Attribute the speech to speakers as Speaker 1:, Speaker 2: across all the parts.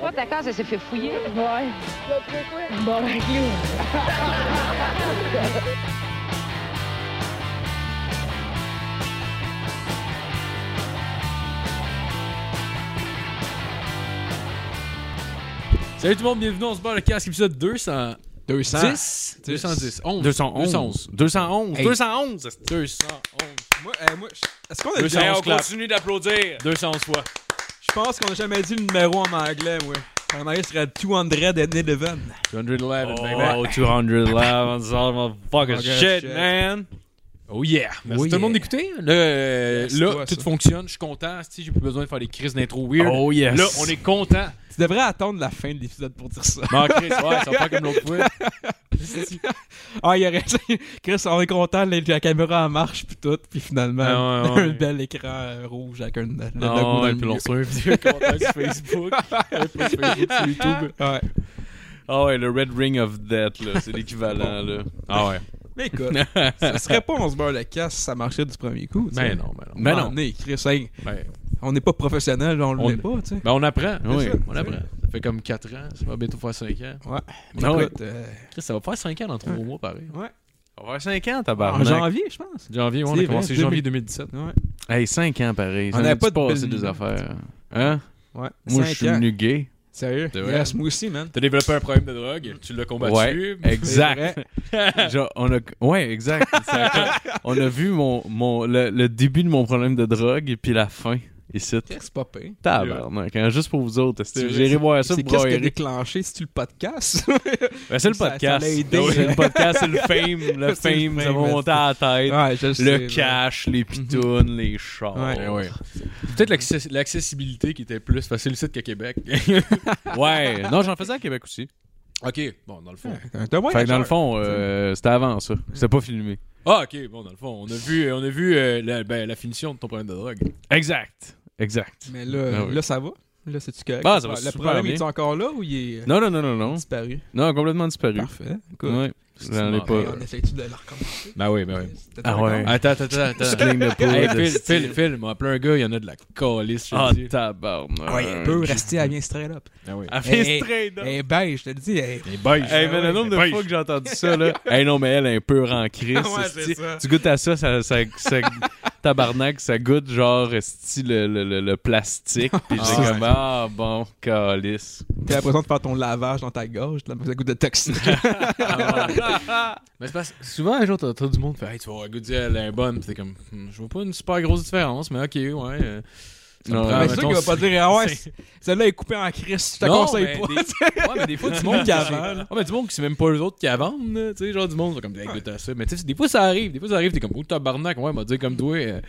Speaker 1: Toi, ta case, elle s'est fait fouiller.
Speaker 2: Ouais. Bon, avec lui.
Speaker 3: Salut tout le monde, bienvenue, on se bat le casque épisode 200.
Speaker 4: 200.
Speaker 3: 10? 210. 11.
Speaker 4: 211. 211.
Speaker 3: Hey.
Speaker 4: 211.
Speaker 3: 211.
Speaker 5: Moi, euh, moi, je- est-ce qu'on a
Speaker 3: 211
Speaker 5: déjà-
Speaker 3: on clap.
Speaker 4: continue d'applaudir.
Speaker 3: 211 fois.
Speaker 5: Je pense qu'on a jamais dit le numéro en anglais, moi. En anglais, ce serait 211.
Speaker 3: 211, baby.
Speaker 4: Oh, 211. Motherfucking
Speaker 5: Fucking
Speaker 4: shit,
Speaker 5: shit.
Speaker 4: man.
Speaker 3: Oh yeah. Merci
Speaker 4: Oui,
Speaker 3: tout le monde
Speaker 4: yeah.
Speaker 3: d'écouter. Là, euh,
Speaker 5: Yes,
Speaker 3: là
Speaker 5: toi,
Speaker 3: tout
Speaker 5: ça.
Speaker 3: fonctionne. Je suis content. Si j'ai plus besoin de faire des crises d'intro weird.
Speaker 4: Oh yes.
Speaker 3: Là, on est content.
Speaker 5: Tu devrais attendre la fin de l'épisode pour dire ça.
Speaker 3: Bon, Chris, ouais, ça va pas comme l'autre fois.
Speaker 5: Ah, il y aurait. Chris, on est content, la, la caméra en marche, puis tout, puis finalement,
Speaker 3: Ah, ouais, ouais.
Speaker 5: un bel écran euh, rouge avec un, le logo
Speaker 3: Non,
Speaker 5: dans le
Speaker 3: et puis
Speaker 5: milieu.
Speaker 3: on reçoit un vidéo commentaire sur Facebook. Un peu sur Facebook, sur YouTube.
Speaker 5: Ouais.
Speaker 4: Ah ouais, le Red Ring of Death, là. C'est l'équivalent, là.
Speaker 3: Ah ouais.
Speaker 5: Mais écoute, ça serait pas on se beurre le casse si ça marchait du premier coup. tu sais.
Speaker 3: Mais Ben non, mais non.
Speaker 5: Mais
Speaker 3: Mais
Speaker 4: Ben
Speaker 3: non.
Speaker 5: Ben non. Chris, hey,
Speaker 3: Ben,
Speaker 5: on n'est pas professionnel, on le
Speaker 3: On-
Speaker 5: met pas, tu sais.
Speaker 3: ben, on apprend.
Speaker 5: C'est
Speaker 3: Oui,
Speaker 5: ça,
Speaker 3: on
Speaker 5: c'est-
Speaker 3: apprend. Ça fait comme 4 ans. Ça va bientôt faire 5 ans.
Speaker 5: Ouais.
Speaker 4: Ben
Speaker 3: Non,
Speaker 5: Écoute, euh,
Speaker 3: Chris, ça va faire 5 ans dans 3 mois, pareil.
Speaker 5: ouais.
Speaker 4: On va avoir 5 ans,
Speaker 5: En
Speaker 4: tabarnak.
Speaker 5: janvier, je pense.
Speaker 3: Janvier, ouais, on
Speaker 5: C'est
Speaker 3: a
Speaker 5: vrai,
Speaker 3: commencé
Speaker 5: 2000.
Speaker 3: janvier 2017.
Speaker 5: Ouais.
Speaker 4: Hey, 5 ans, pareil.
Speaker 5: On
Speaker 4: J'en
Speaker 5: avait
Speaker 4: ai
Speaker 5: pas de
Speaker 4: passé
Speaker 5: belle-
Speaker 4: des affaires. Hein?
Speaker 5: Ouais.
Speaker 4: Moi,
Speaker 5: Cinq
Speaker 4: je suis
Speaker 5: ans.
Speaker 4: venu gay.
Speaker 5: Sérieux?
Speaker 3: C'est vrai.
Speaker 5: Yes, moi aussi, man.
Speaker 3: T'as développé un problème de drogue, tu l'as combattu.
Speaker 4: Ouais, exact. Genre, on a... Ouais, exact. Ça a- on a vu mon, mon, le, le début de mon problème de drogue et puis la fin. Ici.
Speaker 5: Qu'est-ce pas pire?
Speaker 4: Tabarnak. hein, Juste pour vous autres.
Speaker 3: C'est
Speaker 4: est-ce que
Speaker 3: vrai,
Speaker 4: J'irai voir ça
Speaker 5: C'est
Speaker 4: pour
Speaker 5: qu'est-ce qui a
Speaker 4: broyer.
Speaker 5: déclenché si tu le podcast?
Speaker 4: Ben, c'est le
Speaker 5: Ça-
Speaker 4: podcast.
Speaker 5: ça l'a aidé.
Speaker 4: Ah oui, le podcast, c'est le fame. Le
Speaker 5: C'est le
Speaker 4: fame, Ah, ça
Speaker 5: fame,
Speaker 4: m'a monté à la tête.
Speaker 5: ouais, je
Speaker 4: le
Speaker 5: sais, ouais.
Speaker 4: cash, les pitounes, les chars.
Speaker 5: Ouais.
Speaker 3: Ouais, ouais. Peut-être l'access- l'accessibilité qui était plus facile ici qu'à Québec.
Speaker 4: Ouais. Non, j'en faisais à Québec aussi.
Speaker 3: ok, bon, dans le fond.
Speaker 5: T'as moins
Speaker 4: fait que dans
Speaker 5: cher.
Speaker 4: le fond, euh, c'était avant ça. C'était pas filmé.
Speaker 3: Ah, ok, bon, dans le fond. On a vu, on a vu euh, la, ben, la finition de ton problème de drogue.
Speaker 4: Exact. Exact.
Speaker 5: Mais là,
Speaker 4: Ah oui.
Speaker 5: là, ça va. Là, c'est-tu correct?
Speaker 4: Ah, ça va
Speaker 5: le
Speaker 4: super
Speaker 5: problème,
Speaker 4: bien.
Speaker 5: est encore là ou il est
Speaker 4: Non, non, non, non, non.
Speaker 5: disparu?
Speaker 4: Non, complètement disparu.
Speaker 5: Parfait. Cool.
Speaker 4: Ouais. J'en ai
Speaker 3: Effectivement.
Speaker 4: pas.
Speaker 5: On essaie-tu de le recommencer?
Speaker 3: Ben oui, ben oui.
Speaker 5: C'était
Speaker 4: Ah
Speaker 5: d'accord?
Speaker 4: ouais.
Speaker 3: Attends, attends, attends.
Speaker 4: Petite
Speaker 3: attends.
Speaker 4: ligne de poudre.
Speaker 3: Hey, Phil, Phil, Phil, m'a appelé un gars, il y en a de la calice, je te
Speaker 4: Ah,
Speaker 3: dis.
Speaker 4: tabarnak.
Speaker 5: Ouais, il peut rester à bien straight up.
Speaker 3: Ah oui.
Speaker 4: Elle
Speaker 5: Hey,
Speaker 4: fait straight up.
Speaker 5: Eh ben, je te le dis, eh,
Speaker 3: Les beige.
Speaker 4: Hey, mais le nombre de fois que j'ai entendu ça, là. hey, non, mais elle est un peu en crise.
Speaker 5: Ouais,
Speaker 4: esti.
Speaker 5: c'est ça.
Speaker 4: Tu goûtes à ça, ça, ça, ça- tabarnak, ça goûte genre, esti, le, le, le, le plastique. Puis j'ai
Speaker 3: Ah, ouais.
Speaker 4: comme, ah, bon, calice.
Speaker 5: t'as l'impression de faire ton lavage dans ta gorge, t'as l'impression que ça goûte de toxique.
Speaker 3: Mais c'est parce que souvent, un jour, t'as t'as du monde fait Hey, tu vas voir, goûter, elle est bonne. Puis t'es comme, Hmm, je vois pas une super grosse différence, mais ok, ouais. euh, ça me
Speaker 4: Non.
Speaker 3: prend,
Speaker 4: Ah,
Speaker 5: mais Ben, c'est sûr
Speaker 3: mettons,
Speaker 5: qu'il va pas dire, ah ouais,
Speaker 3: c'est-
Speaker 5: celle-là est coupée en crise, je te
Speaker 3: Non,
Speaker 5: conseille
Speaker 3: mais
Speaker 5: pas.
Speaker 3: des- Ouais, mais des fois, du monde qui avale. Ouais, Ah, mais du monde qui c'est même pas eux autres qui la vendent, là. Tu sais, genre du monde, ils sont comme, hey, goûte à ça. Mais tu sais, des fois, ça arrive. Des fois, ça arrive, t'es comme, oh, tabarnak, ouais, m'a dit comme toi, euh,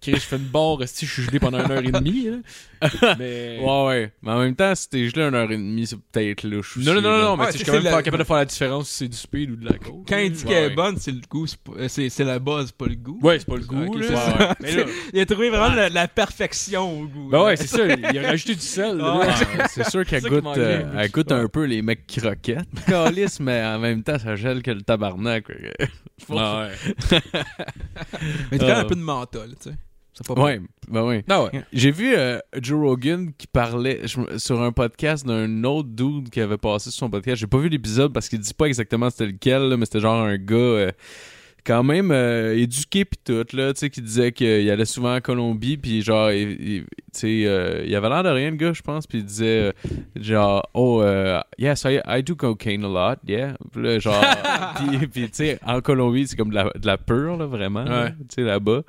Speaker 3: Chris, je fais une barre, si je suis gelé pendant une heure et demie, là. Mais.
Speaker 4: Ouais, ouais. Mais en même temps, si t'es gelé une heure et demie, c'est peut-être louche. aussi,
Speaker 3: Non, non, non,
Speaker 4: là.
Speaker 3: non, mais
Speaker 5: Ouais,
Speaker 3: tu sais, je suis
Speaker 5: c'est
Speaker 3: quand même
Speaker 5: la-
Speaker 3: pas capable de faire la différence si c'est du speed ou de la coke.
Speaker 5: Quand il dit
Speaker 3: Ouais,
Speaker 5: qu'elle
Speaker 3: ouais.
Speaker 5: est bonne, c'est le goût, c'est pas- euh, c'est c'est la base, pas le goût.
Speaker 3: Ouais, c'est pas le goût,
Speaker 5: Ok,
Speaker 3: là.
Speaker 5: c'est
Speaker 3: Ouais, ouais. Mais là.
Speaker 5: Il a trouvé vraiment la, la perfection au goût.
Speaker 3: Ben
Speaker 5: là.
Speaker 3: ouais, c'est ça, il a rajouté du sel. là.
Speaker 5: Ouais.
Speaker 4: Ah, C'est sûr qu'elle
Speaker 3: C'est ça qui
Speaker 4: goûte,
Speaker 3: manquait,
Speaker 4: euh,
Speaker 3: oui.
Speaker 4: elle goûte un peu les mecs croquettes. Calice, mais en même temps, ça gèle que le tabarnak. fait que- Je pense-
Speaker 3: Ah, ouais.
Speaker 5: Mais t'as quand même
Speaker 4: Euh.
Speaker 5: un peu de menthol, tu sais. C'est pas
Speaker 4: Ouais, ben ouais.
Speaker 3: Ah, ouais.
Speaker 4: J'ai vu euh, Joe Rogan qui parlait je me- sur un podcast d'un autre dude qui avait passé sur son podcast. J'ai pas vu l'épisode parce qu'il dit pas exactement c'était lequel, là, mais c'était genre un gars euh, quand même euh, éduqué pis tout, là, tu sais, qui disait qu'il allait souvent en Colombie pis genre, il, il- tu sais, euh, il avait l'air de rien, le gars, je pense, pis il disait euh, genre, oh, euh, yes, I, I do cocaine a lot, yeah. Pis là, genre, pis, pis, tu sais, en Colombie, c'est comme de la, de la pure, là, vraiment, là,
Speaker 3: Ouais.
Speaker 4: tu sais, là-bas.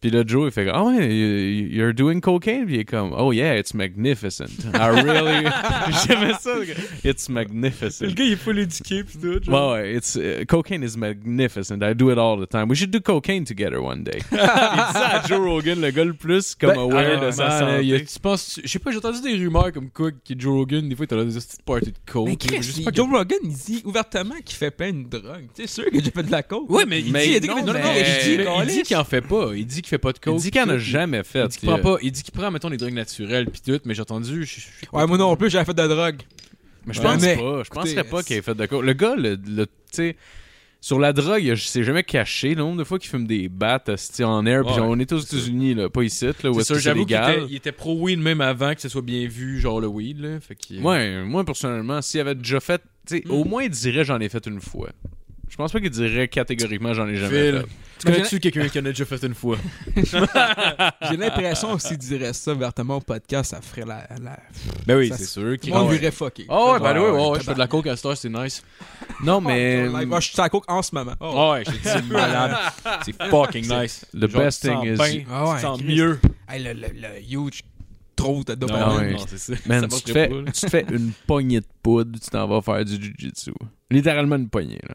Speaker 4: Puis là, Joe, il fait comme, Ah ouais, you- you're doing cocaine? Puis il est comme, Oh yeah, it's magnificent. I really. J'aimais ça. le gars. It's magnificent.
Speaker 3: il est pas l'éduqué pis tout.
Speaker 4: Well, it's, uh, cocaine is magnificent. I do it all the time. We should do cocaine together one day. il dit ça à Joe Rogan, le gars le plus comme
Speaker 5: Ben,
Speaker 4: aware Ben,
Speaker 5: ah,
Speaker 4: de sa
Speaker 5: hein,
Speaker 3: Honnêtement, là, il y a-
Speaker 4: santé.
Speaker 3: tu penses, je sais pas, j'ai entendu des rumeurs comme quoi que Joe Rogan, des fois, t'as des petites parties de coke.
Speaker 5: Mais
Speaker 3: je sais
Speaker 5: Chris,
Speaker 3: pas
Speaker 5: Joe Rogan, il dit ouvertement qu'il fait pas une drogue. Tu sais, sûr que j'ai fait de la coke.
Speaker 3: Oui, mais il
Speaker 4: Mais
Speaker 3: dit, il dit,
Speaker 4: non,
Speaker 3: non, non,
Speaker 4: mais-
Speaker 3: non, il dit-
Speaker 4: mais
Speaker 3: il dit qu'il en fait pas. Il dit qu'il fait pas de coke.
Speaker 4: Il dit qu'il en a
Speaker 3: tout.
Speaker 4: jamais fait.
Speaker 3: Il dit qu'il prend pas. Il dit qu'il prend, mettons, des drogues naturelles pis tout, mais j'ai entendu. je- je-
Speaker 5: Ouais, moi non plus, j'avais fait de la drogue.
Speaker 4: Mais je
Speaker 5: Ouais,
Speaker 4: pense
Speaker 5: mais-
Speaker 4: pas. Je penserais
Speaker 5: écoutez,
Speaker 4: pas qu'il ait fait de coke. Le gars, le, le- tu sais, Sur la drogue, je sais jamais caché le nombre de fois qu'ils fument des battes esti, en air. Puis
Speaker 3: Ouais,
Speaker 4: on est aux
Speaker 3: c'est
Speaker 4: États-Unis, là, pas ici, là, où
Speaker 3: C'est
Speaker 4: est-ce
Speaker 3: sûr,
Speaker 4: que c'est
Speaker 3: j'avoue qu'il
Speaker 4: légal.
Speaker 3: était, il était pro-weed même avant que ce soit bien vu, genre le weed, là. Fait qu'il-
Speaker 4: Ouais, moi personnellement, s'il avait déjà fait, tu sais,
Speaker 3: Mm.
Speaker 4: au moins il dirait j'en ai fait une fois. Je pense pas qu'il dirait catégoriquement j'en ai jamais
Speaker 3: Phil,
Speaker 4: fait.
Speaker 3: tu connais-tu quelqu'un qui en a déjà fait une fois?
Speaker 5: J'ai l'impression que s'il dirait ça vertement au podcast, ça ferait la. la...
Speaker 4: Ben oui,
Speaker 5: Ça
Speaker 4: c'est
Speaker 5: se-
Speaker 4: sûr
Speaker 5: Tout
Speaker 4: qu'il.
Speaker 5: le monde
Speaker 4: Ah ouais.
Speaker 5: virait fucké.
Speaker 3: Oh ouais, ben
Speaker 4: Ouais,
Speaker 3: ouais, ouais,
Speaker 4: ouais,
Speaker 3: ouais, je fais de la coke à cette heure, c'est nice. Oh,
Speaker 4: Non,
Speaker 5: Mais.
Speaker 4: mais
Speaker 5: je suis à la coke en ce moment. Oh.
Speaker 3: Ouais, j'ai dit malade. C'est fucking nice.
Speaker 4: the
Speaker 3: Genre,
Speaker 4: best
Speaker 3: tu te sens
Speaker 4: thing is-
Speaker 3: bien,
Speaker 5: Ah ouais,
Speaker 3: tu te sens
Speaker 5: Christ.
Speaker 3: mieux.
Speaker 5: Hey, le, le- le huge trop de
Speaker 3: Non,
Speaker 5: dopamine.
Speaker 4: ouais.
Speaker 3: non, c'est ça.
Speaker 4: man,
Speaker 3: Ça
Speaker 4: tu, te
Speaker 3: marcherait
Speaker 4: fais,
Speaker 3: pas, là.
Speaker 4: tu te fais une poignée de poudre, tu t'en vas faire du jujitsu. Littéralement une poignée là.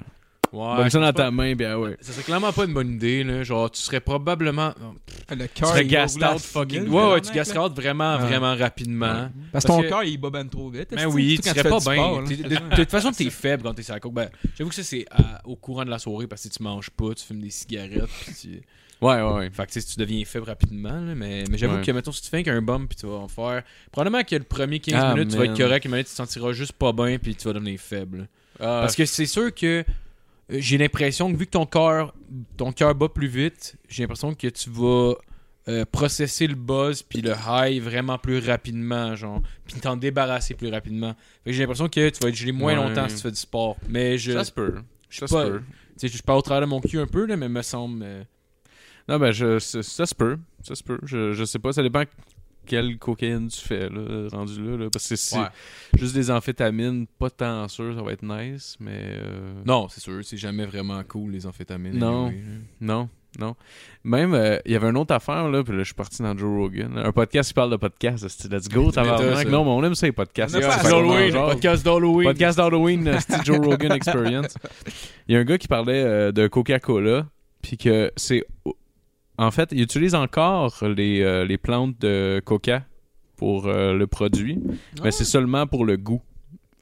Speaker 3: Ouais,
Speaker 4: Comme
Speaker 3: je
Speaker 4: ça dans
Speaker 3: pense pas-
Speaker 4: ta main, ben ouais.
Speaker 3: Ça serait clairement pas une bonne idée, là. Genre, tu serais probablement. non.
Speaker 5: Le
Speaker 3: Tu
Speaker 5: cœur.
Speaker 3: serais
Speaker 5: il va
Speaker 3: gassed
Speaker 5: rouler à
Speaker 3: out fucking.
Speaker 5: fine,
Speaker 3: Ouais, ouais,
Speaker 5: tabarnak,
Speaker 3: tu
Speaker 5: là.
Speaker 3: gasseras out vraiment,
Speaker 5: Ouais.
Speaker 3: vraiment rapidement.
Speaker 5: Parce que ton
Speaker 3: Parce que-
Speaker 5: cœur, il bobine trop vite.
Speaker 3: Mais
Speaker 5: est-ce que
Speaker 3: oui,
Speaker 5: quand
Speaker 3: tu
Speaker 5: fais
Speaker 3: serais pas
Speaker 5: du sport,
Speaker 3: bien.
Speaker 5: là.
Speaker 3: T'es- De, de toute façon, t'es faible quand t'es sur la coke. Ben, j'avoue que ça, c'est à- au courant de la soirée parce que tu manges pas, tu fumes des cigarettes. Puis tu...
Speaker 4: Ouais, ouais, ouais.
Speaker 3: Fait que tu sais, tu deviens faible rapidement. là, mais mais j'avoue
Speaker 4: Ouais.
Speaker 3: que, mettons, si tu fais qu'un bum, puis tu vas en faire. Probablement que le premier 15
Speaker 4: Ah,
Speaker 3: minutes, tu vas être
Speaker 4: man.
Speaker 3: correct. Une minute, tu te sentiras juste pas bien, puis tu vas devenir faible. Parce
Speaker 4: Parce que
Speaker 3: que c'est sûr que euh, j'ai l'impression que vu que ton cœur ton cœur bat plus vite, j'ai l'impression que tu vas euh, processer le buzz puis le high vraiment plus rapidement, genre, puis t'en débarrasser plus rapidement. Fait que j'ai l'impression que tu vas être gelé moins
Speaker 4: Ouais.
Speaker 3: longtemps si tu fais du sport. Mais je
Speaker 4: ça se peut.
Speaker 3: je
Speaker 4: Ça
Speaker 3: suis
Speaker 4: se
Speaker 3: pas,
Speaker 4: peut.
Speaker 3: tu sais, je suis pas au travers de mon cul un peu là, mais me semble euh,
Speaker 4: Non, ben je, ça, ça se peut. Ça se peut. Je, je sais pas. Ça dépend quelle cocaïne tu fais, là, rendu là. là. Parce que si
Speaker 3: Ouais.
Speaker 4: juste des amphétamines, pas tant sûr, ça va être nice, mais. euh,
Speaker 3: non, c'est sûr, c'est jamais vraiment cool les amphétamines.
Speaker 4: Non.
Speaker 3: anyway, là.
Speaker 4: Non, non. Même, euh, il y avait une autre affaire, là, puis là, je suis parti dans Joe Rogan. Un podcast qui parle de podcast, c'est Let's go,
Speaker 3: méta,
Speaker 4: tabarnak.
Speaker 3: ça.
Speaker 4: Non, mais on aime ça, les podcasts.
Speaker 5: On aime
Speaker 4: C'est
Speaker 5: pas
Speaker 4: pas
Speaker 5: ça.
Speaker 4: vraiment
Speaker 5: Halloween,
Speaker 4: genre.
Speaker 3: podcast d'Halloween.
Speaker 4: Podcast d'Halloween, euh, c'est Joe Rogan Experience. Il y a un gars qui parlait euh, de Coca-Cola, puis que c'est... En fait, il utilise encore les, euh, les plantes de coca pour euh, le produit, mais c'est seulement pour le goût,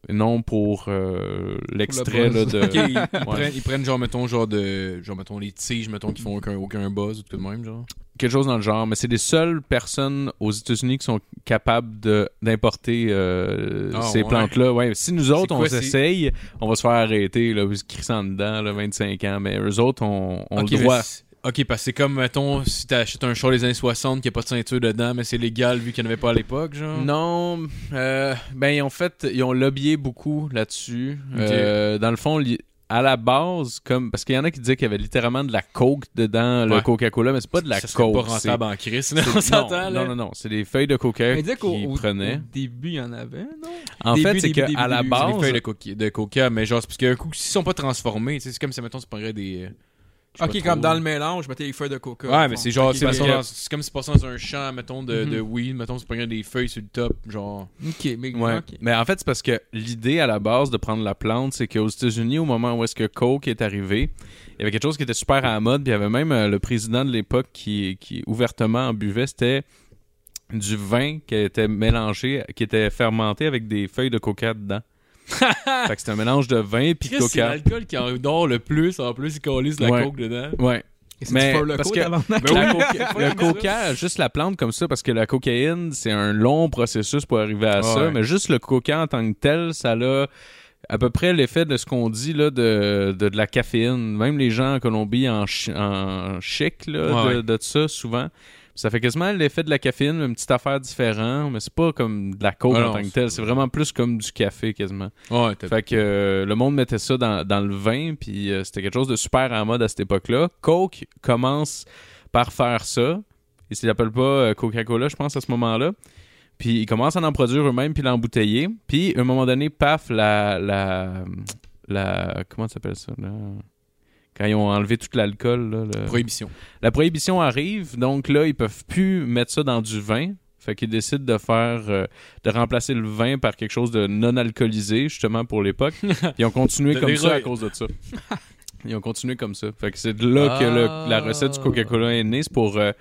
Speaker 4: et non pour euh, l'extrait
Speaker 5: buzz.
Speaker 4: là, de...
Speaker 3: Ok, ils, ils
Speaker 4: Ouais.
Speaker 3: prennent, ils prennent genre mettons genre de genre mettons les tiges mettons qui font aucun, aucun buzz ou tout de même genre.
Speaker 4: quelque chose dans le genre, mais c'est les seules personnes aux États-Unis qui sont capables de- d'importer euh,
Speaker 3: Ah,
Speaker 4: ces
Speaker 3: ouais.
Speaker 4: plantes-là. Ouais, si nous autres,
Speaker 3: C'est
Speaker 4: on
Speaker 3: quoi, c'est-
Speaker 4: s'essaye, on va se faire arrêter, là, se crissant dedans, là, 25 ans, mais eux autres, on, on
Speaker 3: Ok,
Speaker 4: le droit.
Speaker 3: mais c'est- Ok, parce que c'est comme, mettons, si t'achètes un char des années 60 qui a pas de ceinture dedans, mais c'est légal vu qu'il n'y en avait pas à l'époque, genre.
Speaker 4: Non, euh, ben en fait, ils ont lobbyé beaucoup là-dessus. Euh, dans le fond, li- à la base, comme parce qu'il y en a qui disaient qu'il y avait littéralement de la coke dedans, le
Speaker 3: Ouais.
Speaker 4: Coca-Cola, mais c'est pas de la
Speaker 3: ça serait
Speaker 4: coke.
Speaker 3: pas
Speaker 4: c'est-
Speaker 3: rentable en crise, là,
Speaker 4: c'est-
Speaker 3: on s'entend,
Speaker 4: non,
Speaker 3: là.
Speaker 4: non, non, non, c'est des feuilles de coca
Speaker 5: Mais dis qu'au
Speaker 4: qu'ils
Speaker 5: au- au
Speaker 4: prenaient.
Speaker 5: début, il y en avait, non?
Speaker 4: En
Speaker 5: début,
Speaker 4: fait, c'est
Speaker 5: début,
Speaker 4: qu'à
Speaker 5: début,
Speaker 4: la
Speaker 5: début,
Speaker 3: C'est
Speaker 4: base,
Speaker 3: des feuilles de, coca- de coca, mais genre, c'est parce qu'un coup, s'ils sont pas transformés, tu sais, c'est comme si, mettons, tu prendrais des. euh, je sais
Speaker 5: Ok,
Speaker 3: pas
Speaker 5: comme
Speaker 3: trop,
Speaker 5: dans
Speaker 3: là.
Speaker 5: le mélange, je mettais les feuilles de coca.
Speaker 3: Ouais, mais c'est genre,
Speaker 5: Ok,
Speaker 3: c'est
Speaker 5: ok.
Speaker 3: mettons, dans- c'est comme si tu passais dans un champ, mettons, de, de
Speaker 5: Mhm.
Speaker 3: weed, mettons, tu prendrais des feuilles sur le top, genre.
Speaker 5: Ok, mais.
Speaker 4: Ouais.
Speaker 5: ok.
Speaker 4: Mais en fait, c'est parce que l'idée à la base de prendre la plante, c'est qu'aux États-Unis, au moment où est-ce que Coke est arrivé, il y avait quelque chose qui était super à la mode. Puis il y avait même euh, le président de l'époque qui, qui ouvertement en buvait. C'était du vin qui était mélangé, qui était fermenté avec des feuilles de coca dedans. fait que c'est un mélange de vin puis de
Speaker 3: Chris, c'est
Speaker 4: coca.
Speaker 3: l'alcool qui endort le plus, en plus, ils collent la
Speaker 4: Ouais.
Speaker 3: coke dedans.
Speaker 4: Ouais.
Speaker 5: Et c'est
Speaker 4: Mais
Speaker 5: du Fort
Speaker 4: parce
Speaker 5: Loco,
Speaker 4: que-
Speaker 5: tabarnak.
Speaker 3: Ben
Speaker 4: La coca- le coca, juste la plante comme ça, parce que la cocaïne, c'est un long processus pour arriver à ça,
Speaker 3: Ouais.
Speaker 4: mais juste le coca en tant que tel, ça a à peu près l'effet de ce qu'on dit là, de, de, de la caféine. Même les gens en Colombie en, chi- en chic là,
Speaker 3: Ouais,
Speaker 4: de, de ça, souvent. Ça fait quasiment l'effet de la caféine, une petite affaire différente, mais c'est pas comme de la coke
Speaker 3: Ah
Speaker 4: en
Speaker 3: non,
Speaker 4: tant que
Speaker 3: c'est-
Speaker 4: telle, c'est vraiment plus comme du café quasiment.
Speaker 3: Ouais, t'as
Speaker 4: Fait que euh, le monde mettait ça dans, dans le vin, puis euh, c'était quelque chose de super en mode à cette époque-là. Coke commence par faire ça. Ils ne l'appellent pas euh, Coca-Cola, je pense, à ce moment-là. Puis ils commencent à en produire eux-mêmes, puis l'embouteiller. Puis à un moment donné, paf, la. la, la comment ça s'appelle ça? là? Quand ils ont enlevé tout l'alcool. là, le-
Speaker 3: prohibition.
Speaker 4: La prohibition arrive, donc là, ils peuvent plus mettre ça dans du vin. Fait qu'ils décident de faire. euh, de remplacer le vin par quelque chose de non alcoolisé, justement, pour l'époque. Ils ont continué
Speaker 3: De
Speaker 4: comme ça à
Speaker 3: l'héroïne.
Speaker 4: cause de ça. Ils ont continué comme ça. Fait que c'est de là que le- la
Speaker 3: Ah.
Speaker 4: recette du Coca-Cola est née. C'est pour, euh,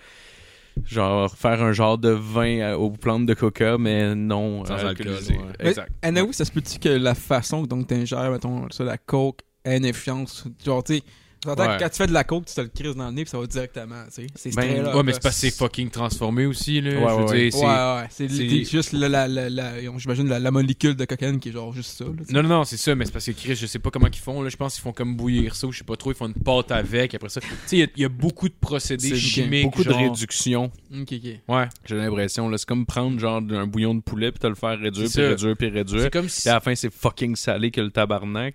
Speaker 4: genre, faire un genre de vin à- aux plantes de coca, mais non
Speaker 3: Sans
Speaker 4: euh,
Speaker 3: alcool,
Speaker 4: alcoolisé.
Speaker 3: ouais.
Speaker 5: Mais,
Speaker 4: Exact.
Speaker 5: Annaoui, ça se peut-tu que la façon dont tu ingères, mettons, ça, la coke, ait une influence? Genre, tu sais, T'entends que
Speaker 4: Ouais.
Speaker 5: quand tu fais de la coke, tu te le crises dans le nez, puis ça va directement, tu sais. C'est
Speaker 4: Ben,
Speaker 5: straight up,
Speaker 3: Ouais, mais c'est
Speaker 5: là.
Speaker 3: parce que c'est fucking transformé aussi, là.
Speaker 4: Ouais,
Speaker 3: je veux
Speaker 4: ouais,
Speaker 3: dire,
Speaker 5: Ouais,
Speaker 3: c'est-
Speaker 5: ouais, c'est
Speaker 3: c'est-
Speaker 5: c'est juste la, la, la, la- j'imagine la, la molécule de cocaïne qui est genre juste ça. là, tu sais.
Speaker 3: Non, non, non, c'est ça, mais c'est parce que Chris, je sais pas comment ils font. Là, je pense qu'ils font comme bouillir ça ou je sais pas trop. Ils font une pâte avec. Après ça, tu sais, il y a- il y, a beaucoup de procédés
Speaker 4: C'est
Speaker 3: chimiques.
Speaker 4: beaucoup de
Speaker 3: genre.
Speaker 4: réduction.
Speaker 5: Ok, ok.
Speaker 3: Ouais.
Speaker 4: J'ai l'impression, là, c'est comme prendre genre un bouillon de poulet puis te le faire réduire,
Speaker 3: C'est
Speaker 4: puis
Speaker 3: ça.
Speaker 4: réduire, puis réduire.
Speaker 3: C'est comme si.
Speaker 4: Et à la fin, c'est fucking salé que le tabarnak.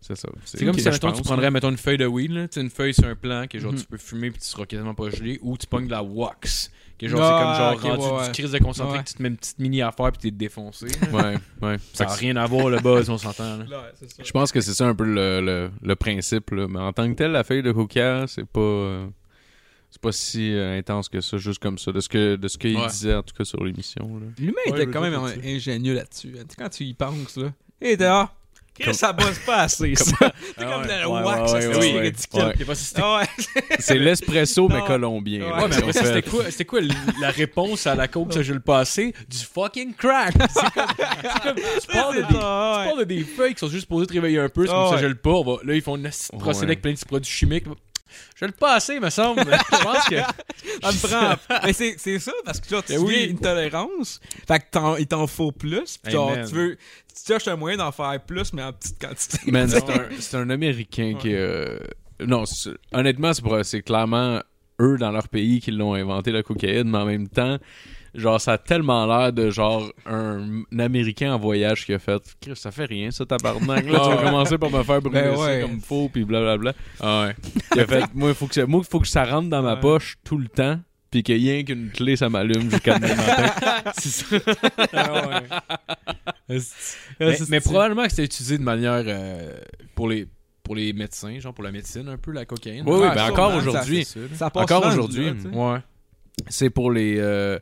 Speaker 4: C'est ça.
Speaker 3: C'est comme
Speaker 4: Ok,
Speaker 3: si
Speaker 4: je
Speaker 3: mettons, tu
Speaker 4: pense,
Speaker 3: prendrais mettons, une feuille de weed, là, tu sais, une feuille sur un plan que genre
Speaker 5: Mhm.
Speaker 3: tu peux fumer puis tu seras quasiment pas gelé, ou tu pognes de la wax. Que genre
Speaker 5: Ah,
Speaker 3: c'est comme genre
Speaker 5: ok,
Speaker 3: rendu
Speaker 5: ouais,
Speaker 3: du
Speaker 5: ouais.
Speaker 3: crise de concentré
Speaker 5: Ouais.
Speaker 3: que tu te mets une petite mini affaire puis t'es défoncé. là.
Speaker 4: Ouais, ouais. Fait
Speaker 3: ça n'a
Speaker 4: que
Speaker 3: rien à voir le buzz, on s'entend. là.
Speaker 5: Ouais, c'est ça.
Speaker 4: Je pense que c'est ça un peu le, le- le principe, là. mais en tant que tel, la feuille de coca, c'est pas euh, c'est pas si euh, intense que ça, juste comme ça, de ce que de ce qu'il
Speaker 3: Ouais.
Speaker 4: disait en tout cas sur l'émission. là.
Speaker 5: L'humain
Speaker 3: Ouais,
Speaker 5: était quand
Speaker 3: je
Speaker 5: même
Speaker 3: veux dire,
Speaker 5: euh, ingénieux là-dessus. hein. Tu sais, quand tu y penses, là, il était ah, Chris, ça bosse pas assez, ça. C'est
Speaker 3: Ah
Speaker 5: comme
Speaker 3: ouais.
Speaker 5: la
Speaker 4: Ouais,
Speaker 5: wax,
Speaker 4: ouais,
Speaker 5: ça,
Speaker 4: ouais,
Speaker 5: c'est
Speaker 4: ouais.
Speaker 5: ridicule.
Speaker 4: Ouais.
Speaker 3: Je sais pas si c'était-
Speaker 5: Ah ouais.
Speaker 4: C'est l'espresso mais
Speaker 5: Non.
Speaker 4: colombien. là,
Speaker 5: Ouais,
Speaker 3: Ouais, mais
Speaker 4: qu'ils
Speaker 3: après
Speaker 4: ont
Speaker 3: ça,
Speaker 4: fait.
Speaker 3: c'était quoi, c'était quoi l- la réponse à la coke ça je le passé? Du fucking crack! C'est comme, c'est comme- tu parles de
Speaker 5: C'est
Speaker 3: des, tu
Speaker 5: ça, ouais.
Speaker 3: parles de des feuilles qui sont juste posées de réveiller un peu, c'est
Speaker 5: Ah
Speaker 3: comme ça
Speaker 5: ouais.
Speaker 3: je le pas. on va- Là, ils font une petite procédé
Speaker 4: Ouais.
Speaker 3: avec plein de petits produits chimiques. Je le passé, me semble. je pense que.
Speaker 5: Ça me prend. Mais c'est c'est ça, parce que là, tu
Speaker 3: Ben oui.
Speaker 5: oui. une tolérance. Fait que t'en- il t'en faut plus. Puis
Speaker 3: Hey,
Speaker 5: genre,
Speaker 3: man.
Speaker 5: tu veux. Tu cherches un moyen d'en faire plus, mais en petite quantité.
Speaker 4: Man,
Speaker 3: Non.
Speaker 4: c'est un, c'est un Américain qui. euh, non, c'est- honnêtement, c'est pas- c'est clairement eux dans leur pays qui l'ont inventé la cocaïne, mais en même temps, genre, ça a tellement l'air de genre un, un Américain en voyage qui a fait. Christ, Ça fait rien, ça, tabarnak. Là, tu vas
Speaker 5: Ouais.
Speaker 4: commencer par me faire brûler
Speaker 5: Ben
Speaker 4: ça
Speaker 5: ouais.
Speaker 4: comme faux, puis blablabla. Ah ouais. Il a fait, moi, il faut, que ça- moi, faut que ça rentre dans ma
Speaker 5: Ouais.
Speaker 4: poche tout le temps, puis qu'il y ait rien qu'une clé, ça m'allume jusqu'à demain matin.
Speaker 3: C'est ça. Ah mais, mais probablement que c'était utilisé de manière euh, pour les pour les médecins, genre pour la médecine un peu la cocaïne.
Speaker 4: Oui, oui, ben
Speaker 5: Ah, sûrement,
Speaker 4: encore
Speaker 5: ça,
Speaker 4: aujourd'hui.
Speaker 3: c'est sûr, là.
Speaker 5: Ça
Speaker 4: Encore
Speaker 5: souvent,
Speaker 4: aujourd'hui,
Speaker 5: là, tu sais.
Speaker 3: Ouais.
Speaker 4: c'est pour les. euh,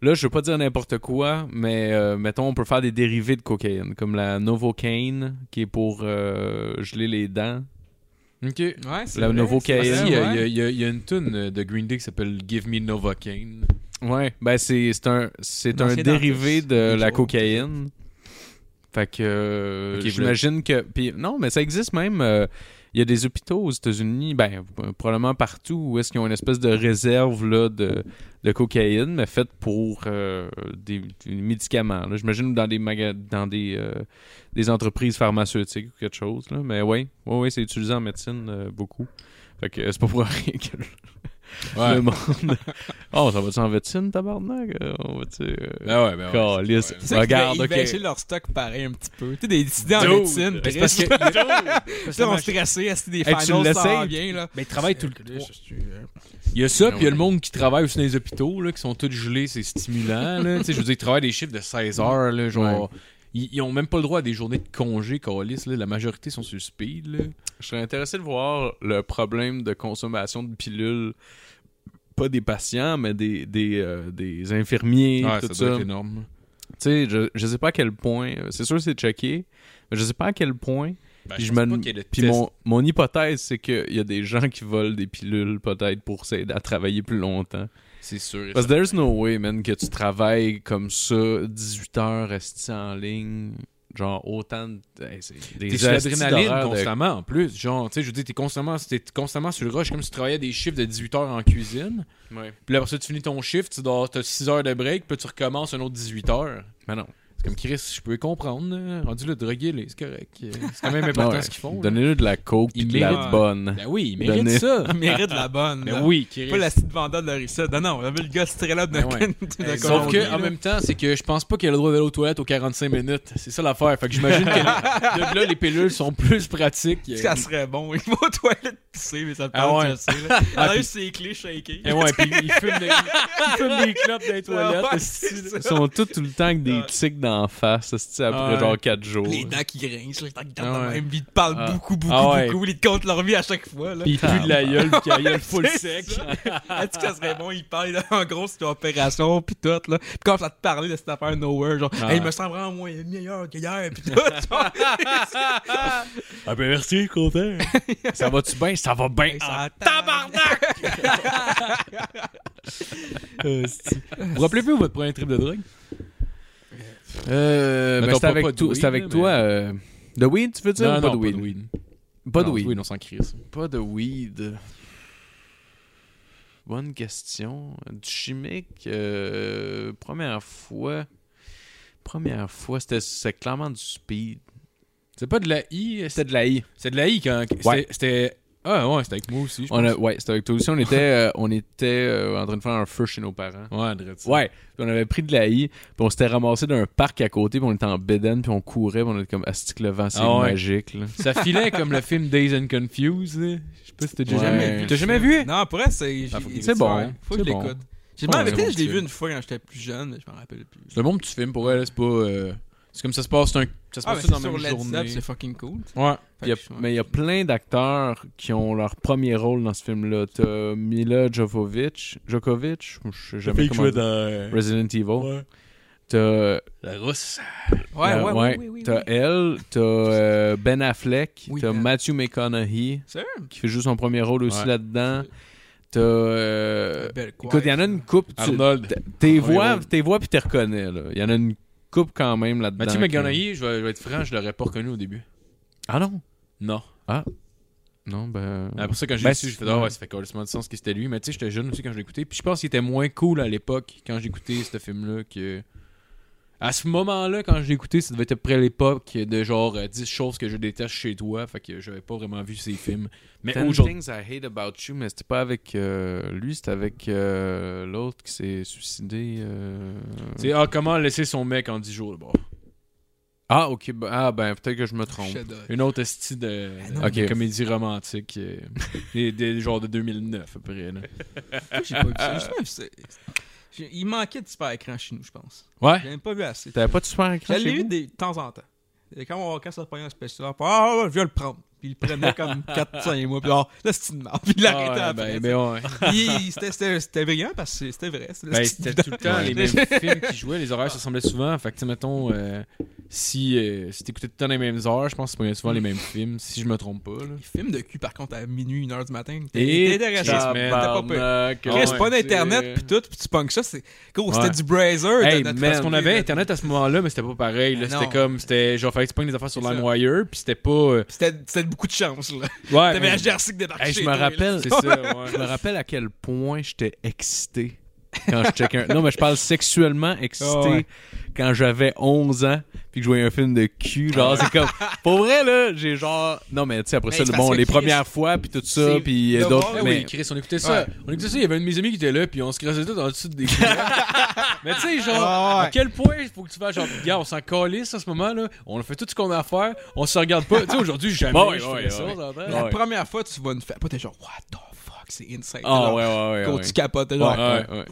Speaker 4: là, je veux pas dire n'importe quoi, mais euh, mettons, on peut faire des dérivés de cocaïne, comme la Novocaine, qui est pour euh, geler les dents.
Speaker 3: OK.
Speaker 5: Ouais, c'est
Speaker 4: La
Speaker 5: vrai,
Speaker 4: Novocaine.
Speaker 5: c'est
Speaker 3: Ici,
Speaker 5: vrai,
Speaker 3: il y,
Speaker 5: ouais.
Speaker 3: a- il y a- il y a une tune de Green Day qui s'appelle Give Me Novocaine.
Speaker 4: Ouais, ben c'est c'est un, c'est
Speaker 5: Non,
Speaker 4: un
Speaker 5: c'est
Speaker 4: dérivé
Speaker 5: dentiste.
Speaker 4: de
Speaker 5: Quelque
Speaker 4: la
Speaker 5: chose.
Speaker 4: cocaïne. Fait que euh,
Speaker 3: Ok,
Speaker 4: j'imagine que. puis non, mais ça existe même. euh, Il y a des hôpitaux aux États-Unis, ben euh, probablement partout, où est-ce qu'ils ont une espèce de réserve là, de, de cocaïne, mais faite pour euh, des, des médicaments. là. J'imagine dans des maga- dans des, euh, des entreprises pharmaceutiques ou quelque chose. Là. Mais oui, ouais, ouais, c'est utilisé en médecine euh, beaucoup. Fait que euh, c'est pas pour rien que
Speaker 3: Ouais.
Speaker 4: le monde. oh, ça va-tu en médecine, tabarnak? Euh, On va-tu. euh,
Speaker 3: Ben ouais, ben ouais.
Speaker 4: Calisse.
Speaker 5: Tu sais qu'ils
Speaker 4: Regarde,
Speaker 5: va- ils
Speaker 4: ok.
Speaker 5: vacheter leur stock pareil un petit peu. Tu sais, des décidants en
Speaker 3: Dude.
Speaker 5: Ah, médecine.
Speaker 3: Ben, c'est parce que-
Speaker 5: Chris.
Speaker 3: Parce
Speaker 5: Ils
Speaker 3: que
Speaker 5: sont stressés, est-ce des
Speaker 4: Hey, tu
Speaker 5: finals s'en
Speaker 4: l'essayes?
Speaker 5: vient, là?
Speaker 3: Ben, ils travaillent tout le temps. Il y a
Speaker 4: Ben
Speaker 3: ça, puis il y a le monde qui travaille aussi dans les hôpitaux, là, qui sont tous gelés, c'est stimulant. là. Tu sais, je veux dire, ils travaillent des chiffres de 16 heures, là, genre. Ils, ils ont même pas le droit à des journées de congé, Calis. La majorité sont sur speed. Là.
Speaker 4: Je serais intéressé de voir le problème de consommation de pilules. Pas des patients, mais des, des, euh, des infirmiers,
Speaker 3: Ouais,
Speaker 4: tout
Speaker 3: ça doit
Speaker 4: Ah, ça.
Speaker 3: être énorme.
Speaker 4: Tu sais, je, je sais pas à quel point. euh, C'est sûr que c'est checké, mais je sais pas à quel point.
Speaker 3: Ben,
Speaker 4: Puis je me- Puis mon, mon hypothèse, c'est qu'il y a des gens qui volent des pilules, peut-être, pour s'aider à travailler plus longtemps.
Speaker 3: C'est sûr.
Speaker 4: Parce que there's no way, man, que tu travailles comme ça, 18 heures, resté en ligne, genre autant de... Hey, c'est des
Speaker 3: T'es sur
Speaker 4: hosties
Speaker 3: l'adrénaline
Speaker 4: d'horaires de-
Speaker 3: constamment en plus. Genre, tu sais, je veux dire, t'es constamment, t'es constamment sur le rush, comme si tu travaillais des chiffres de 18 heures en cuisine.
Speaker 4: Ouais.
Speaker 3: Puis là, après ça, tu finis ton shift, tu dors, t'as 6 heures de break, puis tu recommences un autre 18 heures.
Speaker 4: Mais non.
Speaker 3: C'est comme Chris, je peux comprendre. là. Rendu le drogué, là, c'est correct. Euh, C'est quand même important
Speaker 4: Ouais.
Speaker 3: ce qu'ils font. là.
Speaker 4: Donnez-leur de la coke pis
Speaker 3: Ils
Speaker 4: de la
Speaker 5: méritent.
Speaker 4: bonne.
Speaker 3: Ben oui, il mérite
Speaker 4: Donnez-
Speaker 3: ça.
Speaker 5: Ils méritent la bonne.
Speaker 3: Ben
Speaker 5: là.
Speaker 3: oui, Chris.
Speaker 5: Pas la petite vendeur de la Rissette. Non, non, on avait le gars strella de
Speaker 3: Ben ouais.
Speaker 5: de
Speaker 3: Sauf
Speaker 5: Colombie,
Speaker 3: que, en
Speaker 5: là.
Speaker 3: même temps, c'est que je pense pas qu'elle a le droit d'aller aux toilettes aux 45 minutes. C'est ça l'affaire. Fait que j'imagine que les- de là, les pilules sont plus pratiques.
Speaker 5: Ça serait bon. Il va aux toilettes pisser, mais ça me
Speaker 3: Ah
Speaker 5: tente,
Speaker 3: ouais.
Speaker 5: je sais. là. Elle
Speaker 3: Ah,
Speaker 5: a
Speaker 3: puis-
Speaker 5: eu ses clés shakées. Ah
Speaker 3: Et ouais, puis ils fument des, ils fument des clopes dans les toilettes.
Speaker 5: Ouais,
Speaker 3: c'est-
Speaker 5: c'est
Speaker 4: Ils sont tous tout le temps avec des
Speaker 5: Ouais.
Speaker 4: tics d'en face, c'est après
Speaker 3: Ouais.
Speaker 4: genre 4 jours.
Speaker 5: Les dents qui grincent, les dents qui
Speaker 3: Ah
Speaker 5: gardent la
Speaker 3: ouais.
Speaker 5: même vie, ils te parlent
Speaker 4: Ah.
Speaker 5: beaucoup, beaucoup,
Speaker 3: Ah ouais.
Speaker 5: beaucoup. Ils te comptent leur vie à chaque fois. Là.
Speaker 3: Puis ils puent de la gueule, puis la gueule full
Speaker 5: C'est
Speaker 3: sec.
Speaker 5: ça. Est-ce que ça serait bon? Ils parlent en gros sur l'opération, puis tout. Là. Puis quand ça te parlait de cette affaire Nowhere, genre,
Speaker 3: Ah
Speaker 5: Hey,
Speaker 3: ouais.
Speaker 5: il me semble vraiment moins meilleur qu'hier, puis tout. genre.
Speaker 3: Ah ben merci, content.
Speaker 4: Ça va-tu bien? Ça va bien!
Speaker 5: Hey, ça Ah, tabarnak!
Speaker 3: vous rappelez-vous votre premier trip de drogue?
Speaker 4: Euh,
Speaker 3: Mettons
Speaker 4: ben, c'était
Speaker 3: pas-
Speaker 4: avec,
Speaker 3: pas de
Speaker 4: tou-
Speaker 3: weed,
Speaker 4: c'était avec
Speaker 3: là,
Speaker 4: toi. euh, De weed, tu veux dire? ou pas de weed? Pas de
Speaker 3: Non,
Speaker 4: weed.
Speaker 3: Oui, non, sans crise.
Speaker 4: Pas de weed. Bonne question. Du chimique, euh, première fois. Première fois, c'était- c'était clairement du speed.
Speaker 3: C'est pas de la I. C'est
Speaker 4: de la I.
Speaker 3: c'est de la I quand.
Speaker 4: Ouais.
Speaker 3: c'était- C'était. Ah ouais, c'était avec moi aussi. je
Speaker 4: On
Speaker 3: pense.
Speaker 4: a, ouais, c'était avec toi aussi. On était, euh, on était euh, en train de faire un feu chez nos parents.
Speaker 3: Ouais, André, tu sais.
Speaker 4: Ouais, puis on avait pris de la I, puis on s'était ramassé d'un parc à côté, puis on était en bédaine, puis on courait, puis on était comme Astique le vent, c'est
Speaker 3: Ah ouais.
Speaker 4: magique. Là.
Speaker 3: Ça filait comme le film Days and Confused. là. Je sais pas si t'as déjà
Speaker 4: Ouais.
Speaker 3: jamais vu. T'as jamais vu?
Speaker 5: Non, pour vrai, c'est.
Speaker 3: Ah, faut que
Speaker 5: j'ai-
Speaker 4: c'est bon,
Speaker 5: ouais, Faut que
Speaker 4: c'est
Speaker 5: je
Speaker 4: bon.
Speaker 5: l'écoute. J'ai
Speaker 4: Ouais,
Speaker 5: mais
Speaker 4: c'est
Speaker 5: peut-être
Speaker 4: bon
Speaker 5: je l'ai
Speaker 4: film.
Speaker 5: vu une fois quand j'étais plus jeune, mais je m'en rappelle plus.
Speaker 3: C'est un bon petit film pour elle, c'est pas. euh, C'est comme ça se passe, c'est un... ça se
Speaker 5: Ah,
Speaker 3: passe
Speaker 5: mais
Speaker 3: tout dans
Speaker 5: c'est
Speaker 3: la
Speaker 5: sur
Speaker 3: même
Speaker 5: Led Zepp,
Speaker 3: journée.
Speaker 5: c'est fucking cool.
Speaker 3: Ouais.
Speaker 4: Puis y a-
Speaker 5: Fait que je-
Speaker 4: mais il y a plein d'acteurs qui ont leur premier rôle dans ce film-là. T'as Mila Jovovich, Djokovic, je sais jamais comment.
Speaker 3: dans.
Speaker 4: Resident Evil. T'as
Speaker 3: La rousse.
Speaker 4: euh,
Speaker 5: Ouais, ouais,
Speaker 4: ouais,
Speaker 5: ouais. oui, oui,
Speaker 4: t'as
Speaker 5: oui.
Speaker 4: elle, t'as euh, Ben Affleck,
Speaker 5: Oui,
Speaker 4: t'as
Speaker 5: Ben.
Speaker 4: Matthew McConaughey
Speaker 5: Sérieux?
Speaker 4: qui fait juste son premier rôle aussi
Speaker 3: Ouais.
Speaker 4: là-dedans. T'as euh,
Speaker 5: Belle quoi.
Speaker 4: Écoute, il y en a une coupe. tu-
Speaker 3: Arnold.
Speaker 4: Tes
Speaker 3: Premier
Speaker 4: voix,
Speaker 3: rôle.
Speaker 4: tes voix puis t'es reconnais là. Il y en a une coupe quand même là-dedans.
Speaker 3: Mathieu
Speaker 4: qui-
Speaker 3: McConaughey, je vais je vais être franc, je l'aurais pas reconnu au début.
Speaker 4: Ah non.
Speaker 3: Non.
Speaker 4: Non ben.
Speaker 3: Après ça, quand j'ai
Speaker 4: Ben,
Speaker 3: su,
Speaker 4: c'est-
Speaker 3: j'ai fait Ah ouais, ça fait complètement du sens que c'était lui. Mais tu sais, j'étais jeune aussi quand je l'écoutais. Puis je pense qu'il était moins cool à l'époque quand j'écoutais ce film-là que. À ce moment-là, quand je l'écoutais, ça devait être après l'époque de genre euh, 10 choses que je déteste chez toi. Fait que j'avais pas vraiment vu ces films. Mais
Speaker 4: Ten
Speaker 3: aujourd'hui.
Speaker 4: Things I Hate About You, mais c'était pas avec euh, lui, c'était avec euh, l'autre qui s'est suicidé. euh,
Speaker 3: C'est ah, comment laisser son mec en 10 jours. Bon.
Speaker 4: Ah ok, ben- ah ben peut-être que je me trompe.
Speaker 5: Shadow.
Speaker 3: Une autre style de,
Speaker 5: Ben non,
Speaker 3: de
Speaker 4: Ok.
Speaker 3: comédie romantique. euh, des, des genres de 2009 à peu près. là.
Speaker 5: Pourquoi J'ai pas vu ça. Je sais pas si c'est- j'ai- Il manquait de super écran chez nous, je pense.
Speaker 3: Ouais.
Speaker 5: J'en ai pas vu assez.
Speaker 4: T'avais pas de super écran
Speaker 5: Je l'ai
Speaker 4: chez
Speaker 5: eu
Speaker 4: vous?
Speaker 5: des- de temps en temps. Et Quand, on, quand ça se prenait un spécial, on fait, ah ouais, je viens le prendre. Puis il le prenait comme 4-5 mois, puis ah, là c'est une merde. Puis il l'arrêtait
Speaker 3: Ah,
Speaker 5: après.
Speaker 3: ben,
Speaker 5: tu sais.
Speaker 3: ben, ouais.
Speaker 5: Puis c'était- C'était c'était brillant parce que c'était vrai. c'était-
Speaker 3: Ben,
Speaker 5: c'était-
Speaker 3: c'était tout le temps
Speaker 4: Ouais.
Speaker 3: les mêmes films qui jouaient, les horaires se ressemblaient souvent. Fait que, tu sais, mettons, euh, si, euh, si t'écoutais tout le temps les mêmes heures, je pense que tu prenais souvent les mêmes films, si je me trompe pas. Là.
Speaker 5: Les films de cul, par contre, à minuit, 1h du matin,
Speaker 4: Et
Speaker 5: t'es intéressé.
Speaker 3: tabarnak.
Speaker 5: T'es pas peur.
Speaker 3: Ah
Speaker 5: Chris,
Speaker 3: ouais,
Speaker 5: pas
Speaker 4: c'est-
Speaker 5: d'internet, puis tout, puis tu punks ça. c'est- Gros,
Speaker 3: Ouais.
Speaker 5: c'était du brazer.
Speaker 4: Hey,
Speaker 5: de notre
Speaker 4: man,
Speaker 3: Parce qu'on avait Internet à ce moment-là, mais c'était pas pareil. là.
Speaker 5: Ben
Speaker 3: C'était
Speaker 5: non.
Speaker 3: comme, c'était genre, fallait que tu prennes des affaires sur
Speaker 5: C'est ça.
Speaker 3: LimeWire, puis c'était pas. euh,
Speaker 5: C'était c'était beaucoup de chance, là.
Speaker 3: Ouais,
Speaker 5: T'avais
Speaker 3: mais-
Speaker 5: HDRC qui débarquait.
Speaker 4: Hey, je
Speaker 5: chez
Speaker 4: me
Speaker 5: toi, là.
Speaker 4: rappelle,
Speaker 3: C'est ça, ouais.
Speaker 4: je me rappelle à quel point j'étais excité quand je checkais un... Non, mais je parle sexuellement excité
Speaker 5: Ah ouais.
Speaker 4: quand j'avais 11 ans puis que je voyais un film de cul. Genre, c'est comme... Pour vrai, là, j'ai genre... Non, mais tu sais, après
Speaker 5: Mais
Speaker 4: ça,
Speaker 5: c'est
Speaker 4: le-
Speaker 5: parce
Speaker 4: bon,
Speaker 5: que
Speaker 4: les
Speaker 5: Chris-
Speaker 4: premières fois puis tout ça,
Speaker 5: c'est
Speaker 4: puis euh,
Speaker 5: de
Speaker 4: d'autres...
Speaker 5: voir-
Speaker 3: Ah
Speaker 4: mais-
Speaker 3: oui, Chris, on écoutait ça.
Speaker 5: Ouais.
Speaker 3: On écoutait ça, il y avait un de mes amis qui était là, puis on se crassait tout en dessous des couverts. Mais tu sais, genre,
Speaker 5: Ah ouais.
Speaker 3: à quel point il faut que tu fasses genre, gars, on s'en calisse en ce moment, là. On a fait tout ce qu'on a à faire, on se regarde pas. Tu sais, aujourd'hui, jamais
Speaker 4: Ouais,
Speaker 3: je
Speaker 4: ouais,
Speaker 3: ferais
Speaker 4: ouais,
Speaker 3: ça,
Speaker 4: ouais.
Speaker 3: t'entends?
Speaker 5: La
Speaker 4: Ouais.
Speaker 5: première fois, tu vas une fête. Pas t'es genre, what the fuck, c'est insane.
Speaker 4: Ah
Speaker 5: T'es genre,
Speaker 4: ouais, ouais, ouais.
Speaker 5: Gros,
Speaker 4: ouais.
Speaker 5: tu capotes. t'es
Speaker 4: Ouais,
Speaker 5: genre,
Speaker 4: ouais, ouais.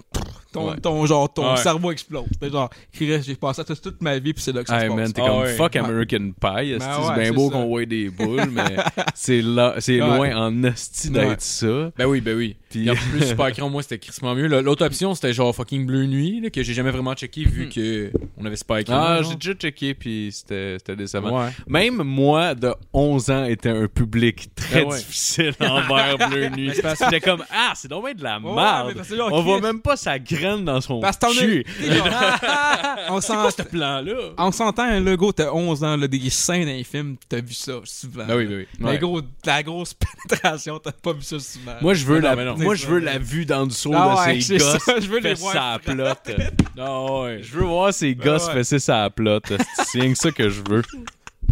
Speaker 5: ton,
Speaker 4: ouais.
Speaker 5: ton, genre, ton
Speaker 3: Ouais.
Speaker 5: cerveau explose. T'es genre, Chris, j'ai passé toute, toute ma vie, puis c'est là que ça se
Speaker 4: Hey man,
Speaker 5: passe.
Speaker 4: t'es
Speaker 3: Ah
Speaker 4: comme
Speaker 3: ouais.
Speaker 4: fuck
Speaker 5: Ouais.
Speaker 4: American Pie. esti,
Speaker 5: Ben ouais,
Speaker 4: c'est bien
Speaker 5: c'est
Speaker 4: beau
Speaker 5: ça.
Speaker 4: qu'on voit des boules, mais c'est là, c'est
Speaker 5: Ouais.
Speaker 4: loin en esti d'être
Speaker 5: Ouais.
Speaker 4: ça.
Speaker 3: Ben oui, ben oui.
Speaker 4: Puis-
Speaker 3: Puis en plus, Super Écran, moi, c'était crissement mieux. Là, L'autre option, c'était genre fucking Bleu Nuit, là, que j'ai jamais vraiment checké vu que on avait Super Écran.
Speaker 4: Mhm. Ah,
Speaker 3: genre.
Speaker 4: j'ai déjà checké puis c'était c'était décevant.
Speaker 3: Ouais.
Speaker 4: Même moi, de 11 ans, était un public
Speaker 5: Ben
Speaker 4: très
Speaker 3: Ah ouais.
Speaker 4: difficile envers Bleu Nuit. J'étais comme, ah, c'est dommage de la
Speaker 5: Ouais, mais
Speaker 4: merde.
Speaker 5: parce que genre,
Speaker 4: On voit
Speaker 5: Chris-
Speaker 4: même pas sa graine dans son
Speaker 5: Ah. Parce que t'en as.
Speaker 4: cul.
Speaker 5: t'es genre, On s'en-
Speaker 3: Ce plan-là.
Speaker 5: on s'entend, là, gros, t'as 11 ans, là, des seins dans les films, t'as vu ça souvent.
Speaker 4: Ah
Speaker 3: Ben oui, ben oui.
Speaker 5: Mais
Speaker 4: Ouais.
Speaker 5: gros, la grosse pénétration, t'as pas vu ça souvent.
Speaker 4: Ah, Moi, je veux,
Speaker 3: Mais non,
Speaker 4: la,
Speaker 3: mais non.
Speaker 4: moi, je veux la vue dans le seau
Speaker 5: Ah ouais,
Speaker 4: de ces
Speaker 5: c'est
Speaker 4: gosses.
Speaker 5: ça, je veux les
Speaker 4: fesser
Speaker 5: voir
Speaker 4: sa plotte.
Speaker 3: Ah ouais.
Speaker 4: Je veux voir ces gosses
Speaker 5: ouais.
Speaker 4: fesser sa plotte. C'est rien que ça que je veux.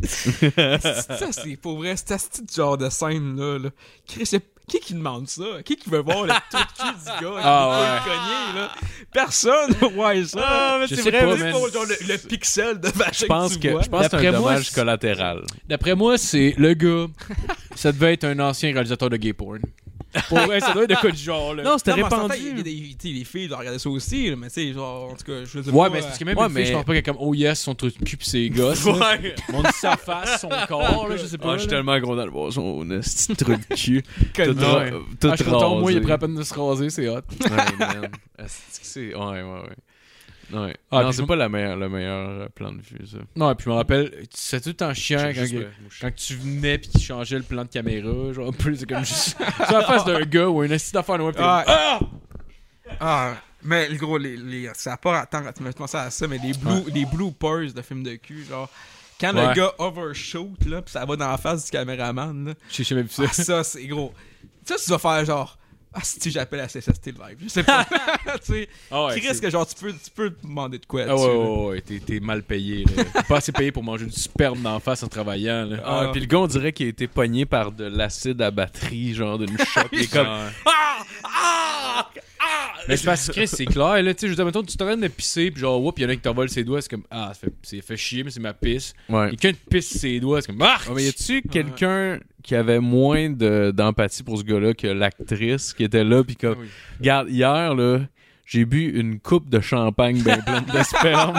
Speaker 5: C'est- ça, c'est pour vrai, c'est ce petit genre de scène-là. Là. Chris, y a- qui qui demande ça? Qui qui veut voir le tout de cul du gars?
Speaker 3: Ah
Speaker 5: qui veut le cogner, là? Personne, ouais, ça.
Speaker 4: Ah, mais
Speaker 3: Je c'est sais vrai, pas,
Speaker 5: C'est
Speaker 3: man.
Speaker 5: pour genre, le, le pixel de vagin
Speaker 4: Je pense
Speaker 5: tu
Speaker 4: que,
Speaker 5: vois.
Speaker 4: je pense que c'est un
Speaker 3: D'après moi,
Speaker 4: dommage
Speaker 3: c'est-
Speaker 4: collatéral.
Speaker 3: D'après moi, c'est le gars. ça devait être un ancien réalisateur de gay porn. Pour vrai, ça doit être de quoi du genre, là.
Speaker 4: Non, c'était
Speaker 5: Non, mais on s'entend, il y a
Speaker 4: répandu.
Speaker 5: des- tu sais, Les filles doivent regarder ça aussi, là, mais tu sais, genre, en tout cas, je sais
Speaker 3: Ouais,
Speaker 5: pas,
Speaker 3: mais c'est
Speaker 5: euh,
Speaker 3: parce que même
Speaker 4: Ouais,
Speaker 3: une fille,
Speaker 4: mais-
Speaker 3: je pense pas qu'elle est comme, oh yes, son truc de cul pis ses gosses. là. Mon sa face, son corps, là, Ah, je sais
Speaker 4: Ah,
Speaker 3: pas.
Speaker 4: je suis
Speaker 3: là.
Speaker 4: tellement content de voir son euh, petit truc de cul.
Speaker 5: que-
Speaker 4: Tout ra-
Speaker 3: ouais.
Speaker 4: tout
Speaker 3: Ah, je suis content, moi, il est
Speaker 4: rasé.
Speaker 3: prêt à peine de se raser, c'est hot.
Speaker 4: Ouais, man. Est-ce que c'est- Ouais, ouais, ouais. Ouais.
Speaker 3: Ah,
Speaker 4: non,
Speaker 3: puis
Speaker 4: c'est
Speaker 3: je-
Speaker 4: pas la meilleure, le meilleur euh, plan de vue, ça.
Speaker 3: Non, et puis je me rappelle, c'est tout en chien
Speaker 4: J'ai
Speaker 3: quand,
Speaker 4: juste
Speaker 3: que-
Speaker 4: me moucher.
Speaker 3: quand tu venais pis tu changeais le plan de caméra, genre, plus c'est comme juste. sur la face d'un gars ou une assise d'affaires noire pis
Speaker 5: Ah,
Speaker 3: ah,
Speaker 5: Ah, mais le gros, les, les, ça n'a pas à attendre, tu me pensais à ça, mais les blue, les bloopers de films de cul, genre, Quand
Speaker 3: Ouais.
Speaker 5: le gars overshoot, là, pis ça va dans la face du caméraman, là.
Speaker 3: Je sais même plus ça.
Speaker 5: Ah, ça, c'est gros. Ça, tu vas faire genre. Ah, si j'appelle la CSST live. Je sais pas. tu sais.
Speaker 3: Ah ouais,
Speaker 5: qui risque
Speaker 3: c'est-
Speaker 5: que genre, tu peux, tu peux te demander de quoi.
Speaker 3: Ah ouais,
Speaker 5: là-dessus,
Speaker 3: ouais, ouais, ouais, t'es- t'es mal payé. là. T'es pas assez payé pour manger une sperme d'en face en travaillant. Là.
Speaker 4: Ah, puis le gars, on dirait qu'il a été pogné par de l'acide à batterie, genre d'une choc. Il est comme.
Speaker 3: Ah, ouais.
Speaker 4: Ah! Ah!
Speaker 3: Mais c'est parce que Chris, c'est clair, là, tu sais, je veux dire, mettons, tu t'en train de pisser, puis genre, oups, il y en a qui t'envole ses doigts, c'est comme, ah, ça fait, c'est fait chier, mais c'est ma pisse.
Speaker 4: Ouais.
Speaker 3: Et quelqu'un te pisse ses doigts, c'est comme, ah!
Speaker 4: Ouais, mais y a-tu quelqu'un qui avait moins de- d'empathie pour ce gars-là que l'actrice qui était là puis comme
Speaker 3: Oui.
Speaker 4: regarde hier là j'ai bu une coupe de champagne bien pleine de sperme.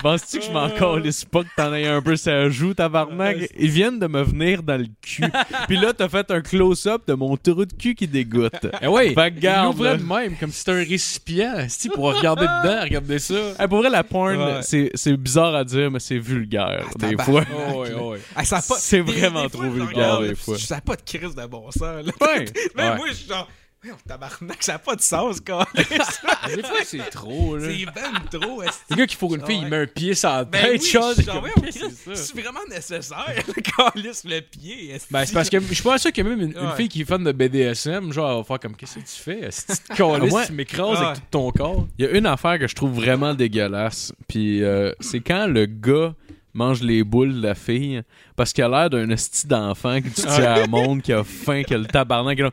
Speaker 4: Penses-tu que je m'en calisse pas que t'en aies un peu ça joue, tabarnak? Ils viennent de me venir dans le cul. Puis là, t'as fait un close-up de mon trou de cul qui dégoûte.
Speaker 3: Eh ouais,
Speaker 4: Fait que
Speaker 3: il
Speaker 4: garde,
Speaker 3: l'ouvrait
Speaker 4: là.
Speaker 3: de même, comme si c'était un récipient, si pour regarder dedans, regarder ça.
Speaker 4: Eh, pour vrai, la porn,
Speaker 5: Ouais.
Speaker 4: c'est c'est bizarre à dire, mais c'est vulgaire, des
Speaker 5: tabarnak.
Speaker 4: fois.
Speaker 3: Oh, ouais, ouais.
Speaker 5: Ah, ça a pas-
Speaker 4: C'est
Speaker 5: des-
Speaker 4: vraiment
Speaker 5: des
Speaker 4: trop
Speaker 5: fois, je
Speaker 4: vulgaire,
Speaker 5: regarde,
Speaker 4: des
Speaker 5: là,
Speaker 4: fois.
Speaker 5: pis Ça a pas de crise de bon sens. Là.
Speaker 4: Ouais.
Speaker 5: Même
Speaker 3: Ouais.
Speaker 5: moi, je suis genre. Voyons, Tabarnak, ça a pas de sens, quand
Speaker 3: Des fois, c'est trop, là.
Speaker 5: C'est ben trop. est-ce que-
Speaker 3: Le gars qui faut une fille, il met un pied sur la
Speaker 5: Ben
Speaker 3: tête,
Speaker 5: oui,
Speaker 3: Sean,
Speaker 5: je suis
Speaker 3: comme,
Speaker 5: genre, voyons,
Speaker 3: qu'est-ce que c'est ça?
Speaker 5: C'est vraiment nécessaire, le calice, le pied. est-ce
Speaker 3: Ben, c'est parce que je suis pas sûr qu'il y a même une, une
Speaker 5: Ouais.
Speaker 3: fille qui est fan de BDSM, genre, elle va faire comme, qu'est-ce que tu fais? Si tu te calisses,
Speaker 4: Ouais.
Speaker 3: tu m'écrases
Speaker 5: Ouais.
Speaker 3: avec tout ton corps.
Speaker 4: Il y a une affaire que je trouve vraiment dégueulasse, puis euh, c'est quand le gars mange les boules de la fille parce qu'il a l'air d'un esti d'enfant qui tient à la monde, qui a faim, qui a le tabarnak. qui a-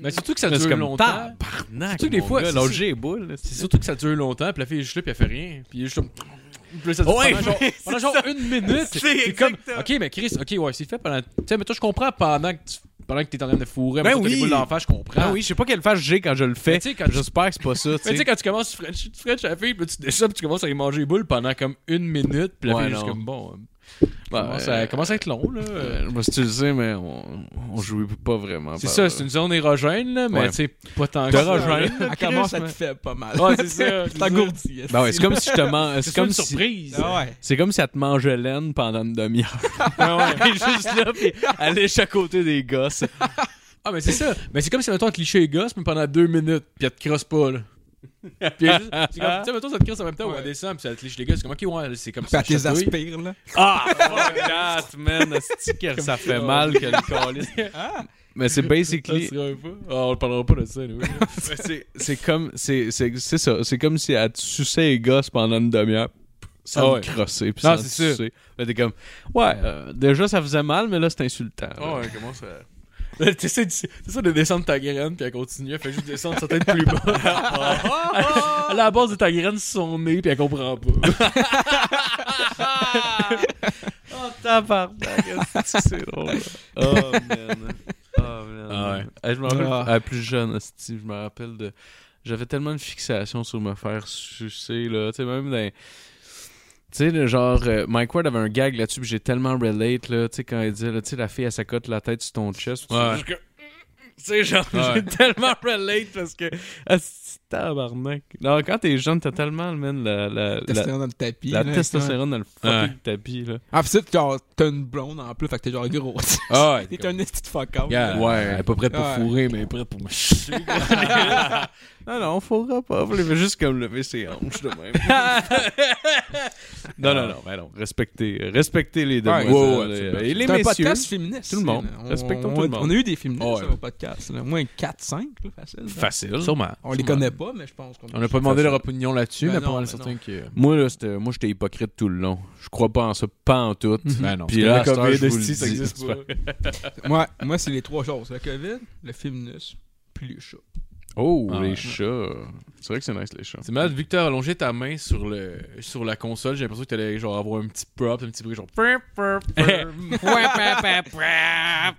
Speaker 3: Mais Ben, surtout que ça
Speaker 4: C'est
Speaker 3: dure
Speaker 4: comme
Speaker 3: longtemps.
Speaker 4: tabarnak.
Speaker 3: Surtout que des
Speaker 4: mon
Speaker 3: fois,
Speaker 4: gars,
Speaker 3: c'est-
Speaker 4: lâche les boules.
Speaker 3: C'est surtout que ça dure longtemps, puis la fille est juste là, puis elle fait rien. Puis elle est juste comme. Puis là, ça dure
Speaker 4: Ouais,
Speaker 3: pendant genre, pendant genre une minute.
Speaker 5: C'est
Speaker 3: C'est comme.
Speaker 5: exactement.
Speaker 3: Ok, mais Chris, ok, ouais, c'est fait pendant. Tu sais, mais toi, je comprends pendant que tu. Pendant que t'es en train de fourrer,
Speaker 4: Ben
Speaker 3: mais t'as
Speaker 4: oui.
Speaker 3: les boules d'en face, je comprends.
Speaker 4: Ah oui, je sais pas quelle face j'ai quand je le
Speaker 3: Mais
Speaker 4: fais.
Speaker 3: tu sais, quand tu-
Speaker 4: J'espère que c'est pas ça.
Speaker 3: Mais tu sais, quand tu commences, tu French, tu French à la fille, puis tu descends, puis tu commences à y manger les boules pendant comme une minute, puis la
Speaker 4: Ouais,
Speaker 3: fille est juste
Speaker 4: non.
Speaker 3: comme bon. euh,
Speaker 4: Bah,
Speaker 3: commence,
Speaker 4: euh,
Speaker 3: à, commence à être long, là.
Speaker 4: Euh, Je sais pas si tu le sais, mais on, on jouait pas vraiment.
Speaker 3: c'est
Speaker 4: par-
Speaker 3: ça, c'est une zone érogène, là, mais
Speaker 4: Ouais.
Speaker 3: tu sais, pas tant que
Speaker 4: T'as
Speaker 3: ça, là.
Speaker 4: rejoint.
Speaker 5: Elle commence à te faire pas mal.
Speaker 3: Ouais, c'est ça, c'est ça.
Speaker 5: T'engourdis. est-ce
Speaker 4: Ben ouais,
Speaker 5: que-
Speaker 4: c'est comme si je te man-
Speaker 3: C'est
Speaker 4: C'est
Speaker 3: comme une
Speaker 4: comme si.
Speaker 3: surprise.
Speaker 5: Ah ouais.
Speaker 4: C'est comme si elle te mangeait laine pendant une demi-heure.
Speaker 3: Ouais, ouais.
Speaker 4: Elle est juste là, puis elle est à côté des gosses.
Speaker 3: Ah, mais c'est ça. Mais c'est comme si, mettons, elle te lichait les gosses, mais pendant deux minutes, puis elle te crosse pas, là. Puis elle juste- c'est comme, tu sais, mettons, ça te crosse en même temps, ou elle descend, puis ça te liche les gosses. C'est comme, ok, ouais, c'est comme
Speaker 5: Puis
Speaker 3: ça.
Speaker 5: elle les
Speaker 3: chatouille.
Speaker 5: aspire, là.
Speaker 4: Ah, fuck that, man. Asti que ça fait mal que le calice. Mais c'est
Speaker 3: Ça,
Speaker 4: basically.
Speaker 3: c'est un peu- Ah, on ne parlera pas de ça, anyway.
Speaker 4: C'est c'est comme. C'est c'est- c'est ça. C'est comme si elle te suçait les gosses pendant une demi-heure.
Speaker 3: Ah
Speaker 4: Sans
Speaker 3: ouais.
Speaker 4: te crosser. Puis
Speaker 3: Non,
Speaker 4: sans te
Speaker 3: c'est sûr.
Speaker 4: sucer. Là, t'es comme. Ouais, euh, déjà ça faisait mal, mais là c'est insultant. là.
Speaker 3: Ah comment ça. T'essaies de- c'est ça de descendre ta graine, puis elle continue, elle fait juste descendre sa tête plus bas. Elle a la base de ta graine sur son nez, puis elle comprend pas.
Speaker 4: Oh, tabarnak. asti, C'est drôle. Oh, man. Oh, man.
Speaker 3: Ah ouais.
Speaker 4: Eh, je me rappelle,
Speaker 5: Ah.
Speaker 4: à plus jeune, asti, je me rappelle de... J'avais tellement une fixation sur me faire sucer, là. Tu sais, même dans... Tu sais, le genre, euh, Mike Ward avait un gag là-dessus, puis j'ai tellement relate, là, tu sais, quand il disait, là, tu sais, la fille, elle s'accote la tête sur ton chest.
Speaker 3: Ouais.
Speaker 4: Tu sais, genre,
Speaker 3: Ouais.
Speaker 4: j'ai tellement relate parce que. asti, tabarnak. Non, quand t'es jeune, t'as tellement, man, la, la, la,
Speaker 5: Testostérone dans le tapis.
Speaker 4: la
Speaker 5: là,
Speaker 4: testostérone dans le fucking
Speaker 3: Ouais.
Speaker 4: tapis, là.
Speaker 5: Ah, pis c'est genre, t'as une blonde en plus, fait que t'es genre gros.
Speaker 3: Ah, ouais.
Speaker 5: T'es un esti de fuck out.
Speaker 3: Gars,
Speaker 4: Ouais.
Speaker 3: elle est pas prête pour
Speaker 5: Ouais.
Speaker 3: fourrer, mais elle est prête pour me chier.
Speaker 4: Non, non, on faudra pas. Vous l'avez juste comme lever ses hanches de même. non, non, non, ben non. Respectez, respectez les demoiselles
Speaker 3: ouais, ouais,
Speaker 4: et-
Speaker 3: absolument.
Speaker 4: et les
Speaker 5: C'est un
Speaker 4: messieurs.
Speaker 5: podcast féministe.
Speaker 4: Tout le monde.
Speaker 5: On-
Speaker 4: Respectons
Speaker 5: on-
Speaker 4: tout le monde.
Speaker 5: On a eu des féministes
Speaker 3: Ouais.
Speaker 5: au podcast. Au moins 4-5, là, facile. là.
Speaker 4: Facile.
Speaker 3: Sûrement.
Speaker 5: On les connaît pas, mais je pense qu'on
Speaker 3: On n'a pas demandé
Speaker 4: Facile.
Speaker 3: leur opinion là-dessus,
Speaker 5: Ben
Speaker 3: mais
Speaker 5: non,
Speaker 3: pas mal
Speaker 5: ben
Speaker 3: certain que.
Speaker 4: Moi, là, c'était- moi, j'étais hypocrite tout le long. Je crois pas en ça, pas en tout.
Speaker 3: Ben non,
Speaker 4: Puis
Speaker 3: parce
Speaker 4: là,
Speaker 3: que
Speaker 4: à cette heure, je
Speaker 3: COVID,
Speaker 4: vous le
Speaker 3: esti, ça
Speaker 4: dis.
Speaker 3: existe pas.
Speaker 5: Ouais, moi, c'est les trois choses. Le COVID, le féminisme, puis le chat.
Speaker 4: Oh,
Speaker 3: Ah
Speaker 4: les
Speaker 3: ouais.
Speaker 4: chats. C'est vrai que c'est nice, les chats.
Speaker 3: C'est malade, vu que t'as allongé ta main sur, le, sur la console, j'ai l'impression que t'allais genre avoir un petit prop, un petit bruit genre. prrr, prrr, prrr.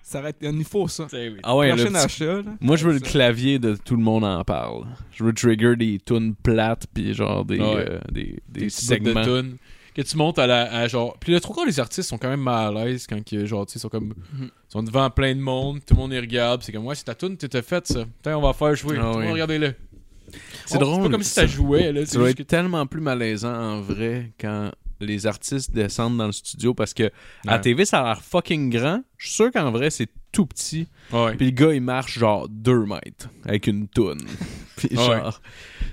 Speaker 5: Ça va être... Il faut ça.
Speaker 3: T'sais, oui.
Speaker 4: Ah ouais, le
Speaker 5: Prochain
Speaker 4: petit-
Speaker 5: achat, là.
Speaker 4: Moi, je veux le
Speaker 5: Ça.
Speaker 4: clavier de tout le monde en parle. Je veux trigger des tunes plates, puis genre des,
Speaker 3: Ah Ouais.
Speaker 4: euh, des, des,
Speaker 3: des petits bouts
Speaker 4: segments.
Speaker 3: de tunes que tu montes à la à genre puis le trois quarts des artistes sont quand même mal à l'aise quand ils genre tu sais, sont comme sont devant plein de monde tout le monde les regarde c'est comme ouais c'est ta tune t'étais faite ça Tiens, on va faire jouer
Speaker 4: Ah
Speaker 3: tout le
Speaker 4: oui.
Speaker 3: monde regardez-le
Speaker 4: C'est
Speaker 3: Oh,
Speaker 4: drôle,
Speaker 3: c'est pas comme si
Speaker 4: ça.
Speaker 3: ça jouait là
Speaker 4: Ça
Speaker 3: c'est
Speaker 4: doit
Speaker 3: juste
Speaker 4: être tellement plus malaisant en vrai quand les artistes descendent dans le studio parce que à
Speaker 3: Ouais.
Speaker 4: TV, ça a l'air fucking grand. Je suis sûr qu'en vrai, c'est tout petit.
Speaker 3: que- ouais.
Speaker 4: Puis le gars, il marche genre 2 mètres avec une toune. Puis
Speaker 3: Ah Ouais.
Speaker 4: genre,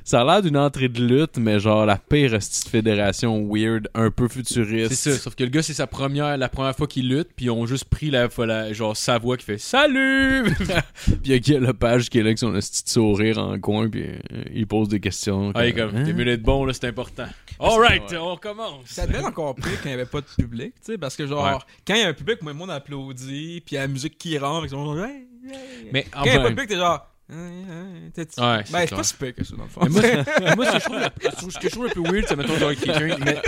Speaker 4: Ça a l'air d'une entrée de lutte, mais genre la pire hostie de fédération weird, un peu futuriste.
Speaker 3: C'est ça, sauf que le gars, c'est sa première, la première fois qu'il lutte, puis ils ont juste pris la, la- genre sa voix qui fait Salut!
Speaker 4: Puis il y a Guy Lepage qui est là avec son hostie de sourire en coin, puis euh, il pose des questions.
Speaker 3: ah, il est comme,
Speaker 4: Hein?
Speaker 3: t'es mieux d'être bon, là, c'est important. Alright,
Speaker 4: Ouais.
Speaker 3: on recommence.
Speaker 5: Ça devait être encore pire quand il n'y avait pas de public, tu sais, parce que genre,
Speaker 3: Ouais.
Speaker 5: quand il y a un public, moi, le monde applaudit, puis il y a la musique qui rentre, avec son. Ouais, ouais.
Speaker 3: Mais en
Speaker 5: quand il n'y a pas de
Speaker 3: même-
Speaker 5: public, t'es genre. hein, hein, t'es-
Speaker 3: Ah Ouais, c'est
Speaker 5: ben, c'est
Speaker 3: clair.
Speaker 5: pas si pire que ça, dans le fond.
Speaker 3: Mais moi, c'est- moi, ce que je trouve le- ce que je trouve le plus weird, c'est mettons genre quelqu'un. Mais...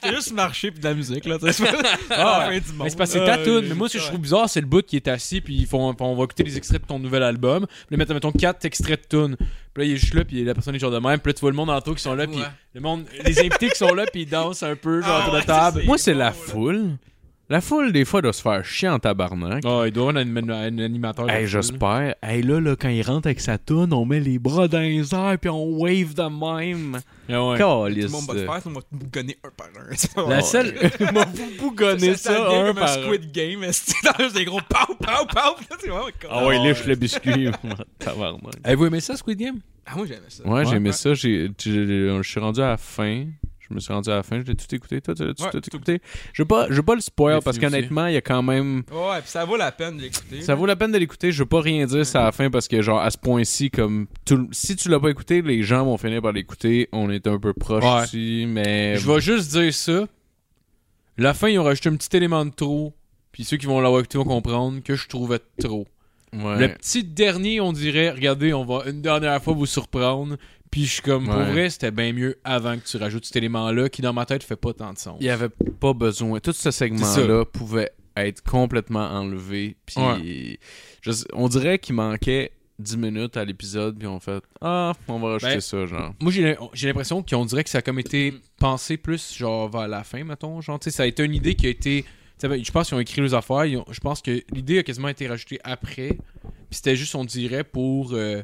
Speaker 5: T'as juste marché pis de la musique, là, tu sais. c'est pas- Ah, fin du monde.
Speaker 3: Mais c'est parce que c'est
Speaker 5: Euh,
Speaker 3: ta toune. Mais moi, ce que je trouve bizarre, c'est le bout qui est assis, puis ils font, on va écouter les extraits de ton nouvel album. Puis là, mettons, mettons quatre extraits de tunes. Puis là, il est juste là, puis la personne est genre de même. Puis là, tu vois le monde en tour qui sont là, puis
Speaker 5: Ouais.
Speaker 3: le monde, les invités qui sont là, puis ils dansent un peu, genre
Speaker 5: Ah
Speaker 3: autour de la
Speaker 5: ouais,
Speaker 3: table.
Speaker 5: c'est-
Speaker 4: Moi, c'est la
Speaker 5: bon, là.
Speaker 4: foule. La foule, des fois, doit se faire chier en tabarnak.
Speaker 3: Oh, il doit avoir un, anima- un animateur.
Speaker 4: Hey,
Speaker 3: là-dessus,
Speaker 4: j'espère. Hey, là, là, quand il rentre avec sa toune, on met les bras dans les airs puis on wave de même.
Speaker 3: là. Ah ouais.
Speaker 5: Tout le
Speaker 4: Caliste.
Speaker 5: monde va le faire, sinon on va te bougonner un par un. C'est
Speaker 3: La
Speaker 5: vraiment-
Speaker 3: seule.
Speaker 4: M'a vous bougonné ça,
Speaker 5: devient
Speaker 4: un
Speaker 5: comme
Speaker 4: par un.
Speaker 5: Squid Game, est-ce que t'as juste des gros pow, pow, pow. là, C'est vraiment con.
Speaker 4: Ah ouais, lèche le biscuit. tabarnak.
Speaker 3: Avez-vous aimé ça, Squid Game?
Speaker 5: Ah, moi, j'aimais ça.
Speaker 4: Ouais, j'aimais ça. J'ai- j'ai- j'ai- Je suis rendu à la fin. Je me suis rendu à la fin. Je l'ai tout écouté. Toi, tu l'as
Speaker 5: Ouais,
Speaker 4: tout
Speaker 5: tout.
Speaker 4: écouté. Je veux pas, je veux pas le spoil
Speaker 3: Les
Speaker 4: parce
Speaker 3: filles aussi.
Speaker 4: qu'honnêtement, il y a quand même.
Speaker 5: Ouais, pis ça vaut la peine de l'écouter.
Speaker 4: Ça vaut la peine de l'écouter. Je veux pas rien dire ça à la fin parce que, genre, à ce point-ci, comme. tout le- si tu l'as pas écouté, les gens vont finir par l'écouter. On est un peu proche
Speaker 3: Ouais.
Speaker 4: aussi, mais.
Speaker 3: Je vais juste dire ça. La fin, ils ont rajouté un petit élément de trop. Puis ceux qui vont l'avoir écouté vont comprendre que je trouvais trop.
Speaker 4: Ouais.
Speaker 3: Le petit dernier, on dirait, regardez, on va une dernière fois vous surprendre. Puis je suis comme, pour
Speaker 4: Ouais.
Speaker 3: vrai, c'était bien mieux avant que tu rajoutes cet élément-là qui, dans ma tête, fait pas tant de sens.
Speaker 4: Il y avait pas besoin. Tout ce
Speaker 3: C'est
Speaker 4: segment-là pouvait être complètement enlevé. Puis je sais- on dirait qu'il manquait 10 minutes à l'épisode. Puis on fait Ah, on va rajouter
Speaker 3: Ben,
Speaker 4: ça, genre.
Speaker 3: Moi, j'ai l'im- j'ai l'impression qu'on dirait que ça a comme été pensé plus, genre, vers la fin, mettons. Genre, tu sais, ça a été une idée qui a été. tu sais, ben, Je pense qu'ils ont écrit les affaires. ils ont- je pense que l'idée a quasiment été rajoutée après. Puis c'était juste, on dirait, pour. euh,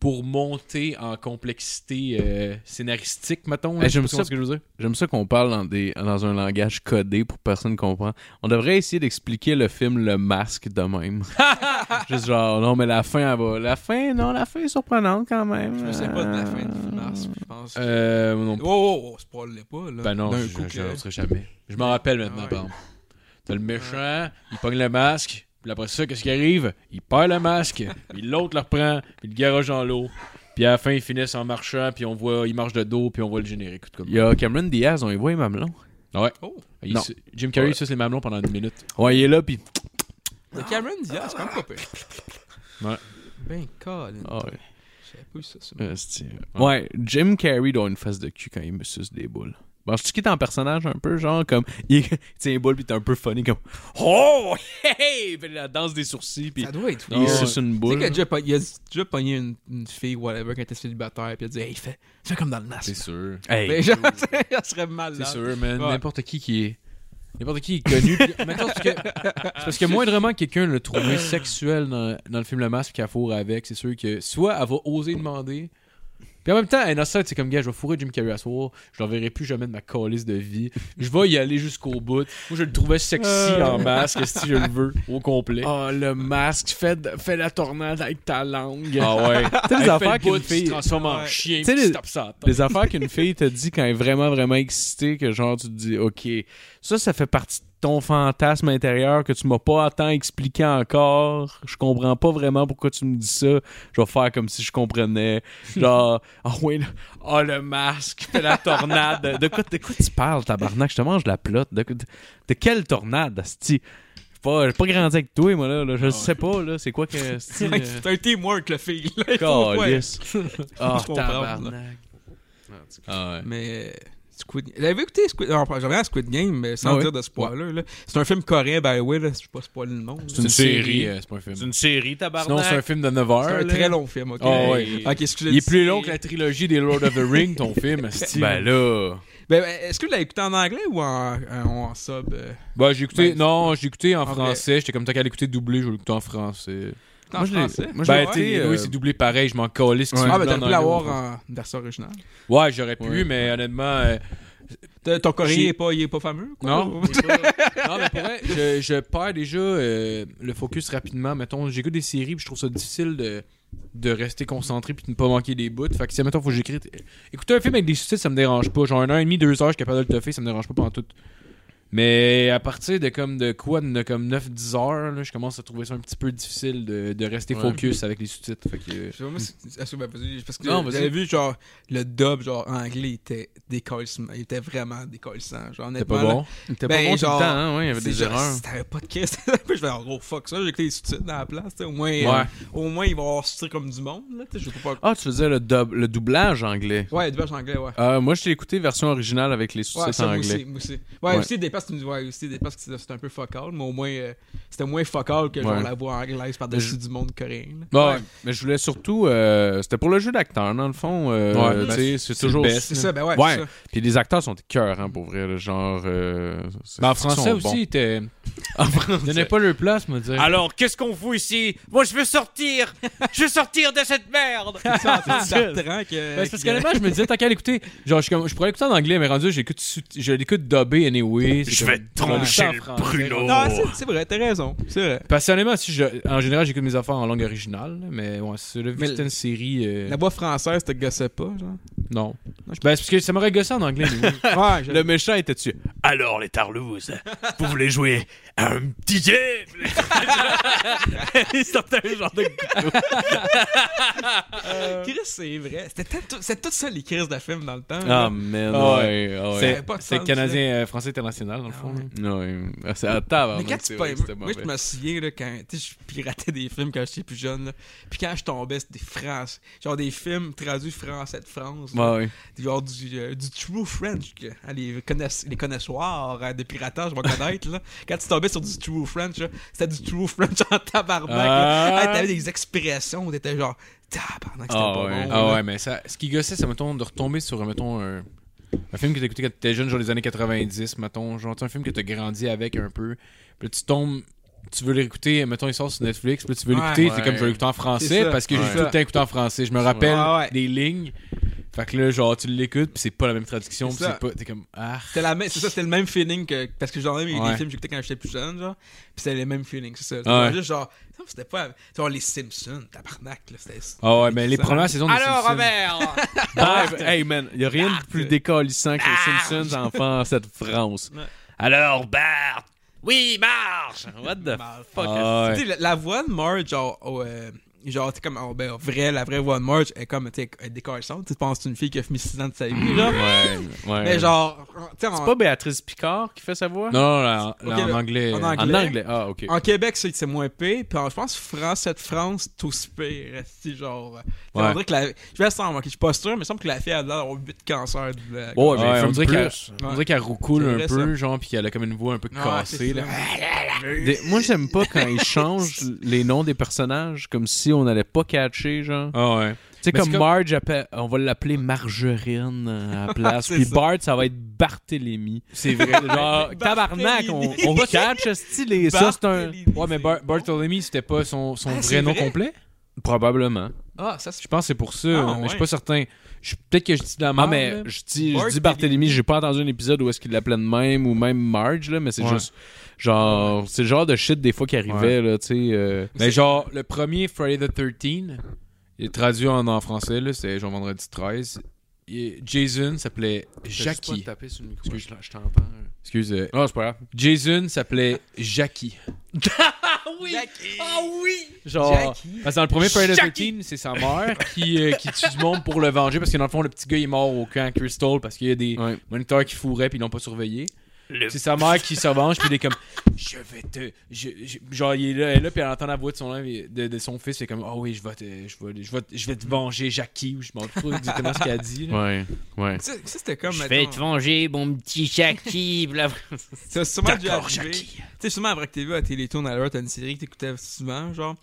Speaker 3: pour monter en complexité euh, scénaristique, mettons.
Speaker 4: Eh,
Speaker 3: là. Je sais
Speaker 4: j'aime
Speaker 3: pas
Speaker 4: ça.
Speaker 3: ce que je veux dire.
Speaker 4: J'aime ça qu'on parle dans, des, dans un langage codé pour que personne ne comprend. On devrait essayer d'expliquer le film Le Masque de même. Juste genre, non, mais la fin, elle va. La fin, non, la fin est surprenante quand même. euh,
Speaker 5: Je me sais pas de la fin du film mars, je pense. que-
Speaker 3: Euh, non,
Speaker 5: Oh, oh, oh, spoil-le pas, là.
Speaker 3: Ben non,
Speaker 5: D'un
Speaker 3: je
Speaker 5: coup,
Speaker 3: je- je
Speaker 5: que-
Speaker 3: lancerai jamais. Je m'en rappelle maintenant,
Speaker 5: Ouais.
Speaker 3: par exemple. T'as le méchant, il pogne le masque, puis après ça, qu'est-ce qui arrive? Il perd le masque, puis l'autre le reprend, puis le garage dans l'eau. Puis à la fin, ils finissent en marchant, puis on voit, il marche de dos, puis on voit le générique. tout comme
Speaker 4: Il y a Cameron Diaz, on y voit les mamelons.
Speaker 5: Oh,
Speaker 3: Il-
Speaker 4: Non.
Speaker 3: c'est- Jim Carrey,
Speaker 4: Ouais.
Speaker 3: ça, c'est les mamelons pendant une minute.
Speaker 4: Ouais, il est là, puis.
Speaker 5: le Cameron Diaz, c'est quand même pas pire.
Speaker 3: Ouais.
Speaker 5: Ben, Colin.
Speaker 4: Ah, ouais.
Speaker 5: J'avais pas eu ça, ça.
Speaker 4: Euh, c'est- ouais, Jim Carrey doit une face de cul quand il me suce des boules. Bon, je quitte en personnage un peu, genre comme il est- il tient une boule puis t'es un peu funny comme oh hey puis la danse des sourcils puis
Speaker 5: Ça doit être
Speaker 4: il
Speaker 3: doit-
Speaker 5: weird.
Speaker 4: suce une
Speaker 5: Tu sais
Speaker 4: boule.
Speaker 5: qu'il a déjà pogné- il a déjà pogné une, une fille, whatever, quand elle était célibataire, puis il a dit Hey, fais, fais comme dans le masque.
Speaker 3: sûr.
Speaker 4: Hey.
Speaker 5: Ben, genre, ça serait mal.
Speaker 3: C'est sûr, man.
Speaker 5: Ouais.
Speaker 3: N'importe qui qui est. N'importe qui est connu. puis- mais attends, parce que, c'est parce que moindrement quelqu'un l'a trouvé sexuel dans, dans le film Le Masque puis qu'elle fourre avec, c'est sûr que soit elle va oser demander. Puis en même temps, elle est innocente, c'est comme gars, je vais fourrer Jim Carrey à soir, je l'enverrai plus jamais de ma calice de vie. Je vais y aller jusqu'au bout. Moi, je le trouvais sexy en masque, si je le veux, au complet.
Speaker 4: Oh, le masque, fais, de- fais la tornade avec ta langue.
Speaker 3: Ah ouais.
Speaker 4: T'as des
Speaker 3: Elle fait
Speaker 4: affaires
Speaker 3: le bout,
Speaker 4: qu'une
Speaker 3: puis se
Speaker 4: fille.
Speaker 3: transforme en
Speaker 5: Ouais.
Speaker 3: chien,
Speaker 4: Tu
Speaker 3: puis
Speaker 4: sais,
Speaker 3: se
Speaker 4: les-
Speaker 3: tape ça.
Speaker 4: Des affaires qu'une fille te dit quand elle est vraiment, vraiment excitée, que genre tu te dis, OK, ça, ça fait partie de ton fantasme intérieur que tu m'as pas tant expliqué encore. Je comprends pas vraiment pourquoi tu me dis ça. Je vais faire comme si je comprenais. Genre, ah oui, là, ah, le masque, fais la tornade. De quoi, de quoi tu parles, tabarnak? Je te mange la plotte. De, de- de quelle tornade, asti? J'ai pas, j'ai pas grandi avec toi, moi, là. là. Je sais pas, là. C'est quoi que. asti, euh,
Speaker 5: C'est un teamwork, le fille. là. Il faut- ouais.
Speaker 4: Calice. Ah,
Speaker 5: Je comprends,
Speaker 4: tabarnak. Ah ouais.
Speaker 5: Mais. Squid J'avais écouté Squid Game. Je reviens à Squid Game, mais sans
Speaker 4: Ah oui?
Speaker 5: dire de spoiler. là. C'est un film coréen, by the way, là, je ne pas spoiler le monde. là.
Speaker 3: C'est une série, euh, c'est pas un film.
Speaker 4: une série,
Speaker 3: Sinon, c'est un film de 9 heures.
Speaker 5: C'est un
Speaker 3: là.
Speaker 5: très long film, ok?
Speaker 3: Ah ouais.
Speaker 5: Ok, excusez
Speaker 3: Il est plus long que la trilogie des Lord of the Rings, ton film, esti.
Speaker 4: Ben là.
Speaker 5: Ben, est-ce que vous l'avez écouté en anglais ou en, en, en sub? euh?
Speaker 3: Bah j'ai écouté.
Speaker 5: Ben,
Speaker 3: non, j'ai écouté en
Speaker 5: vrai.
Speaker 3: français. J'étais comme t'as qu'à l'écouter doublé, je vais l'écouter en français.
Speaker 5: En
Speaker 4: Moi, je l'ai-
Speaker 5: français?
Speaker 4: moi, je
Speaker 3: ben
Speaker 4: l'ai-
Speaker 3: tu sais,
Speaker 4: ouais,
Speaker 3: oui,
Speaker 4: euh,
Speaker 3: c'est doublé pareil. Je m'en calais.
Speaker 4: Ouais.
Speaker 5: Ah, ben
Speaker 3: tu
Speaker 5: t'aurais pu l'avoir en version originale.
Speaker 3: Ouais, j'aurais pu,
Speaker 4: Ouais.
Speaker 3: mais honnêtement, euh,
Speaker 5: T'as- Ton coréen,
Speaker 3: J'ai-
Speaker 5: il est pas, il est pas fameux? Quoi?
Speaker 3: non. non, mais pour vrai, je, je perds déjà euh, le focus rapidement. Mettons, j'écoute des séries, puis je trouve ça difficile de de rester concentré puis de ne pas manquer des bouts. Fait que si, mettons, faut que j'écris. Écouter un film avec des sous-titres, ça me dérange pas. Genre, un heure et demie, deux heures, je suis capable de le toffer, ça me dérange pas pendant tout. Mais à partir de comme de quoi, de comme 9-10 heures, là, je commence à trouver ça un petit peu difficile de, de rester
Speaker 4: Ouais.
Speaker 3: focus avec les sous-titres. Fait que. euh,
Speaker 5: Je sais pas, moi, c'est- ah, c'est- ben, vas-y, parce que
Speaker 3: Non, vas-y.
Speaker 5: j'avais vu, genre, le dub, genre, anglais, était décollissant. Il était vraiment décollissant. Genre,
Speaker 3: C'était
Speaker 5: honnêtement.
Speaker 3: pas bon.
Speaker 4: T'es
Speaker 5: Ben,
Speaker 4: pas bon
Speaker 5: genre,
Speaker 4: tout le temps, hein? Ouais, il y
Speaker 5: là,
Speaker 4: avait
Speaker 5: c'est
Speaker 4: des
Speaker 5: genre,
Speaker 4: erreurs.
Speaker 5: Si t'avais pas de caisse, je vais en gros, fuck ça, j'ai que les sous-titres dans la place. t'sais, Au moins, euh,
Speaker 3: Ouais.
Speaker 5: au moins, il va avoir sous comme du monde. Là, t'sais, je veux pas.
Speaker 4: Ah, tu faisais le, dub- le doublage anglais.
Speaker 5: Ouais, du version anglais, ouais.
Speaker 4: Euh, moi, je t'ai écouté version originale avec les
Speaker 5: Ouais,
Speaker 4: sous-titres
Speaker 5: ça,
Speaker 4: en
Speaker 5: moi
Speaker 4: anglais.
Speaker 5: aussi, moi aussi. Ouais,
Speaker 4: Ouais.
Speaker 5: aussi, des passes, tu me dis, ouais, aussi, des passes, que c'était un peu focal, mais au moins, euh, c'était moins focal que genre
Speaker 4: Ouais.
Speaker 5: la voix anglaise par-dessus du monde coréen. là.
Speaker 4: Bon, ouais. Mais je voulais surtout. euh, C'était pour le jeu d'acteur, dans le fond. euh,
Speaker 3: Ouais,
Speaker 4: tu sais, c'est
Speaker 3: c'est
Speaker 4: toujours.
Speaker 3: le best.
Speaker 5: C'est ça, ben ouais,
Speaker 4: Ouais.
Speaker 5: c'est ça.
Speaker 4: Puis les acteurs sont cœurs, hein, pour vrai. là, Genre. euh, c'est-
Speaker 5: Ben,
Speaker 3: Mais en
Speaker 4: ils sont
Speaker 3: français
Speaker 4: bons.
Speaker 3: aussi, ils étaient. Donnait pas leur place, me dire.
Speaker 1: Alors, qu'est-ce qu'on fout ici Moi, je veux sortir Je veux sortir de cette merde
Speaker 5: Ça prend que.
Speaker 3: Ah, Ben, c'est parce
Speaker 5: que-
Speaker 3: qu'honnêtement, je me disais, t'as qu'à l'écouter. Genre, je, suis comme- je pourrais l'écouter en anglais, mais rendu, j'écoute, sous- je l'écoute dubbé anyway. c'est
Speaker 1: Je
Speaker 3: comme-
Speaker 1: vais trancher
Speaker 3: Ouais.
Speaker 1: le
Speaker 3: Français.
Speaker 4: Oh.
Speaker 1: pruneau
Speaker 3: Ah,
Speaker 5: Non, c'est- c'est vrai, t'as raison. C'est vrai.
Speaker 3: Passionnément, si je- en général, j'écoute mes affaires en langue originale, mais ouais, c'est le
Speaker 5: Mais
Speaker 3: c'était une série. euh,
Speaker 5: La voix française te gossait pas, genre.
Speaker 3: Non. Ben, c'est parce que ça m'aurait gossé en anglais. mais oui.
Speaker 5: Ouais, je-
Speaker 4: Le méchant était dessus.
Speaker 1: Alors, les tarlouses, vous voulez jouer à un petit jeu Il sortait un genre de...
Speaker 5: Chris, c'est vrai. C'était tant- tout- C'était tout ça, les crises de films dans le temps.
Speaker 4: Ah,
Speaker 5: là.
Speaker 4: man.
Speaker 3: Ah
Speaker 4: ouais, ah ouais.
Speaker 3: C'est
Speaker 5: pas de
Speaker 3: c'est
Speaker 5: sens,
Speaker 3: canadien euh, français international, dans le fond. là.
Speaker 4: Ouais. Ah, C'est à table.
Speaker 5: Mais quand tu pas aimé- moi je me souviens là, quand tu sais, je piratais des films quand j'étais plus jeune, là. puis quand je tombais c'était des France, genre des films traduits français de France, là.
Speaker 4: Ouais.
Speaker 5: genre du, euh, du true French, que, hein, les, connaiss- les connaisseurs euh, de piratage vont connaître là. Quand tu tombais sur du true French, là, c'était du true French en tabarnak. là.
Speaker 3: Ah.
Speaker 5: Hey, T'avais des expressions, t'étais genre tabarnak, c'était
Speaker 4: Ah
Speaker 5: pas
Speaker 4: ouais.
Speaker 5: bon.
Speaker 3: Ah
Speaker 5: là.
Speaker 3: ouais, mais ça, ce qui gossait, c'est, mettons, de retomber sur, mettons, un, un film que t'as écouté quand t'étais jeune, genre les années 90, mettons, genre tu sais, un film que t'as grandi avec un peu. Puis là, tu tombes, tu veux l'écouter, mettons, il sort sur Netflix, puis là, tu veux
Speaker 5: Ouais.
Speaker 3: l'écouter,
Speaker 4: Ouais.
Speaker 3: t'es comme, je vais l'écouter en
Speaker 5: C'est
Speaker 3: français,
Speaker 5: ça.
Speaker 3: parce que
Speaker 4: Ouais.
Speaker 3: j'ai tout le temps écouté en français. Je me rappelle
Speaker 5: Ouais, ouais.
Speaker 3: des lignes. Fait que là, genre, tu l'écoutes, puis c'est pas la même traduction,
Speaker 5: C'est
Speaker 3: puis
Speaker 5: ça.
Speaker 3: c'est pas... T'es comme, ah...
Speaker 5: C'était la même, c'est ça, c'était le même feeling que parce que genre même il y a des
Speaker 3: Ouais. Ah
Speaker 5: films que j'écoutais quand j'étais plus jeune genre, puis c'était les mêmes feelings, c'est ça. C'était
Speaker 3: Ouais.
Speaker 5: juste genre non, c'était pas genre les Simpsons, tabarnak là, c'était
Speaker 3: Ah ouais, mais les
Speaker 5: Ça-
Speaker 3: premières saisons des
Speaker 1: Alors,
Speaker 3: Simpsons-
Speaker 1: Robert
Speaker 4: Bart, Ah, hey man, y a rien de plus décalissant que
Speaker 1: Bart.
Speaker 4: les Simpsons enfants cette France.
Speaker 1: Alors, Bart Oui, marche
Speaker 4: What the
Speaker 5: fuck.
Speaker 3: Ah ouais.
Speaker 5: Tu sais, la, la voix de Marge genre oh, euh, genre t'es comme oh, ben vrai la vraie voix de Marge est comme tu sais décollissante, tu penses que c'est une fille qui a fumé 6 ans de sa vie genre.
Speaker 4: Ouais, ouais.
Speaker 5: Mais genre tu sais
Speaker 4: c'est
Speaker 5: en,
Speaker 4: pas Béatrice Picard qui fait sa voix
Speaker 3: Non, non, là, là,
Speaker 5: Ok,
Speaker 3: en anglais...
Speaker 5: en
Speaker 3: euh,
Speaker 5: anglais.
Speaker 4: En anglais. Ah, ok.
Speaker 5: en Québec c'est c'est moins pire, puis en- je pense français de France tout aussi pire, c'est genre euh, on
Speaker 3: Ouais.
Speaker 5: dirait que la, je vais sans je suis pas sûr, mais il me semble que la fille elle a l'air 8 cancers de la
Speaker 4: Oh, mais
Speaker 3: ah ouais,
Speaker 4: il fait
Speaker 3: on dirait qu'elle
Speaker 4: plus.
Speaker 3: on dirait qu'elle roucoule
Speaker 5: C'est
Speaker 3: un
Speaker 5: vrai,
Speaker 3: peu, genre, puis qu'elle a comme une voix un peu
Speaker 5: Ouais,
Speaker 3: cassée,
Speaker 5: c'est
Speaker 3: là.
Speaker 5: ça.
Speaker 4: Des- Moi, j'aime pas quand ils changent les noms des personnages comme si on n'allait pas catcher, genre.
Speaker 3: Ah ouais.
Speaker 4: Tu sais,
Speaker 3: Mais
Speaker 4: comme
Speaker 3: c'est comme-
Speaker 4: Marge, appelle- on va l'appeler Margerine euh, à la place.
Speaker 5: C'est
Speaker 4: Puis
Speaker 5: ça.
Speaker 4: Bart, ça va être Barthélemy.
Speaker 3: C'est vrai.
Speaker 4: Genre, tabarnac, on, on catch, style, et ça, c'est un.
Speaker 5: Barthélémy,
Speaker 3: Ouais, mais
Speaker 5: c'est
Speaker 3: Bar
Speaker 5: bon.
Speaker 3: Bartholomew, c'était pas son, son
Speaker 5: Ah, c'est
Speaker 3: vrai nom
Speaker 5: vrai?
Speaker 3: complet?
Speaker 4: Probablement.
Speaker 5: Ah, ça c'est
Speaker 3: Je pense que c'est pour ça,
Speaker 5: Ah,
Speaker 3: mais je suis
Speaker 5: ouais.
Speaker 3: pas certain. Je- Peut-être que je dis de la
Speaker 4: Ah,
Speaker 3: merde.
Speaker 4: mais
Speaker 3: là.
Speaker 4: je dis, je
Speaker 5: Barthélémy.
Speaker 4: dis Barthélemy, j'ai pas entendu un épisode où est-ce qu'il l'appelait de même ou même Marge, là, mais c'est
Speaker 3: Ouais.
Speaker 4: juste. Genre, c'est le genre de shit des fois qui arrivait, là, tu sais. euh,
Speaker 3: Mais genre, le premier Friday the 13, il est traduit en, en français, là, c'est genre vendredi 13. Il- Jason s'appelait Jackie.
Speaker 4: Excuse, je t'entends.
Speaker 5: hein.
Speaker 3: Excuse. euh,
Speaker 4: Non, c'est pas grave.
Speaker 3: Jason s'appelait Jackie.
Speaker 1: Oui Ah oui
Speaker 3: Genre. Parce que dans le premier Friday the 13, c'est sa mère qui, euh, qui tue du monde pour le venger parce que dans le fond, le petit gars il est mort au camp Crystal parce qu'il y a des
Speaker 4: Ouais.
Speaker 3: moniteurs qui fourraient puis ils l'ont pas surveillé.
Speaker 1: Le
Speaker 3: C'est sa mère qui se venge, puis il est comme Je vais te. je- je- Genre, il est là, elle est là, puis elle entend la voix de son, de, de son fils, et comme Oh oui, je vais te, je vais, je vais, je vais te venger, Jackie, ou je m'en fous exactement ce qu'elle a dit. là.
Speaker 4: Ouais, ouais.
Speaker 5: Ça, ça, c'était comme.
Speaker 1: Je vais
Speaker 5: mettons,
Speaker 1: te venger, mon petit Jackie
Speaker 5: Ça, c'est sûrement dû arriver. Tu sais, sûrement avant que t'aies vu à Télétoon, à l'heure, t'as une série que t'écoutais souvent, genre.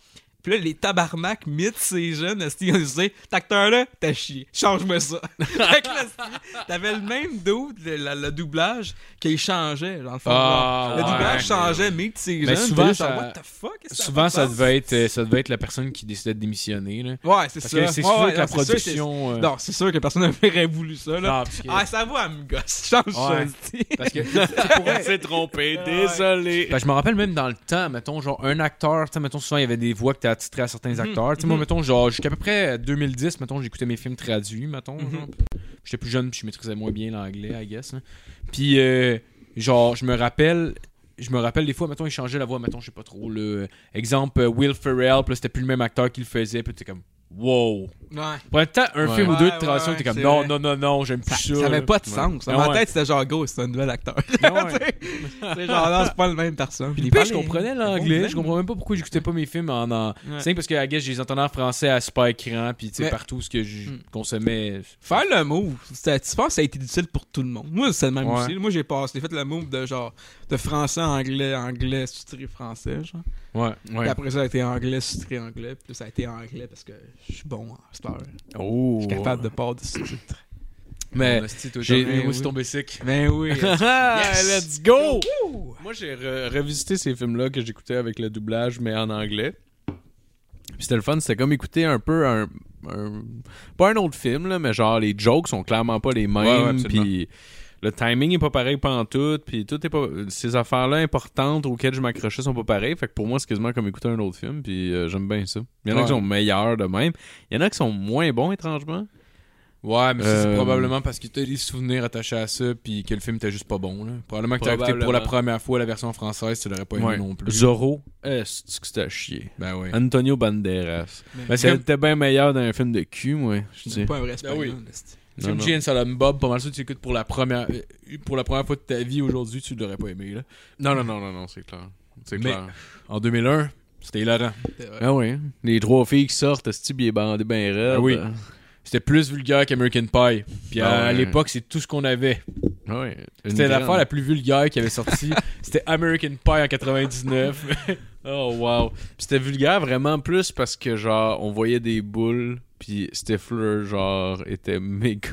Speaker 5: Puis là, les tabarnak mythes, ces jeunes, esti, ils ont dit, t'acteur-là, t'as chié, change-moi ça. fait que là, esti, t'avais le même doute, le, la- le doublage, qu'il changeait, dans le fond.
Speaker 3: Ah,
Speaker 5: genre. le
Speaker 3: ouais.
Speaker 5: doublage changeait, mythes, ces jeunes.
Speaker 3: Mais souvent,
Speaker 5: t'es juste
Speaker 3: ça-
Speaker 5: genre, what the fuck? est-ce que
Speaker 3: Souvent,
Speaker 5: fait
Speaker 3: ça
Speaker 5: sens?
Speaker 3: devait, être, euh, ça devait être la personne qui décidait de démissionner. Là.
Speaker 5: Ouais, c'est ça.
Speaker 3: Parce que c'est
Speaker 5: Ouais,
Speaker 3: sûr
Speaker 5: ouais,
Speaker 3: que la
Speaker 5: non, c'est sûr, c'est-
Speaker 3: production. euh,
Speaker 5: Non, c'est sûr que personne n'aurait voulu ça, là.
Speaker 3: non, parce que-
Speaker 5: Ah, ça va, elle me gosse. Change ça,
Speaker 3: Ouais.
Speaker 5: esti.
Speaker 3: parce que, pour vrai,
Speaker 4: s'est trompé,
Speaker 5: désolé.
Speaker 3: Ben, Parce que je me rappelle même dans le temps, mettons, genre un acteur, tu sais, mettons, souvent il y avait des voix que tu c'était attitré à certains
Speaker 5: Mhm.
Speaker 3: acteurs. Tu sais, moi, mettons, genre, jusqu'à peu près 2010, mettons, j'écoutais mes films traduits, mettons.
Speaker 5: Mhm.
Speaker 3: genre. J'étais plus jeune, puis je maîtrisais moins bien l'anglais, I guess. hein. Puis, euh, genre, je me rappelle. Je me rappelle des fois, mettons, ils changeaient la voix, mettons, je sais pas trop, le exemple, euh, Will Ferrell, puis là, c'était plus le même acteur qui le faisait, puis t'es comme, wow.
Speaker 5: Ouais.
Speaker 3: Pour un temps, un
Speaker 4: Ouais.
Speaker 3: film ou deux de
Speaker 5: Ouais,
Speaker 3: traduction,
Speaker 5: ouais,
Speaker 3: t'es comme,
Speaker 5: c'est
Speaker 3: non,
Speaker 5: vrai.
Speaker 3: non, non, non, j'aime
Speaker 5: Ça,
Speaker 3: plus ça.
Speaker 5: ça
Speaker 3: là.
Speaker 5: avait pas de sens. Dans
Speaker 3: Ouais.
Speaker 5: ma tête, c'était genre, go, c'est un nouvel acteur.
Speaker 3: Ouais.
Speaker 5: C'est genre, non, c'est pas la même personne.
Speaker 3: Puis je comprenais l'anglais, je comprenais même pas pourquoi j'écoutais pas mes films en. en...
Speaker 5: Ouais.
Speaker 3: C'est parce que, I guess, je les entendais en français à super écran, puis tu sais,
Speaker 5: Mais-
Speaker 3: partout ce que je
Speaker 5: Hmm.
Speaker 3: consommais.
Speaker 5: Faire le move, c'était- tu penses que ça a été utile pour tout le monde. Moi, c'est le même
Speaker 3: Ouais.
Speaker 5: aussi. Moi, j'ai passé, j'ai fait le move de genre, de français, anglais, anglais, sous-titré français, genre.
Speaker 3: Ouais.
Speaker 5: Puis après, ça a été anglais, sous-titré anglais. Puis ça a été anglais parce que je suis bon en star.
Speaker 4: Oh.
Speaker 5: Je suis capable de part de sous-titres.
Speaker 4: Mais.
Speaker 3: J'ai
Speaker 5: tombé,
Speaker 3: moi aussi
Speaker 5: oui.
Speaker 3: tombé sick.
Speaker 5: Ben oui.
Speaker 4: Yes! Let's go! Moi, j'ai re- revisité ces films-là que j'écoutais avec le doublage, mais en anglais. Puis c'était le fun, c'était comme écouter un peu un. un- pas un autre film, là, mais genre les jokes sont clairement pas les
Speaker 3: Ouais, ouais,
Speaker 4: mêmes.
Speaker 3: absolument.
Speaker 4: puis le timing est pas pareil pantoute. Puis tout est pas. Ces affaires-là importantes auxquelles je m'accrochais sont pas pareilles. Fait que pour moi, c'est quasiment comme écouter un autre film. Puis euh, j'aime bien ça. Il y en a
Speaker 3: Ouais.
Speaker 4: qui sont meilleurs de même. Il y en a qui sont moins bons, étrangement.
Speaker 3: Ouais, mais ça, c'est
Speaker 4: Euh,
Speaker 3: probablement parce que t'as des souvenirs attachés à ça, puis que le film était juste pas bon. Là. Probablement que t'as écouté pour la
Speaker 4: Probablement.
Speaker 3: première fois la version française, tu l'aurais pas aimé
Speaker 4: Ouais.
Speaker 3: non plus.
Speaker 4: Zorro, est-ce que c'était à chier?
Speaker 3: Ben ouais.
Speaker 4: Antonio Banderas.
Speaker 3: Ben, c'est comme,
Speaker 4: C'était bien meilleur dans un film de cul, moi. Je
Speaker 5: C'est
Speaker 4: dis.
Speaker 5: pas un vrai espagnol.
Speaker 3: oui.
Speaker 5: c'est-
Speaker 3: c'est comme Jane Salom Bob, pas mal ça, tu écoutes pour la première euh, pour la première fois de ta vie aujourd'hui, tu l'aurais pas aimé. Là.
Speaker 4: Non, non, non, non, non, c'est clair. C'est
Speaker 3: Mais-
Speaker 4: clair.
Speaker 3: En 2001, c'était hilarant.
Speaker 5: c'est vrai.
Speaker 4: Ah oui. hein. Les trois filles qui sortent, ce type, il est bandé ben raide.
Speaker 3: Ah oui. C'était plus vulgaire qu'American Pie. Puis à,
Speaker 4: Ah ouais.
Speaker 3: à l'époque, c'est tout ce qu'on avait.
Speaker 4: Ah oui. Une
Speaker 3: C'était
Speaker 4: grande.
Speaker 3: l'affaire la plus vulgaire qui avait sorti. c'était American Pie en 99.
Speaker 4: Oh, wow. Puis c'était vulgaire vraiment plus parce que, genre, on voyait des boules, puis Stifler, genre, était méga.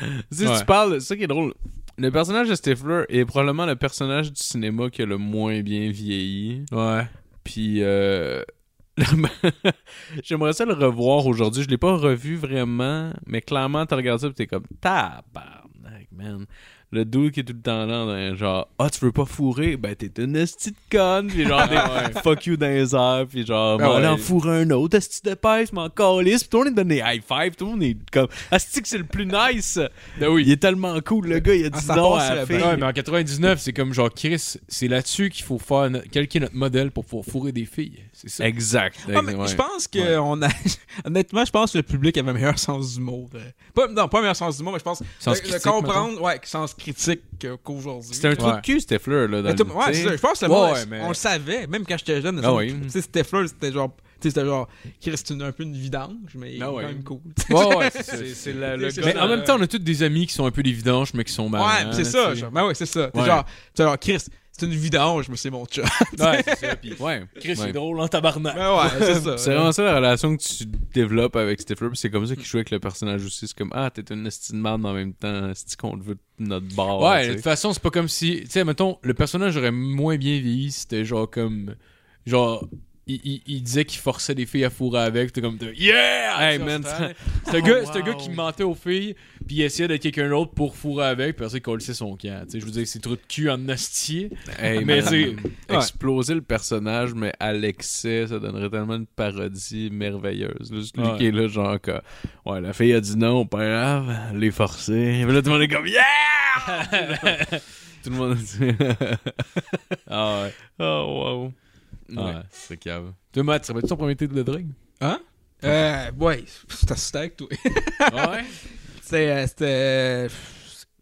Speaker 4: tu sais,
Speaker 3: Ouais.
Speaker 4: tu parles, c'est ça qui est drôle. Le personnage de Stifler est probablement le personnage du cinéma qui a le moins bien vieilli.
Speaker 3: ouais.
Speaker 4: Puis euh, j'aimerais ça le revoir aujourd'hui. Je l'ai pas revu vraiment, mais clairement, tu regardes ça et t'es comme tabarnak, man. Le dude qui est tout le temps là, dans un genre ah tu veux pas fourrer, ben t'es une esti de conne, puis
Speaker 5: Ah,
Speaker 4: genre des fuck you dans les airs, puis genre
Speaker 3: Ah
Speaker 4: va aller
Speaker 3: ouais.
Speaker 4: en fourrer un autre, esti de peste, m'en calisse, puis tout le monde donne des high five, tout le monde est comme esti que c'est le plus nice. Il est tellement cool le gars, il a
Speaker 5: Ben Ah,
Speaker 4: dit
Speaker 5: ça
Speaker 4: non
Speaker 5: passe
Speaker 4: à
Speaker 5: la
Speaker 4: la
Speaker 5: barre.
Speaker 4: fille.
Speaker 3: Ouais, mais en 99, c'est comme genre Chris, c'est là-dessus qu'il faut faire no- calquer notre modèle pour pouvoir fourrer des filles. C'est ça.
Speaker 4: Exact.
Speaker 5: Ah, mais Je pense que on a. Honnêtement, je pense que le public avait un meilleur sens d'humour. euh. Pas, non, pas un meilleur sens d'humour, mais je pense.
Speaker 3: Sens
Speaker 5: de- de
Speaker 3: critique,
Speaker 5: comprendre, ouais, sens critique que- qu'aujourd'hui.
Speaker 4: C'était un trou
Speaker 3: Ouais.
Speaker 4: de cul, Stifler, là. Dans
Speaker 5: Mais tout-
Speaker 4: le-
Speaker 5: ouais,
Speaker 4: t'sais.
Speaker 5: c'est ça. Je pense que le
Speaker 3: Ouais,
Speaker 5: monde,
Speaker 3: ouais, mais-
Speaker 5: on le savait, même quand j'étais jeune.
Speaker 4: Ah
Speaker 5: ça,
Speaker 4: ouais.
Speaker 5: Tu sais, c'était fleur, c'était genre. Tu sais, c'était genre. Chris, c'est une- un peu une vidange, mais il est
Speaker 4: Ah ouais.
Speaker 5: quand même cool.
Speaker 3: Ouais, ouais, c'est ça.
Speaker 4: C'est c'est la- le
Speaker 5: C'est
Speaker 4: gars.
Speaker 3: Mais
Speaker 5: ça,
Speaker 3: en
Speaker 5: euh,
Speaker 3: même temps, on a tous des amis qui sont un peu des vidanges, mais qui sont marrants.
Speaker 5: ouais, c'est
Speaker 3: tu
Speaker 5: ça.
Speaker 3: sais.
Speaker 5: Genre, ben ouais, c'est ça. T'es
Speaker 4: hein, Ouais.
Speaker 5: genre, t'es genre, Chris, c'est une vidange, mais c'est mon chat.
Speaker 3: Ouais, c'est ça. Puis
Speaker 4: Ouais.
Speaker 3: Chris, c'est
Speaker 4: Ouais. Ah
Speaker 3: drôle euh. en tabarnak.
Speaker 5: Ben ouais, c'est ça.
Speaker 4: C'est vraiment ça la relation que tu développes avec Stifler, puis c'est comme ça qu'il joue avec le personnage aussi. C'est comme Ah, t'es une estime mais en même temps, c'est qu'on te veut de notre bord.
Speaker 3: Ouais, de
Speaker 4: tu
Speaker 3: toute
Speaker 4: sais.
Speaker 3: façon, c'est pas comme si. Tu sais, mettons, le personnage aurait moins bien vieilli, c'était genre comme. Genre. Il, il- il disait qu'il forçait les filles à fourrer avec, t'es comme de, Yeah!
Speaker 4: Hey,
Speaker 3: Tu
Speaker 4: man,
Speaker 3: comprends?
Speaker 4: ça-
Speaker 3: C'est un gars,
Speaker 4: Oh,
Speaker 3: c'est un gars
Speaker 4: wow.
Speaker 3: qui mentait aux filles, puis il essayait d'être quelqu'un d'autre pour fourrer avec, puis après, il collait son camp. Tu sais, je veux dire, c'est trop de cul en astier.
Speaker 4: Hey,
Speaker 3: Mais
Speaker 4: man,
Speaker 3: c'est-
Speaker 4: Exploser le personnage, mais à l'excès, ça donnerait tellement une parodie merveilleuse. Là, Juste lui
Speaker 3: Ouais.
Speaker 4: qui est là, genre, que, ouais, la fille a dit non, pas grave, les forcer. Puis là, tout le monde est comme Yeah! tout le monde
Speaker 3: Ah ouais.
Speaker 4: Oh, wow. Ouais,
Speaker 3: Ouais.
Speaker 4: c'est cave.
Speaker 3: Toi, Matt, ça va être ton premier titre de drague?
Speaker 5: Hein? Euh, ouais, c'était c'était avec toi.
Speaker 3: ouais.
Speaker 5: C'était. euh, c'était, euh,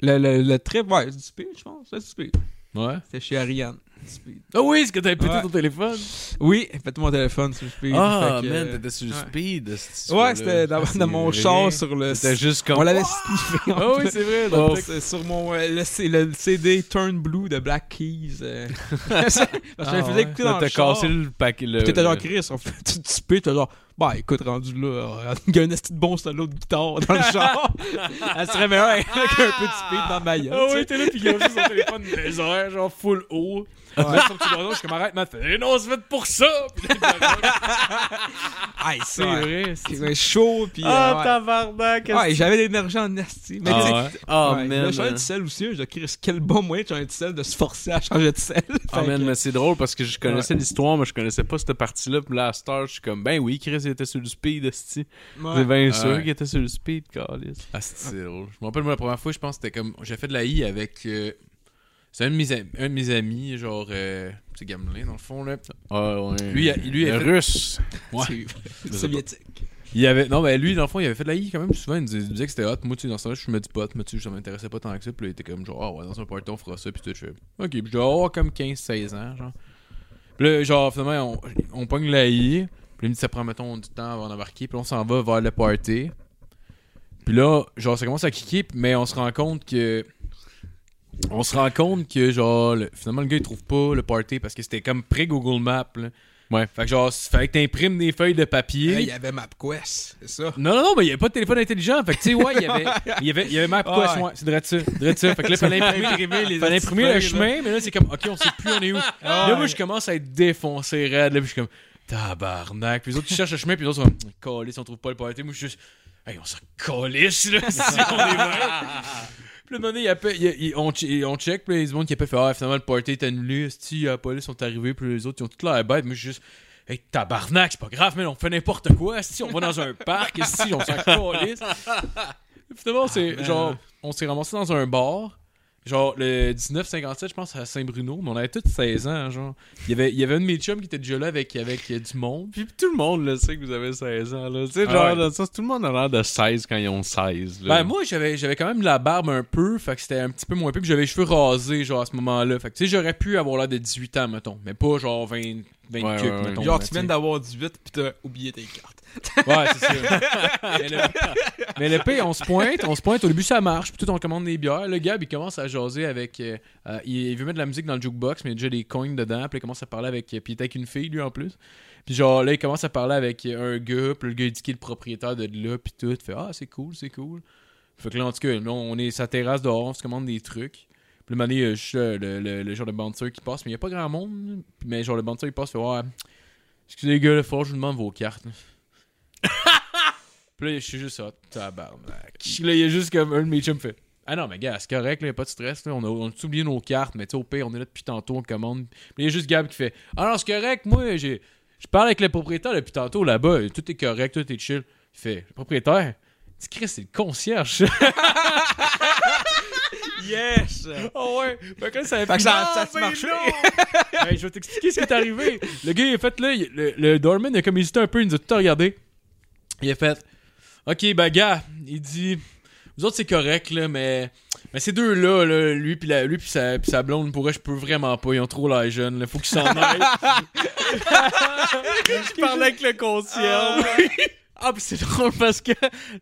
Speaker 5: Le, le, le trip, ouais, du speed, je pense. C'est du speed.
Speaker 3: Ouais.
Speaker 5: C'était chez Ariane. du speed.
Speaker 3: Ah oui, est-ce que t'avais pété
Speaker 5: Ouais.
Speaker 3: ton téléphone?
Speaker 5: Oui, faites mon téléphone sur le speed.
Speaker 4: Ah,
Speaker 5: fait que,
Speaker 4: man,
Speaker 5: euh,
Speaker 4: t'étais sur le
Speaker 5: ouais.
Speaker 4: speed. c'ti,
Speaker 5: Ouais,
Speaker 4: là.
Speaker 5: c'était dans,
Speaker 4: Ah, c'est
Speaker 5: dans mon
Speaker 4: vrai.
Speaker 5: char sur le.
Speaker 4: C'était juste
Speaker 5: On
Speaker 4: comme.
Speaker 5: l'avait sniffé. en
Speaker 3: Ah oui,
Speaker 5: plus.
Speaker 3: c'est vrai.
Speaker 5: Oh,
Speaker 3: dans le texte.
Speaker 5: c'est sur mon euh, le, C- le CD Turn Blue de Black Keys. euh. Parce que je
Speaker 3: Ah
Speaker 5: me faisais
Speaker 3: ouais.
Speaker 5: écouter
Speaker 4: Là,
Speaker 5: dans le
Speaker 4: T'as
Speaker 5: char.
Speaker 4: cassé le paquet. le-
Speaker 5: Puis T'étais genre
Speaker 4: le-
Speaker 5: Chris, on fait du speed, t'es genre Bah écoute, rendu là, il y a un esti de bon solo de guitare dans le char. Elle serait meilleure avec un peu de speed dans Maya.
Speaker 3: Ah
Speaker 5: tu sais.
Speaker 3: ouais, t'es là, pis il a juste son téléphone des heures, genre full haut. Ouais. Sur le petit bâton, je suis comme arrête, ma fait, non, on se met pour ça! Pis là, il me regarde.
Speaker 5: Aïe, Ah, hein. c'est
Speaker 3: c'est
Speaker 5: vrai.
Speaker 3: vrai,
Speaker 4: Ah,
Speaker 3: c'est
Speaker 5: C'est chaud, pis. euh, ouais.
Speaker 1: tabarnak!
Speaker 5: Ouais, j'avais l'énergie en esti. Mais tu sais,
Speaker 3: Ah ouais.
Speaker 4: Oh,
Speaker 5: ouais,
Speaker 4: man.
Speaker 5: Là, changer de sel aussi, hein, je dis, Chris, quel bon moyen de changer de sel, de se forcer à changer de sel.
Speaker 4: Ah,
Speaker 5: Fait
Speaker 4: man,
Speaker 5: que-
Speaker 4: mais c'est drôle parce que je connaissais l'histoire, mais je connaissais pas cette partie-là. Puis là, à Star, je suis comme, ben oui, Chris il était sur le speed, esti. C'est
Speaker 5: Ouais.
Speaker 4: bien
Speaker 3: Ah,
Speaker 4: sûr
Speaker 3: ouais.
Speaker 4: qu'il était sur le speed, Calis.
Speaker 3: Ah, c'est c'est drôle. Je me rappelle, moi, la première fois, je pense que c'était comme. J'ai fait de la I avec. euh, C'est un, de mes am- un de mes amis, genre. euh, C'est Gamelin, dans le fond, là.
Speaker 4: Ah, ouais.
Speaker 3: Lui, il- lui, il
Speaker 4: le
Speaker 3: a fait-
Speaker 4: russe.
Speaker 5: C'est soviétique.
Speaker 3: Il avait... Non, mais lui, dans le fond, il avait fait de la I quand même souvent. Il nous il disait que c'était hot. Moi, tu sais, dans ce temps-là, je fumais du pot. Mais tu sais, ça m'intéressait pas tant que ça. Puis là, il était comme genre, ah ouais, dans un party, on fera ça. Puis tout, je fais, ok. Puis je dois avoir comme 15-16 ans, genre. Puis là, genre, finalement, on, on pogne la I. Puis là, il me dit, ça prend, mettons, du temps avant d'embarquer. Puis là, on s'en va vers le party. Puis là, genre, ça commence à kicker. Mais on se rend compte que. On se rend compte que, genre, le- finalement, le gars, il trouve pas le party parce que c'était comme pré-Google Maps, là.
Speaker 4: Ouais.
Speaker 3: Fait que, genre, fallait que t'imprimes des feuilles de papier.
Speaker 5: Hey, Il y avait MapQuest, c'est ça.
Speaker 3: Non, non, non, mais il n'y avait pas de téléphone intelligent. Fait que, tu sais, ouais, il y avait, il y avait, il y avait MapQuest,
Speaker 5: Ouais.
Speaker 3: ouais. C'est vrai de ça. C'est vrai de ça. Fait que là, fallait imprimer,
Speaker 5: les
Speaker 3: fallait
Speaker 5: petites
Speaker 3: imprimer le
Speaker 5: feuilles,
Speaker 3: chemin, mais là, c'est comme, OK, on sait plus on est où. là, moi, je commence à être défoncé raide. Là, puis je suis comme, tabarnak. Puis les autres, ils cherchent le chemin, puis les autres sont comme, calisse, on trouve pas le party. Moi, je suis juste, hey, on s'en calisse, là, si on est vrai. Puis le moment donné, il appelle- il- il- on, che- on check, puis là, il y a du monde qui appelle, fait, ah, finalement, le party est annulé. Si, la police sont arrivés, puis les autres, ils ont toute l'air bête. Moi, je suis juste, Hey, tabarnak, c'est pas grave, mais on fait n'importe quoi. Si on va dans un parc, si on s'en calisse. Finalement, c'est
Speaker 5: man.
Speaker 3: genre, on s'est ramassé dans un bar, genre le 1957, je pense, à Saint-Bruno, mais on avait tous 16 ans, genre. Il y avait, il y avait un de mes chums qui était déjà là avec, avec euh, du monde.
Speaker 4: Puis tout le monde le sait que vous avez 16 ans, là. Tu sais,
Speaker 3: Ah,
Speaker 4: genre,
Speaker 3: ouais.
Speaker 4: dans le sens, tout le monde a l'air de 16 quand ils ont 16, là.
Speaker 3: Ben, moi, j'avais, j'avais quand même la barbe un peu, fait que c'était un petit peu moins peu, puis j'avais les cheveux rasés, genre, à ce moment-là. Fait que, tu sais, j'aurais pu avoir l'air de 18 ans, mettons, mais pas genre 20, 20
Speaker 4: Ouais,
Speaker 3: cuques,
Speaker 4: ouais, ouais.
Speaker 3: mettons.
Speaker 5: Genre,
Speaker 3: là,
Speaker 5: tu
Speaker 3: sais.
Speaker 5: viens d'avoir 18 pis t'as oublié tes cartes.
Speaker 3: Ouais, c'est ça. mais, le, mais le pire, on se pointe, on se pointe. Au début, ça marche. Puis tout, on commande des bières. Le gars, il commence à jaser avec. euh, euh, il, il veut mettre de la musique dans le jukebox, mais il y a déjà des coins dedans. Puis il commence à parler avec. Puis il était avec une fille, lui, en plus. Puis genre, là, il commence à parler avec un gars. Puis le gars, il dit qu'il est le propriétaire de là. Puis tout. Fait Ah, c'est cool, c'est cool. Fait que là, en tout cas, là, on est sa terrasse dehors, on se commande des trucs. Puis le moment donné, euh, je suis, euh, le, le- le genre de bouncer qui passe, mais il n'y a pas grand monde. Puis, mais genre, le bouncer, il passe, fait Ouais, excusez les gars, là, faut que je vous demande vos cartes. là. Puis là, je suis juste ah, tabarnak. Là, il y a juste comme un de mes chums fait. Ah non, mais gars, c'est correct, là, y a pas de stress, là. On a, on a oublié nos cartes, mais tu sais, au pire, on est là depuis tantôt, on commande. Puis il y a juste Gab qui fait Ah non, c'est correct, moi, j'ai. Je parle avec le propriétaire depuis tantôt là-bas, tout est correct, tout est chill. Il fait Le propriétaire Tu Chris, c'est le concierge.
Speaker 5: Yes!
Speaker 3: oh ouais. Fait que là, ça a
Speaker 5: Fait que
Speaker 3: pris-
Speaker 5: ça-
Speaker 3: Non,
Speaker 5: ça a-tu
Speaker 3: mais
Speaker 5: marché?
Speaker 3: non! Ben, je vais t'expliquer ce qui est arrivé. Le gars, il a fait là, il- le, le doorman, il a comme hésité un peu, il nous a tout regardé. Il a fait Ok, ben, gars, il dit Vous autres, c'est correct, là, mais. Mais ces deux-là, là, lui puis la- lui puis sa, puis sa blonde, pour eux, je peux vraiment pas. Ils ont trop l'air jeunes. Là, faut qu'ils s'en aillent.
Speaker 4: je parlais avec le concierge. Ah, pis c'est drôle parce que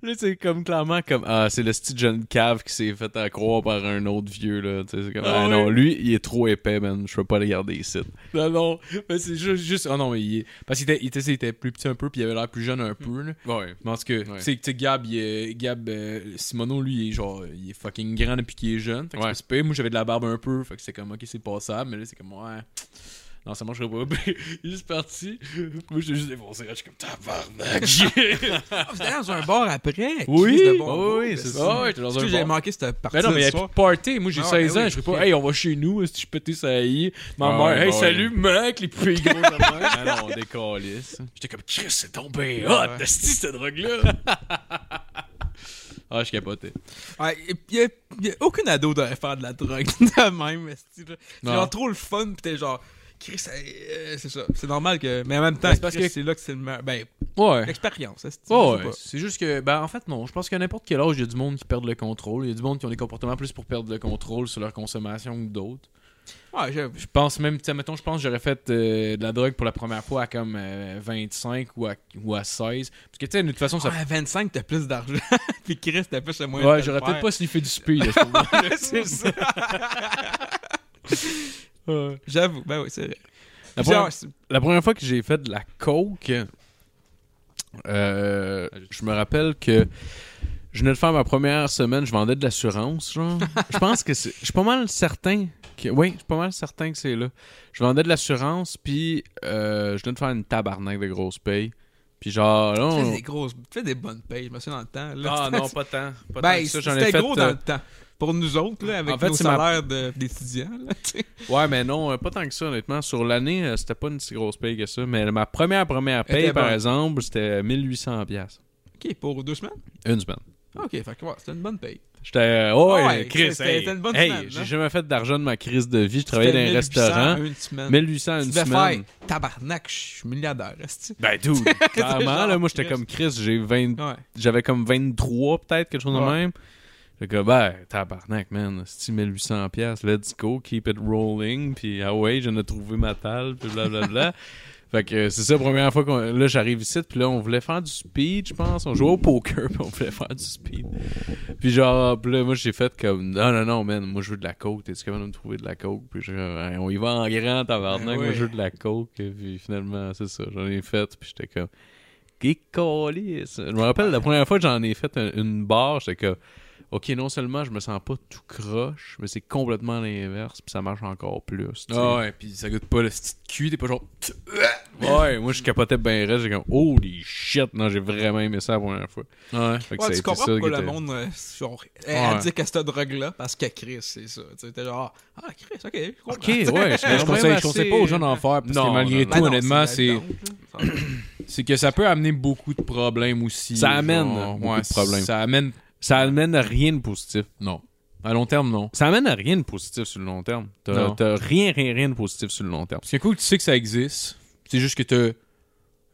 Speaker 4: là, c'est comme clairement comme. Ah, c'est le style jeune cave qui s'est fait à croire par un autre vieux, là. Tu sais, c'est comme. Ah,
Speaker 3: Ah ouais.
Speaker 4: non, lui, il est trop épais, man. Je peux pas le garder ici.
Speaker 3: non, non. Mais c'est juste. juste- oh non, mais il est- Parce qu'il était, il était, il était plus petit un peu, puis il avait l'air plus jeune un peu. Là.
Speaker 4: Ouais.
Speaker 3: Mais en tout cas,
Speaker 4: Ouais.
Speaker 3: tu sais- tu sais, Gab, il est- Gab euh, Simoneau, lui, il est genre, euh, il est fucking grand depuis qu'il est jeune. Fait que
Speaker 4: Ouais.
Speaker 3: c'est pas super. Moi, j'avais de la barbe un peu, fait que c'est comme, ok, c'est passable, mais là, c'est comme, ouais. Non, ça marcherait pas. Puis, il est juste parti. Moi, j'étais juste défoncé. Je suis comme, tabarnak.
Speaker 5: Ah, vous allez dans un bar après?
Speaker 3: Oui.
Speaker 5: Chris de
Speaker 4: Oh, oui,
Speaker 5: goût,
Speaker 4: c'est
Speaker 5: ben,
Speaker 4: ça.
Speaker 3: Ah ouais, t'es dans
Speaker 5: Parce que
Speaker 3: un
Speaker 5: j'avais
Speaker 3: bar.
Speaker 5: manqué cette partie
Speaker 3: Ben non, mais il y
Speaker 5: de
Speaker 3: a
Speaker 5: soir.
Speaker 3: plus de party. Moi, j'ai
Speaker 5: Ah ouais,
Speaker 3: 16
Speaker 5: ben
Speaker 3: ans.
Speaker 5: oui.
Speaker 3: Je sais pas, hey, on va chez nous. Si je pétais ça y Ma
Speaker 4: Ah
Speaker 3: mère,
Speaker 4: ouais,
Speaker 3: hey,
Speaker 4: bah
Speaker 3: salut, mec, les poupées grosses de même.
Speaker 4: Ah non, des câlisses.
Speaker 3: J'étais comme, Chris, c'est tombé
Speaker 5: Ouais.
Speaker 3: hot. Esti, cette drogue-là. ah, je capotais.
Speaker 5: Ouais, et puis, y a, y a aucune ado devrait faire de la drogue de même, esti, là. C'est
Speaker 3: Non.
Speaker 5: genre trop le fun, pis t'es genre, Chris, euh, c'est ça. C'est normal que. Mais en même temps,
Speaker 3: Mais c'est parce
Speaker 5: Chris,
Speaker 3: que-
Speaker 5: c'est là que c'est le meilleur. Ben,
Speaker 3: Ouais.
Speaker 5: l'expérience, esti,
Speaker 3: Oh,
Speaker 5: je sais
Speaker 3: ouais.
Speaker 5: pas.
Speaker 3: c'est juste que, ben, en fait, non. Je pense qu'à n'importe quel âge, il y a du monde qui perd le contrôle. Il y a du monde qui ont des comportements plus pour perdre le contrôle sur leur consommation que d'autres.
Speaker 5: Ouais, j'avoue.
Speaker 3: Je pense même, tu sais, mettons, je pense que j'aurais fait euh, de la drogue pour la première fois à comme euh, 25 ou à, ou à 16. Parce que, tu sais, de toute façon, ça.
Speaker 5: Ouais, à 25, t'as plus d'argent. puis Chris, t'as plus le moyen
Speaker 3: Ah, Ouais,
Speaker 5: de te
Speaker 3: j'aurais
Speaker 5: le
Speaker 3: peut-être
Speaker 5: faire.
Speaker 3: pas sniffé du speed. à ce moment-là.
Speaker 5: c'est ça. J'avoue, ben oui, c'est vrai.
Speaker 4: La
Speaker 5: Puis,
Speaker 4: première-
Speaker 5: ouais, c'est-
Speaker 4: La première fois que j'ai fait de la coke, Euh, je me rappelle que je venais de faire ma première semaine, je vendais de l'assurance, genre. je pense que c'est. Je suis pas mal certain que. Oui, je suis pas mal certain que c'est là. Je vendais de l'assurance, puis euh, je venais de faire une tabarnak de grosses payes. Puis genre, là,
Speaker 5: Tu fais
Speaker 4: on...
Speaker 5: des grosses, tu fais des bonnes payes, je me souviens dans le temps. Là,
Speaker 4: Oh. Ah
Speaker 5: Tu fais-
Speaker 4: non, pas tant. Pas tant
Speaker 5: ben,
Speaker 4: que ça. J'en ai
Speaker 5: c'était
Speaker 4: fait,
Speaker 5: gros
Speaker 4: euh,
Speaker 5: dans le temps. Pour nous autres, là, avec
Speaker 4: en fait,
Speaker 5: nos
Speaker 4: c'est ma-
Speaker 5: salaires de- d'étudiants, là, tu sais.
Speaker 4: Ouais, mais non, euh, pas tant que ça, honnêtement. Sur l'année, euh, c'était pas une si grosse paye que ça. Mais ma première, première paye,
Speaker 5: Était
Speaker 4: par
Speaker 5: bonne.
Speaker 4: exemple, c'était 1800$. piastres.
Speaker 5: OK, pour deux semaines?
Speaker 4: Une semaine.
Speaker 5: OK, fait que ouais, c'était une bonne paye.
Speaker 4: J'étais. euh, oh,
Speaker 5: Ah
Speaker 4: ouais,
Speaker 5: ouais,
Speaker 4: Chris,
Speaker 5: c'était-
Speaker 4: hey,
Speaker 5: c'était une bonne
Speaker 4: hey,
Speaker 5: semaine,
Speaker 4: j'ai
Speaker 5: hein?
Speaker 4: jamais fait d'argent de ma crise de vie. Je travaillais dans
Speaker 5: C'était
Speaker 4: un
Speaker 5: 1800
Speaker 4: restaurant.
Speaker 5: Une semaine.
Speaker 4: 1800
Speaker 5: tu
Speaker 4: une
Speaker 5: devais
Speaker 4: semaine.
Speaker 5: faire tabarnak, je suis milliardaire, esti.
Speaker 4: Ben, tout. Clairement,
Speaker 5: genre,
Speaker 4: là, moi, j'étais
Speaker 5: Chris.
Speaker 4: comme Chris, j'ai 20
Speaker 5: Ouais.
Speaker 4: j'avais comme 23, peut-être, quelque chose de
Speaker 5: Ouais.
Speaker 4: même. Fait que, ben, tabarnak, man. C'est 1800$, piastres, let's go, keep it rolling. Puis, ah ouais, j'en ai trouvé ma table, puis blablabla. fait que euh, c'est ça, première fois qu'on. Là, j'arrive ici, puis là, on voulait faire du speed, je pense. On jouait au poker, puis on voulait faire du speed. Puis, genre, puis là, moi, j'ai fait comme, non, non, non, man, moi, je veux de la coke. T'es-tu capable de me trouver de la coke? Puis, genre, Hey, on y va en grand, tabarnak,
Speaker 5: Ben
Speaker 4: moi,
Speaker 5: ouais.
Speaker 4: je veux de la coke. Puis, finalement, c'est ça, j'en ai fait, puis j'étais comme. Qui calisse. Je me rappelle la première fois que j'en ai fait un- une barre, j'étais que OK, non seulement je me sens pas tout croche, mais c'est complètement l'inverse, puis ça marche encore plus. tu sais.
Speaker 3: Ah ouais, puis ça goûte pas le petit cul, t'es pas genre.
Speaker 4: Ouais, moi je capotais bien reste, j'ai comme holy shit, non, j'ai vraiment aimé ça la première fois.
Speaker 3: Ouais.
Speaker 4: Fait que ça a
Speaker 5: Ouais, tu
Speaker 4: été
Speaker 5: comprends
Speaker 4: ça
Speaker 5: pourquoi
Speaker 4: qui
Speaker 5: le
Speaker 4: était-
Speaker 5: monde euh, genre, a
Speaker 4: Ouais.
Speaker 5: dit que cette drogue-là, parce que Chris, c'est ça. Tu sais, t'es genre, ah, Chris, OK, je comprends.
Speaker 4: OK, ouais,
Speaker 3: Mais je
Speaker 4: quand même
Speaker 3: conseille, je
Speaker 4: assez-
Speaker 3: conseille pas aux gens d'en faire, parce
Speaker 4: Non,
Speaker 3: que
Speaker 4: non,
Speaker 3: malgré tout,
Speaker 5: Ben non,
Speaker 3: honnêtement,
Speaker 5: c'est la
Speaker 3: c'est
Speaker 5: vidange, là.
Speaker 3: c'est que ça peut amener beaucoup de problèmes aussi.
Speaker 4: Ça amène
Speaker 3: genre,
Speaker 4: beaucoup de problèmes.
Speaker 3: Ça amène.
Speaker 4: Ça amène à rien de positif.
Speaker 3: Non. À long terme, non.
Speaker 4: Ça amène à rien de positif sur le long terme. T'as
Speaker 3: Non.
Speaker 4: t'as rien, rien, rien de positif sur le long terme.
Speaker 3: Parce que cool, tu sais que ça existe. C'est juste que t'as.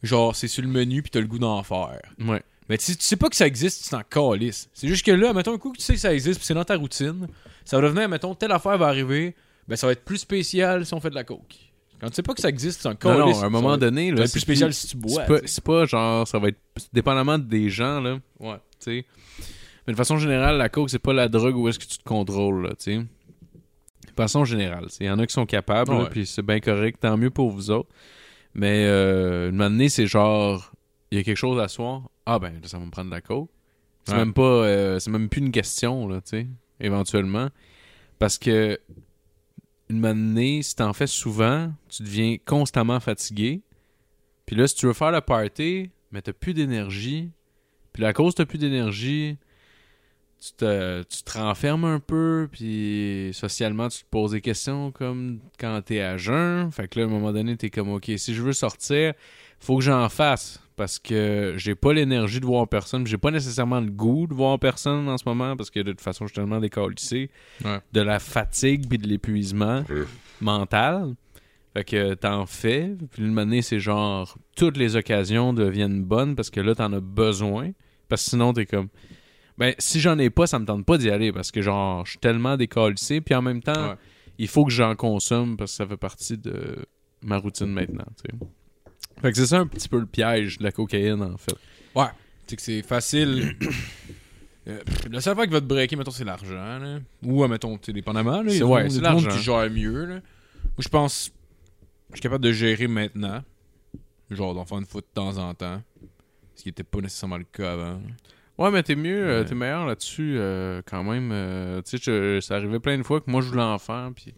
Speaker 3: Genre, c'est sur le menu, puis t'as le goût d'en faire.
Speaker 4: Ouais.
Speaker 3: Mais tu, tu sais pas que ça existe, tu t'en calisses. C'est juste que là, mettons un coup que tu sais que ça existe, puis c'est dans ta routine, ça va devenir, mettons, telle affaire va arriver, ben ça va être plus spécial si on fait de la coke. Quand tu sais pas que ça existe, tu t'en
Speaker 4: Non,
Speaker 3: calisses.
Speaker 4: non, à un moment
Speaker 3: Ça va-
Speaker 4: donné,
Speaker 3: ça va
Speaker 4: là,
Speaker 3: être plus
Speaker 4: c'est
Speaker 3: spécial si tu bois.
Speaker 4: C'est pas,
Speaker 3: tu sais.
Speaker 4: c'est pas genre, ça va être c'est dépendamment des gens, là. Ouais. Tu sais. Mais de façon générale, la coke, c'est pas la drogue où est-ce que tu te contrôles, là, tu sais. De façon générale, il y en a qui sont capables, là,
Speaker 3: Ouais.
Speaker 4: puis c'est bien correct, tant mieux pour vous autres. Mais euh, une année, c'est genre, il y a quelque chose à soir, ah ben, là, ça va me prendre de la coke. C'est
Speaker 3: Ouais.
Speaker 4: même pas, euh, c'est même plus une question, là, tu sais, éventuellement. Parce que une année, si t'en fais souvent, tu deviens constamment fatigué. Puis là, si tu veux faire le party, mais t'as plus d'énergie. Puis la cause t'as plus d'énergie, tu te, tu te renfermes un peu. Puis socialement, tu te poses des questions comme quand t'es à jeun. Fait que là, à un moment donné, t'es comme, OK, si je veux sortir, faut que j'en fasse. Parce que j'ai pas l'énergie de voir personne. puis J'ai pas nécessairement le goût de voir personne en ce moment. Parce que de toute façon, je suis tellement décalissé
Speaker 3: Ouais.
Speaker 4: de la fatigue puis de l'épuisement mental. Fait que t'en fais, puis le moment c'est genre toutes les occasions deviennent bonnes parce que là t'en as besoin. Parce que sinon t'es comme Ben si j'en ai pas, ça me tente pas d'y aller parce que genre je suis tellement décalissé, puis en même temps
Speaker 3: Ouais.
Speaker 4: il faut que j'en consomme parce que ça fait partie de ma routine maintenant. tu sais. Fait que c'est ça un petit peu le piège de la cocaïne en fait.
Speaker 3: Ouais. Tu sais que c'est facile. Euh, pff, la seule fois qui va te breaker, mettons, c'est l'argent. là. Ou, euh, mettons, tu sais, dépendamment. Là,
Speaker 4: C'est-
Speaker 3: il y a
Speaker 4: ouais,
Speaker 3: tout
Speaker 4: c'est
Speaker 3: le monde
Speaker 4: l'argent.
Speaker 3: qui gère mieux. Là. Moi, je pense. Je suis capable de gérer maintenant. Genre, d'en faire une fois de temps en temps. Ce qui n'était pas nécessairement le cas avant.
Speaker 4: Ouais, mais t'es mieux, euh,
Speaker 3: Ouais.
Speaker 4: t'es meilleur là-dessus euh, quand même. euh, tu sais, je- ça arrivait plein de fois que moi je voulais en faire. Puis, tu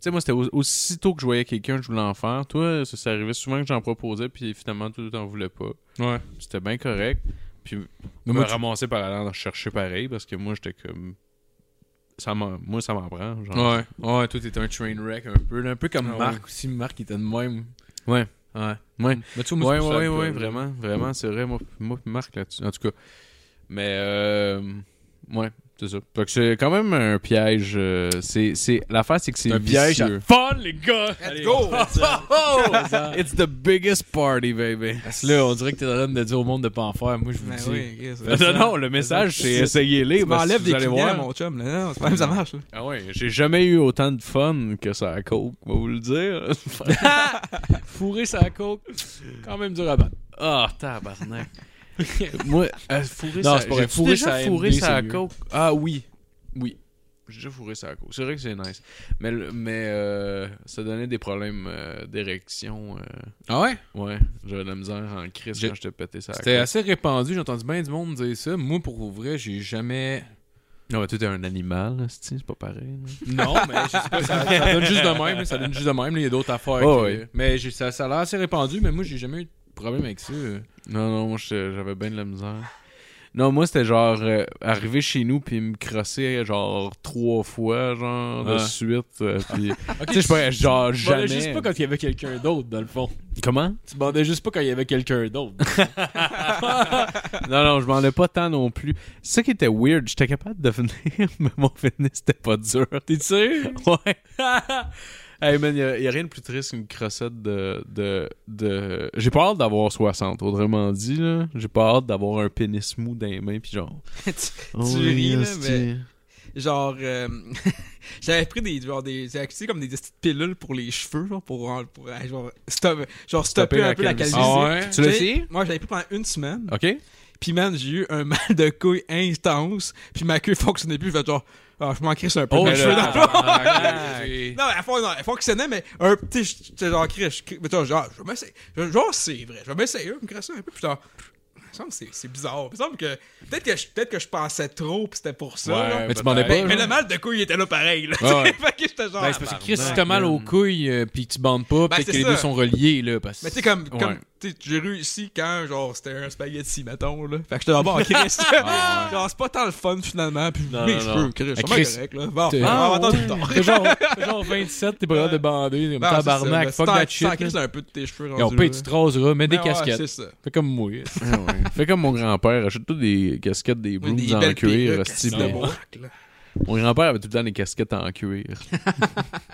Speaker 4: sais, moi c'était au- aussitôt que je voyais quelqu'un, je voulais en faire. Toi, ça, ça arrivait souvent que j'en proposais, puis finalement, tu t'en voulais pas.
Speaker 3: Ouais.
Speaker 4: C'était bien correct. Puis,
Speaker 3: Mais
Speaker 4: me
Speaker 3: moi, tu-
Speaker 4: ramasser par aller en chercher pareil parce que moi j'étais comme. Ça m'en- moi, ça m'en prend. Genre.
Speaker 3: Ouais, ouais, toi t'es un train wreck un peu, là, un peu comme
Speaker 4: Ah
Speaker 3: Marc aussi. Marc il était de même.
Speaker 4: Ouais.
Speaker 3: Ouais.
Speaker 4: Ouais. Ouais,
Speaker 3: Mais tu vois, moi, c'est pour
Speaker 4: ouais,
Speaker 3: ça
Speaker 4: ouais,
Speaker 3: que-
Speaker 4: ouais, vraiment, vraiment, c'est vrai, moi, moi pis Marc là-dessus, en tout cas. Mais, euh, ouais, c'est ça. Fait que c'est quand même un piège, euh, c'est, c'est, l'affaire, c'est que c'est
Speaker 3: C'est un piège à
Speaker 4: vicieux.
Speaker 3: fun, les gars!
Speaker 5: Let's go!
Speaker 4: It's the biggest party, baby.
Speaker 3: Parce que là, on dirait que t'es en train de dire au monde de pas en faire. Moi, je vous
Speaker 5: Ben
Speaker 3: dis.
Speaker 5: oui, Chris,
Speaker 4: Non,
Speaker 5: c'est ça.
Speaker 4: non, non, le message, c'est essayez-les,
Speaker 5: Tu
Speaker 4: parce que
Speaker 5: m'enlèves
Speaker 4: vous
Speaker 5: des
Speaker 4: allez
Speaker 5: clients
Speaker 4: voir.
Speaker 5: à mon chum, là. Non, c'est pas même ça marche, là.
Speaker 4: Ah ouais, j'ai jamais eu autant de fun que ça à coke, on va vous le dire.
Speaker 3: Fourrer sa coke, quand même dur à battre.
Speaker 4: Ah, tabarnak. Moi, euh, fourrer
Speaker 3: Non,
Speaker 4: ça,
Speaker 3: c'est pas vrai.
Speaker 4: j'ai
Speaker 3: Fourrer
Speaker 4: déjà
Speaker 3: ça à
Speaker 4: fourré
Speaker 3: MD,
Speaker 4: ça à
Speaker 3: c'est mieux.
Speaker 4: coke. Ah oui, oui. J'ai déjà fourré ça à cause. C'est vrai que c'est nice. Mais, le- mais euh, ça donnait des problèmes euh, d'érection. euh,
Speaker 3: Ah ouais?
Speaker 4: ouais, j'avais de la misère en crise
Speaker 3: J'ai-
Speaker 4: quand je te pétais ça à
Speaker 3: C'était
Speaker 4: cause.
Speaker 3: assez répandu, j'ai entendu bien du monde dire ça. Moi, pour vrai, j'ai jamais.
Speaker 4: Non, mais toi, t'es un animal, là, c'est c'est pas pareil. là.
Speaker 3: Non, mais je sais pas, ça, ça donne juste de même. Ça donne juste de même. là, Il y a d'autres affaires.
Speaker 4: Oh,
Speaker 3: que- euh,
Speaker 4: oui.
Speaker 3: Mais j'ai- ça, ça a l'air assez répandu, mais moi, j'ai jamais eu de problème avec ça.
Speaker 4: Non, non, moi, j'étais- j'avais bien de la misère. Non, moi, c'était genre euh, arriver chez nous puis me crosser genre trois fois, genre de
Speaker 3: Ouais.
Speaker 4: suite. euh, puis, tu sais, je pas, genre
Speaker 3: Tu bandais
Speaker 4: jamais.
Speaker 3: juste pas quand il y avait quelqu'un d'autre, dans le fond.
Speaker 4: Comment?
Speaker 3: Tu bandais juste pas quand il y avait quelqu'un d'autre.
Speaker 4: Non, non, je m'en ai pas tant non plus. C'est ça qui était weird. J'étais capable de venir, mais mon fitness, c'était pas dur.
Speaker 3: T'es sûr?
Speaker 4: Ouais. hey man, y a, y a rien de plus triste qu'une crossette de. de, de... J'ai pas hâte d'avoir 60, autrement dit, là. J'ai pas hâte d'avoir un pénis mou dans les mains, pis genre.
Speaker 5: tu,
Speaker 4: oh,
Speaker 5: ris, là,
Speaker 4: hostie.
Speaker 5: mais genre, euh, j'avais pris des, genre, des, tu sais, comme des petites pilules pour les cheveux, genre, pour, en- pour, euh, genre, stop- genre, stopper un peu la calvitie.
Speaker 3: Ah ouais?
Speaker 4: Tu l'as essayé?
Speaker 5: Moi, j'avais pris pendant une semaine.
Speaker 4: Ok?
Speaker 5: Puis man, j'ai eu un mal de couille intense. Puis ma queue fonctionnait plus. Fait genre, ah, je m'en crisse un peu. mes cheveux dans le fond.
Speaker 3: Ah,
Speaker 5: Non, mais elle, fon- non, elle fonctionnait, mais un petit, j'étais genre, crisse, je crie- mais genre, genre, je vais m'essayer. Je- Genre, c'est vrai, je vais m'essayer, je me crisser un peu. Puis genre, il me semble que c'est- c'est bizarre. Il me semble que peut-être que, je- peut-être que je pensais trop, puis c'était pour ça. là.
Speaker 3: Mais tu bandais pas.
Speaker 5: Mais,
Speaker 4: Ouais,
Speaker 5: mais
Speaker 3: genre?
Speaker 5: le mal de couille était là pareil. Là.
Speaker 3: Ouais, ouais.
Speaker 5: fait que j'étais genre.
Speaker 3: Ben, c'est parce que Chris, si
Speaker 4: tabarnak,
Speaker 3: t'as mal aux
Speaker 4: man.
Speaker 3: couilles euh, pis que tu bandes pas, peut-être
Speaker 5: Ben, c'est
Speaker 3: que les
Speaker 5: ça.
Speaker 3: deux sont reliés, là. Parce...
Speaker 5: Mais tu sais, comme, comme
Speaker 4: Ouais.
Speaker 5: tu sais, j'ai réussi quand, genre, c'était un spaghetti, mettons, là. Fait que j'étais là-bas en Chris. Genre, c'est pas tant le fun, finalement. Puis
Speaker 4: Non,
Speaker 5: mes
Speaker 4: non,
Speaker 5: cheveux,
Speaker 4: non.
Speaker 5: Chris,
Speaker 3: Ah,
Speaker 5: c'est pas
Speaker 3: Chris,
Speaker 5: correct, là. Bon,
Speaker 3: t'es-
Speaker 5: on va
Speaker 3: Ah,
Speaker 5: attendre plus tard.
Speaker 3: T'as genre, t'as genre 27, t'es pas capable de bander,
Speaker 5: Non, c'est ça,
Speaker 3: tabarnak,
Speaker 5: mais
Speaker 3: fuck
Speaker 5: c'est
Speaker 3: that
Speaker 5: en- c'est en
Speaker 3: shit.
Speaker 5: Chris,
Speaker 3: là.
Speaker 5: un peu de tes cheveux
Speaker 3: Et on
Speaker 5: rendus
Speaker 3: paye,
Speaker 5: là.
Speaker 3: tu te raseras, mets des
Speaker 5: Ouais, ouais,
Speaker 3: casquettes.
Speaker 5: C'est ça.
Speaker 3: Fais comme moi.
Speaker 4: Ah ouais. Fais comme mon grand-père, achète-toi des casquettes, des
Speaker 5: Oui,
Speaker 4: brooms
Speaker 5: Des
Speaker 4: en
Speaker 5: belles
Speaker 4: cuir.
Speaker 5: perruques,
Speaker 4: hostie,
Speaker 5: c'est
Speaker 4: mais-
Speaker 5: le braque, là.
Speaker 4: Mon grand-père avait tout le temps des casquettes en cuir.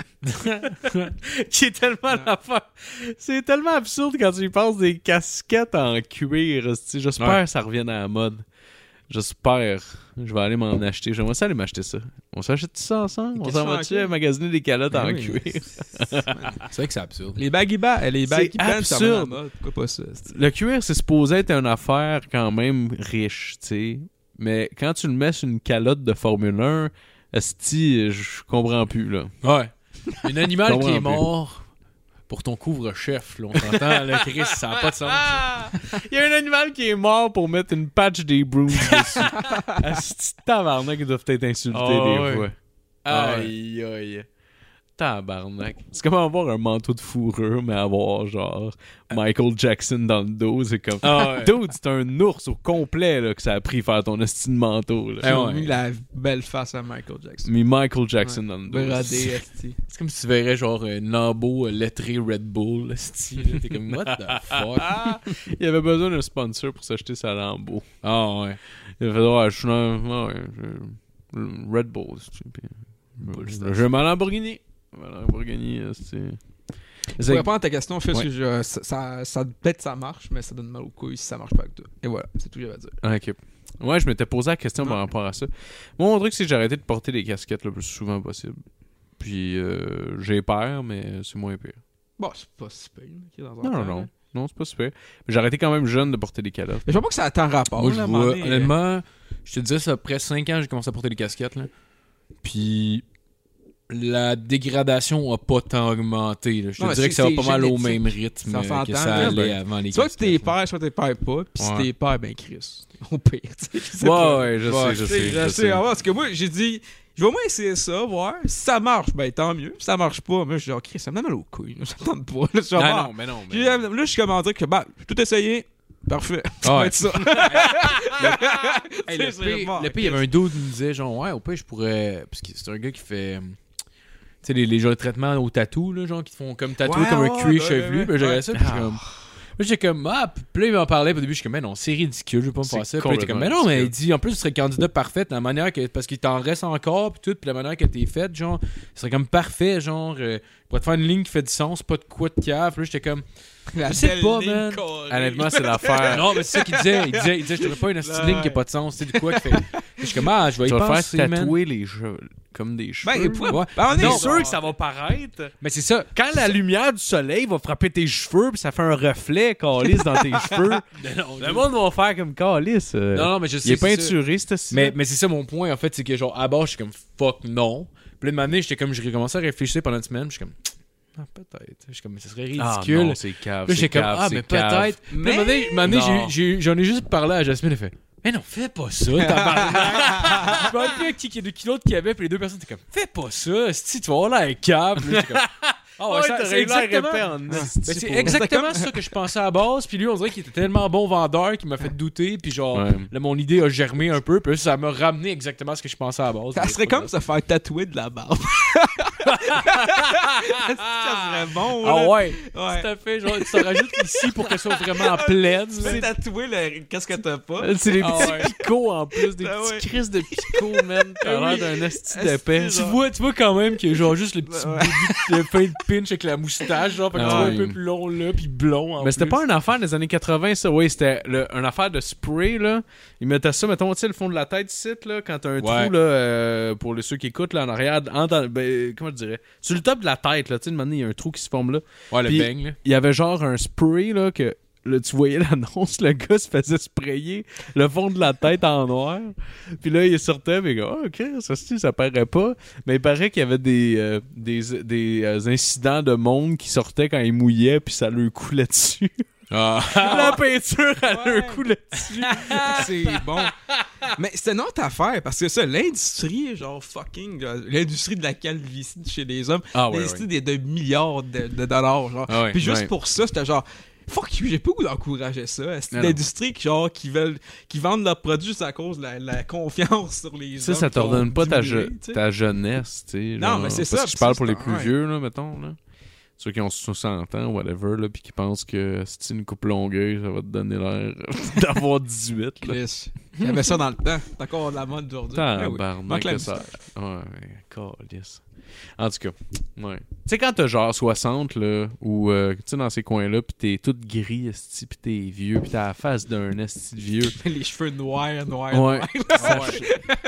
Speaker 4: Qui est tellement l'affaire. C'est tellement absurde quand tu y penses des casquettes en cuir. hostie. J'espère
Speaker 3: Ouais.
Speaker 4: que ça revienne à la mode. J'espère. Je vais aller m'en acheter. J'aimerais ça aller m'acheter ça. On s'achète ça ensemble? On
Speaker 5: Des
Speaker 4: s'en
Speaker 5: casquettes en
Speaker 4: va-tu
Speaker 5: cuir?
Speaker 4: à magasiner des calottes
Speaker 3: Ben
Speaker 4: en
Speaker 3: oui.
Speaker 4: cuir?
Speaker 3: C'est vrai que c'est absurde.
Speaker 5: Les baggy bas, les baggy
Speaker 4: C'est
Speaker 5: pants, ça revient à la
Speaker 4: absurde.
Speaker 5: mode. Pourquoi pas ça? c'est-
Speaker 4: Le cuir, c'est supposé être une affaire quand même riche, tu sais. Mais quand tu le mets sur une calotte de Formule 1, esti, je comprends plus, là.
Speaker 3: Ouais. Un animal qui
Speaker 4: Comprends
Speaker 3: est
Speaker 4: plus.
Speaker 3: mort pour ton couvre-chef, là, on s'entend, là, Chris, ça n'a pas de sens. là.
Speaker 4: Il y a un animal qui est mort pour mettre une patch des brooms dessus. Asti de tabarnak, ils doivent être insultés
Speaker 3: Ah
Speaker 4: des
Speaker 3: ouais.
Speaker 4: fois.
Speaker 3: Ah ouais.
Speaker 4: Aïe, aïe. Tabarnak. C'est comme avoir un manteau de fourrure, mais avoir genre Michael Jackson dans le dos. C'est comme.
Speaker 3: Euh. Ah ouais.
Speaker 4: Dude, c'est un ours au complet là, que ça a pris faire ton esti de manteau. Là.
Speaker 5: Ils
Speaker 3: Eh
Speaker 5: ont
Speaker 3: ouais.
Speaker 5: mis la belle face à Michael Jackson.
Speaker 4: Mis Michael Jackson dans le dos.
Speaker 5: Bradé, esti.
Speaker 3: C'est comme si tu verrais genre un lambeau euh, lettré Red Bull, là, style. là. T'es comme, what the fuck?
Speaker 4: Il avait besoin d'un sponsor pour s'acheter sa lambeau.
Speaker 3: Ah ouais.
Speaker 4: Il a fait ouais, je suis dans- ouais, je- Red Bull. c'est- puis- J'ai mal Lamborghini. Ma Lamborghini, euh, c'est.
Speaker 5: Pour
Speaker 4: C'est-
Speaker 5: répondre à ta question, Phil,
Speaker 4: Ouais.
Speaker 5: que je- ça, ça, ça- peut-être ça marche, mais ça donne mal aux couilles si ça marche pas avec toi. Et voilà, c'est tout que j'avais à dire.
Speaker 4: Ah, ok. Ouais, je m'étais posé la question
Speaker 5: Non.
Speaker 4: par rapport à ça. Moi, mon truc, c'est que j'ai arrêté de porter des casquettes le plus souvent possible. Puis euh, j'ai peur, mais c'est moins pire.
Speaker 5: Bon, c'est pas si pire. là, qu'il y a dans un
Speaker 4: Non,
Speaker 5: temps,
Speaker 4: non,
Speaker 5: là.
Speaker 4: non. Non, c'est pas super. Mais j'ai arrêté quand même jeune de porter des calottes.
Speaker 5: Mais je vois pas que ça a tant rapport.
Speaker 3: Moi, je
Speaker 5: là, à un
Speaker 3: vois,
Speaker 5: moment donné, euh,
Speaker 3: honnêtement, je te dirais, ça fait près 5 ans que j'ai commencé à porter des casquettes, là. Puis la dégradation a pas tant augmenté, là. Je te
Speaker 5: Non, mais
Speaker 3: dirais
Speaker 5: c'est-
Speaker 3: que ça va
Speaker 5: c'est
Speaker 3: pas mal au
Speaker 5: génétique.
Speaker 3: même rythme
Speaker 5: Ça s'entend,
Speaker 3: que ça
Speaker 5: là,
Speaker 3: allait
Speaker 5: ben,
Speaker 3: avant les
Speaker 5: Soit que t'es
Speaker 3: casquettes, là.
Speaker 5: père, soit t'es père pas, pis si
Speaker 4: Ouais.
Speaker 5: t'es père, ben Chris. Au pire, tu sais, je sais
Speaker 4: Ouais,
Speaker 5: pas.
Speaker 4: ouais, je sais, je
Speaker 5: Tu
Speaker 4: sais.
Speaker 5: je sais. ah ouais, Parce que moi, j'ai dit, je vais au moins essayer ça, voir. Si ça marche, ben tant mieux. Si ça marche pas, moi, je suis genre, Chris, ça me donne mal aux couilles. là, Ça me tente pas. Là, je suis genre,
Speaker 4: Ah
Speaker 5: bah,
Speaker 4: non, mais non.
Speaker 5: Puis
Speaker 4: Mais...
Speaker 5: là, là, je suis comme en train que, bah, j'ai tout essayé. Parfait. Ça
Speaker 3: Ah
Speaker 5: va
Speaker 3: ouais.
Speaker 5: être ça.
Speaker 3: Hey,
Speaker 5: Tu
Speaker 3: le
Speaker 5: sais, c'est
Speaker 3: pire,
Speaker 5: mort,
Speaker 3: le pire, il y avait un dude qui me disait genre, ouais, au pire, je pourrais. Parce que c'est un gars qui fait. euh, Tu sais, les, les genres de traitements au tatou, là, genre, qui te font comme tatouer
Speaker 5: Ouais,
Speaker 3: comme
Speaker 5: ouais,
Speaker 3: un cuir
Speaker 5: ouais,
Speaker 3: chevelu.
Speaker 5: ouais,
Speaker 3: ben, j'avais
Speaker 5: ouais.
Speaker 3: ça, puis j'étais comme. Moi, j'étais comme, ah, puis- puis là, il m'en parlait. Puis au début, j'étais comme, mais non, c'est ridicule, je veux pas me
Speaker 4: C'est
Speaker 3: faire ça. Puis là, il était comme, mais non,
Speaker 4: complètement
Speaker 3: mais il dit, en plus, tu serais candidat parfait, de la manière que. Parce qu'il t'en reste encore, puis tout, puis la manière que t'es faite, genre, ce serait comme parfait, genre, euh, pour te faire une ligne qui fait du sens, pas de quoi de cave. Puis là, j'étais comme,
Speaker 5: La
Speaker 3: Je sais
Speaker 5: belle
Speaker 3: pas,
Speaker 5: ligne
Speaker 3: man.
Speaker 5: carrée.
Speaker 4: Honnêtement, c'est l'affaire.
Speaker 3: non, mais c'est ça qu'il disait. Il disait, il disait, je t'aurais pas une petite ligne qui a pas de sens, c'est du quoi qui fait. Je suis comme, ah, je vais y
Speaker 4: Tu vas te
Speaker 3: penser,
Speaker 4: faire
Speaker 3: man.
Speaker 4: tatouer les cheveux. comme des cheveux.
Speaker 5: Ben, il pourrait-
Speaker 3: Ouais.
Speaker 5: ben, on est
Speaker 4: Non.
Speaker 5: sûr que
Speaker 4: ça va paraître.
Speaker 3: Mais c'est ça.
Speaker 4: Quand la lumière du soleil va frapper tes cheveux, puis ça fait un reflet calice dans tes cheveux, le monde va faire comme calice. euh,
Speaker 3: Non, non, mais je sais.
Speaker 4: il est
Speaker 3: c'est ça.
Speaker 4: peinturé, ce
Speaker 3: Mais, mais c'est ça mon point, en fait, c'est que genre, à bord, je suis comme fuck non. Puis là, de m'amener, j'étais comme, j'ai commencé à réfléchir pendant une semaine, je suis comme, ah, peut-être. Je suis comme, mais ce serait
Speaker 4: ridicule.
Speaker 3: ridicule.
Speaker 4: Ah, c'est cave.
Speaker 3: Là, j'étais comme, ah, mais peut-être. Puis là, un moment donné- un moment donné,
Speaker 4: Non.
Speaker 3: j'ai- j'ai- j'en ai juste parlé à Jasmine, elle fait, mais non, fais pas ça, tabarnak. je me rappelle plus à qui, qui, de qui l'autre qu'il y avait, puis les deux personnes étaient comme, fais pas ça, si tu vas avoir l'air cave. Puis là, j'étais comme, ah ouais, ça, c'est exactement. Ben, c'est exactement ça que je pensais à la base, puis lui, on dirait qu'il était tellement bon vendeur qu'il m'a fait douter, puis genre,
Speaker 4: Ouais.
Speaker 3: là, mon idée a germé un peu, puis là, ça m'a ramené exactement à ce que je pensais à la base.
Speaker 5: Ça serait comme se faire tatouer de la barbe. ça serait bon.
Speaker 3: Ah
Speaker 5: là.
Speaker 3: ouais,
Speaker 5: Ouais.
Speaker 3: tout à fait, genre, tu t'en rajoutes ici pour que ça soit vraiment pleine.
Speaker 5: Tu fais tatouer le... qu'est-ce que t'as pas.
Speaker 4: C'est des
Speaker 3: Ah
Speaker 4: petits
Speaker 3: ouais. Ben
Speaker 4: picots en plus, des
Speaker 5: Ah ouais.
Speaker 4: petits crises de picots, man. T'as
Speaker 3: Ah oui.
Speaker 4: l'air d'un esti
Speaker 5: Esti,
Speaker 4: d'épais.
Speaker 3: Tu vois, tu vois quand même que genre juste le petit
Speaker 5: Ouais.
Speaker 3: bout de fin de pinch avec la moustache, genre, fait que tu vois un
Speaker 4: Ouais.
Speaker 3: peu plus long là, puis blond en
Speaker 4: Mais c'était
Speaker 3: plus.
Speaker 4: pas une affaire des années 80, ça. Oui, c'était le- une affaire de spray, là. Ils mettaient ça, mettons, tu sais, le fond de la tête ici, là, quand t'as un
Speaker 3: Ouais.
Speaker 4: trou, là, euh, pour les ceux qui écoutent, là, en arrière, en dans- ben, comment je dirais, sur le top de la tête, là, tu sais, de manière, il y a un trou qui se forme, là.
Speaker 3: Ouais, le
Speaker 4: Puis-
Speaker 3: bang, là.
Speaker 4: Il y avait genre un spray, là, que, là, tu voyais l'annonce, le gars se faisait sprayer le fond de la tête en noir. Puis là, il sortait, mais il dit, Ah, ok, ça, c'est- ça paraît pas. Mais il paraît qu'il y avait des, euh, des, des euh, incidents de monde qui sortaient quand ils mouillaient, puis ça leur coulait dessus.
Speaker 3: Ah.
Speaker 4: La peinture, elle a
Speaker 5: Ouais.
Speaker 4: un coup là-dessus.
Speaker 5: c'est bon. Mais c'est une autre affaire, parce que ça, l'industrie, genre fucking, genre, l'industrie de la calvitie chez les hommes,
Speaker 4: Ah ouais,
Speaker 5: l'industrie des, de milliards de, de dollars, genre.
Speaker 4: Ah ouais,
Speaker 5: Puis juste
Speaker 4: ouais.
Speaker 5: pour ça, c'était genre. Fuck you, j'ai pas le goût d'encourager ça. C'est
Speaker 4: Non, non.
Speaker 5: l'industrie qui, genre, qui, veulent, qui vendent leurs produits juste à cause de la, la confiance sur les
Speaker 4: Ça,
Speaker 5: hommes
Speaker 4: ça
Speaker 5: qui ont
Speaker 4: t'ordonne pas ta,
Speaker 5: diminué,
Speaker 4: je-
Speaker 5: tu sais.
Speaker 4: ta jeunesse, tu sais.
Speaker 5: Non,
Speaker 4: genre,
Speaker 5: mais c'est
Speaker 4: parce
Speaker 5: ça,
Speaker 4: que je
Speaker 5: ça,
Speaker 4: parle pour les
Speaker 5: c'est-
Speaker 4: plus
Speaker 5: ouais.
Speaker 4: vieux, là, mettons, là. Ceux qui ont 60 ans, whatever, là, puis qui pensent que si tu une coupe longueuil, ça va te donner l'air d'avoir 18, là.
Speaker 5: Chris. Il y avait ça dans le temps. C'est encore de la mode aujourd'hui.
Speaker 4: Ah,
Speaker 5: Ben oui.
Speaker 4: Tabarnak
Speaker 5: Manque la
Speaker 4: que ça. Ouais, câlisse. En tout cas, ouais. Tu sais, quand t'as genre 60, là, ou, euh, tu sais, dans ces coins-là, pis t'es tout gris, esti, pis t'es vieux, pis t'as la face d'un esti de vieux.
Speaker 5: Les cheveux noirs, noirs,
Speaker 4: ben. Ouais.
Speaker 5: noirs.
Speaker 3: Ah,
Speaker 4: Ça-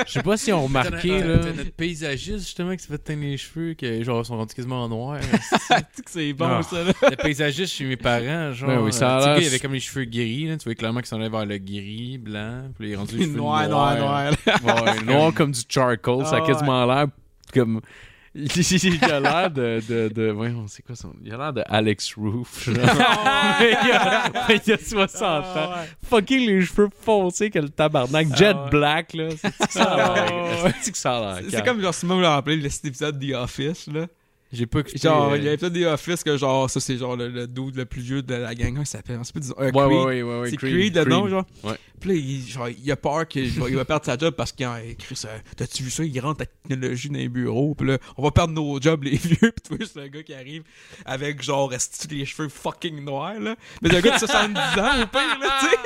Speaker 4: Je sais pas si on remarqué, là.
Speaker 3: notre paysagiste justement qui s'est fait teindre les cheveux, qui genre sont rendus quasiment en noir.
Speaker 5: Tu sais que c'est bon,
Speaker 4: Ah.
Speaker 5: ça, là.
Speaker 3: le paysagiste chez mes parents, genre.
Speaker 4: Ben oui, ça a
Speaker 3: euh, tu sais,
Speaker 4: l'air-
Speaker 3: le gars, il avait comme les cheveux gris, là, tu vois clairement qu'il s'en allait vers le gris, blanc, puis il est rendu les cheveux
Speaker 5: Noir,
Speaker 3: noirs.
Speaker 5: noir, noir.
Speaker 4: Ouais, noir comme du charcoal, ça a
Speaker 5: Ah
Speaker 4: quasiment l'air comme. il a l'air de. de, de... Voyons, c'est quoi son. Il a l'air de Alex Roof. genre.
Speaker 5: Ah,
Speaker 4: il, a, il a 60 ans. Fucking les cheveux foncés que le tabarnak.
Speaker 5: Ah,
Speaker 4: Jet
Speaker 3: ouais.
Speaker 4: black, là. C'est-tu que ça a l'air? C'est-tu que ça a l'air?
Speaker 5: C'est- C'est
Speaker 4: calme?
Speaker 5: comme genre, si vous me rappelez, le- cet épisode The Office, là.
Speaker 3: J'ai pas écouté.
Speaker 5: Genre,
Speaker 3: euh,
Speaker 5: il y a l'épisode The Office que, genre, ça, c'est genre le, le dude le plus vieux de la gang. Comment il s'appelle On sait pas, disons.
Speaker 4: Ouais,
Speaker 5: euh, Creed.
Speaker 4: ouais, ouais, ouais, ouais.
Speaker 5: c'est
Speaker 4: Creed,
Speaker 5: Creed, le nom,
Speaker 4: Creed.
Speaker 5: genre.
Speaker 4: Ouais.
Speaker 5: Puis là, il, genre, il a peur qu'il va, il va perdre sa job parce qu'il a écrit ça. T'as-tu vu ça? Il rentre la technologie dans les bureaux. Puis là, on va perdre nos jobs, les vieux. Puis tu vois, c'est un gars qui arrive avec, genre, reste les cheveux fucking noirs, là. Mais c'est un gars de 70 ans, au pire, là, tu sais.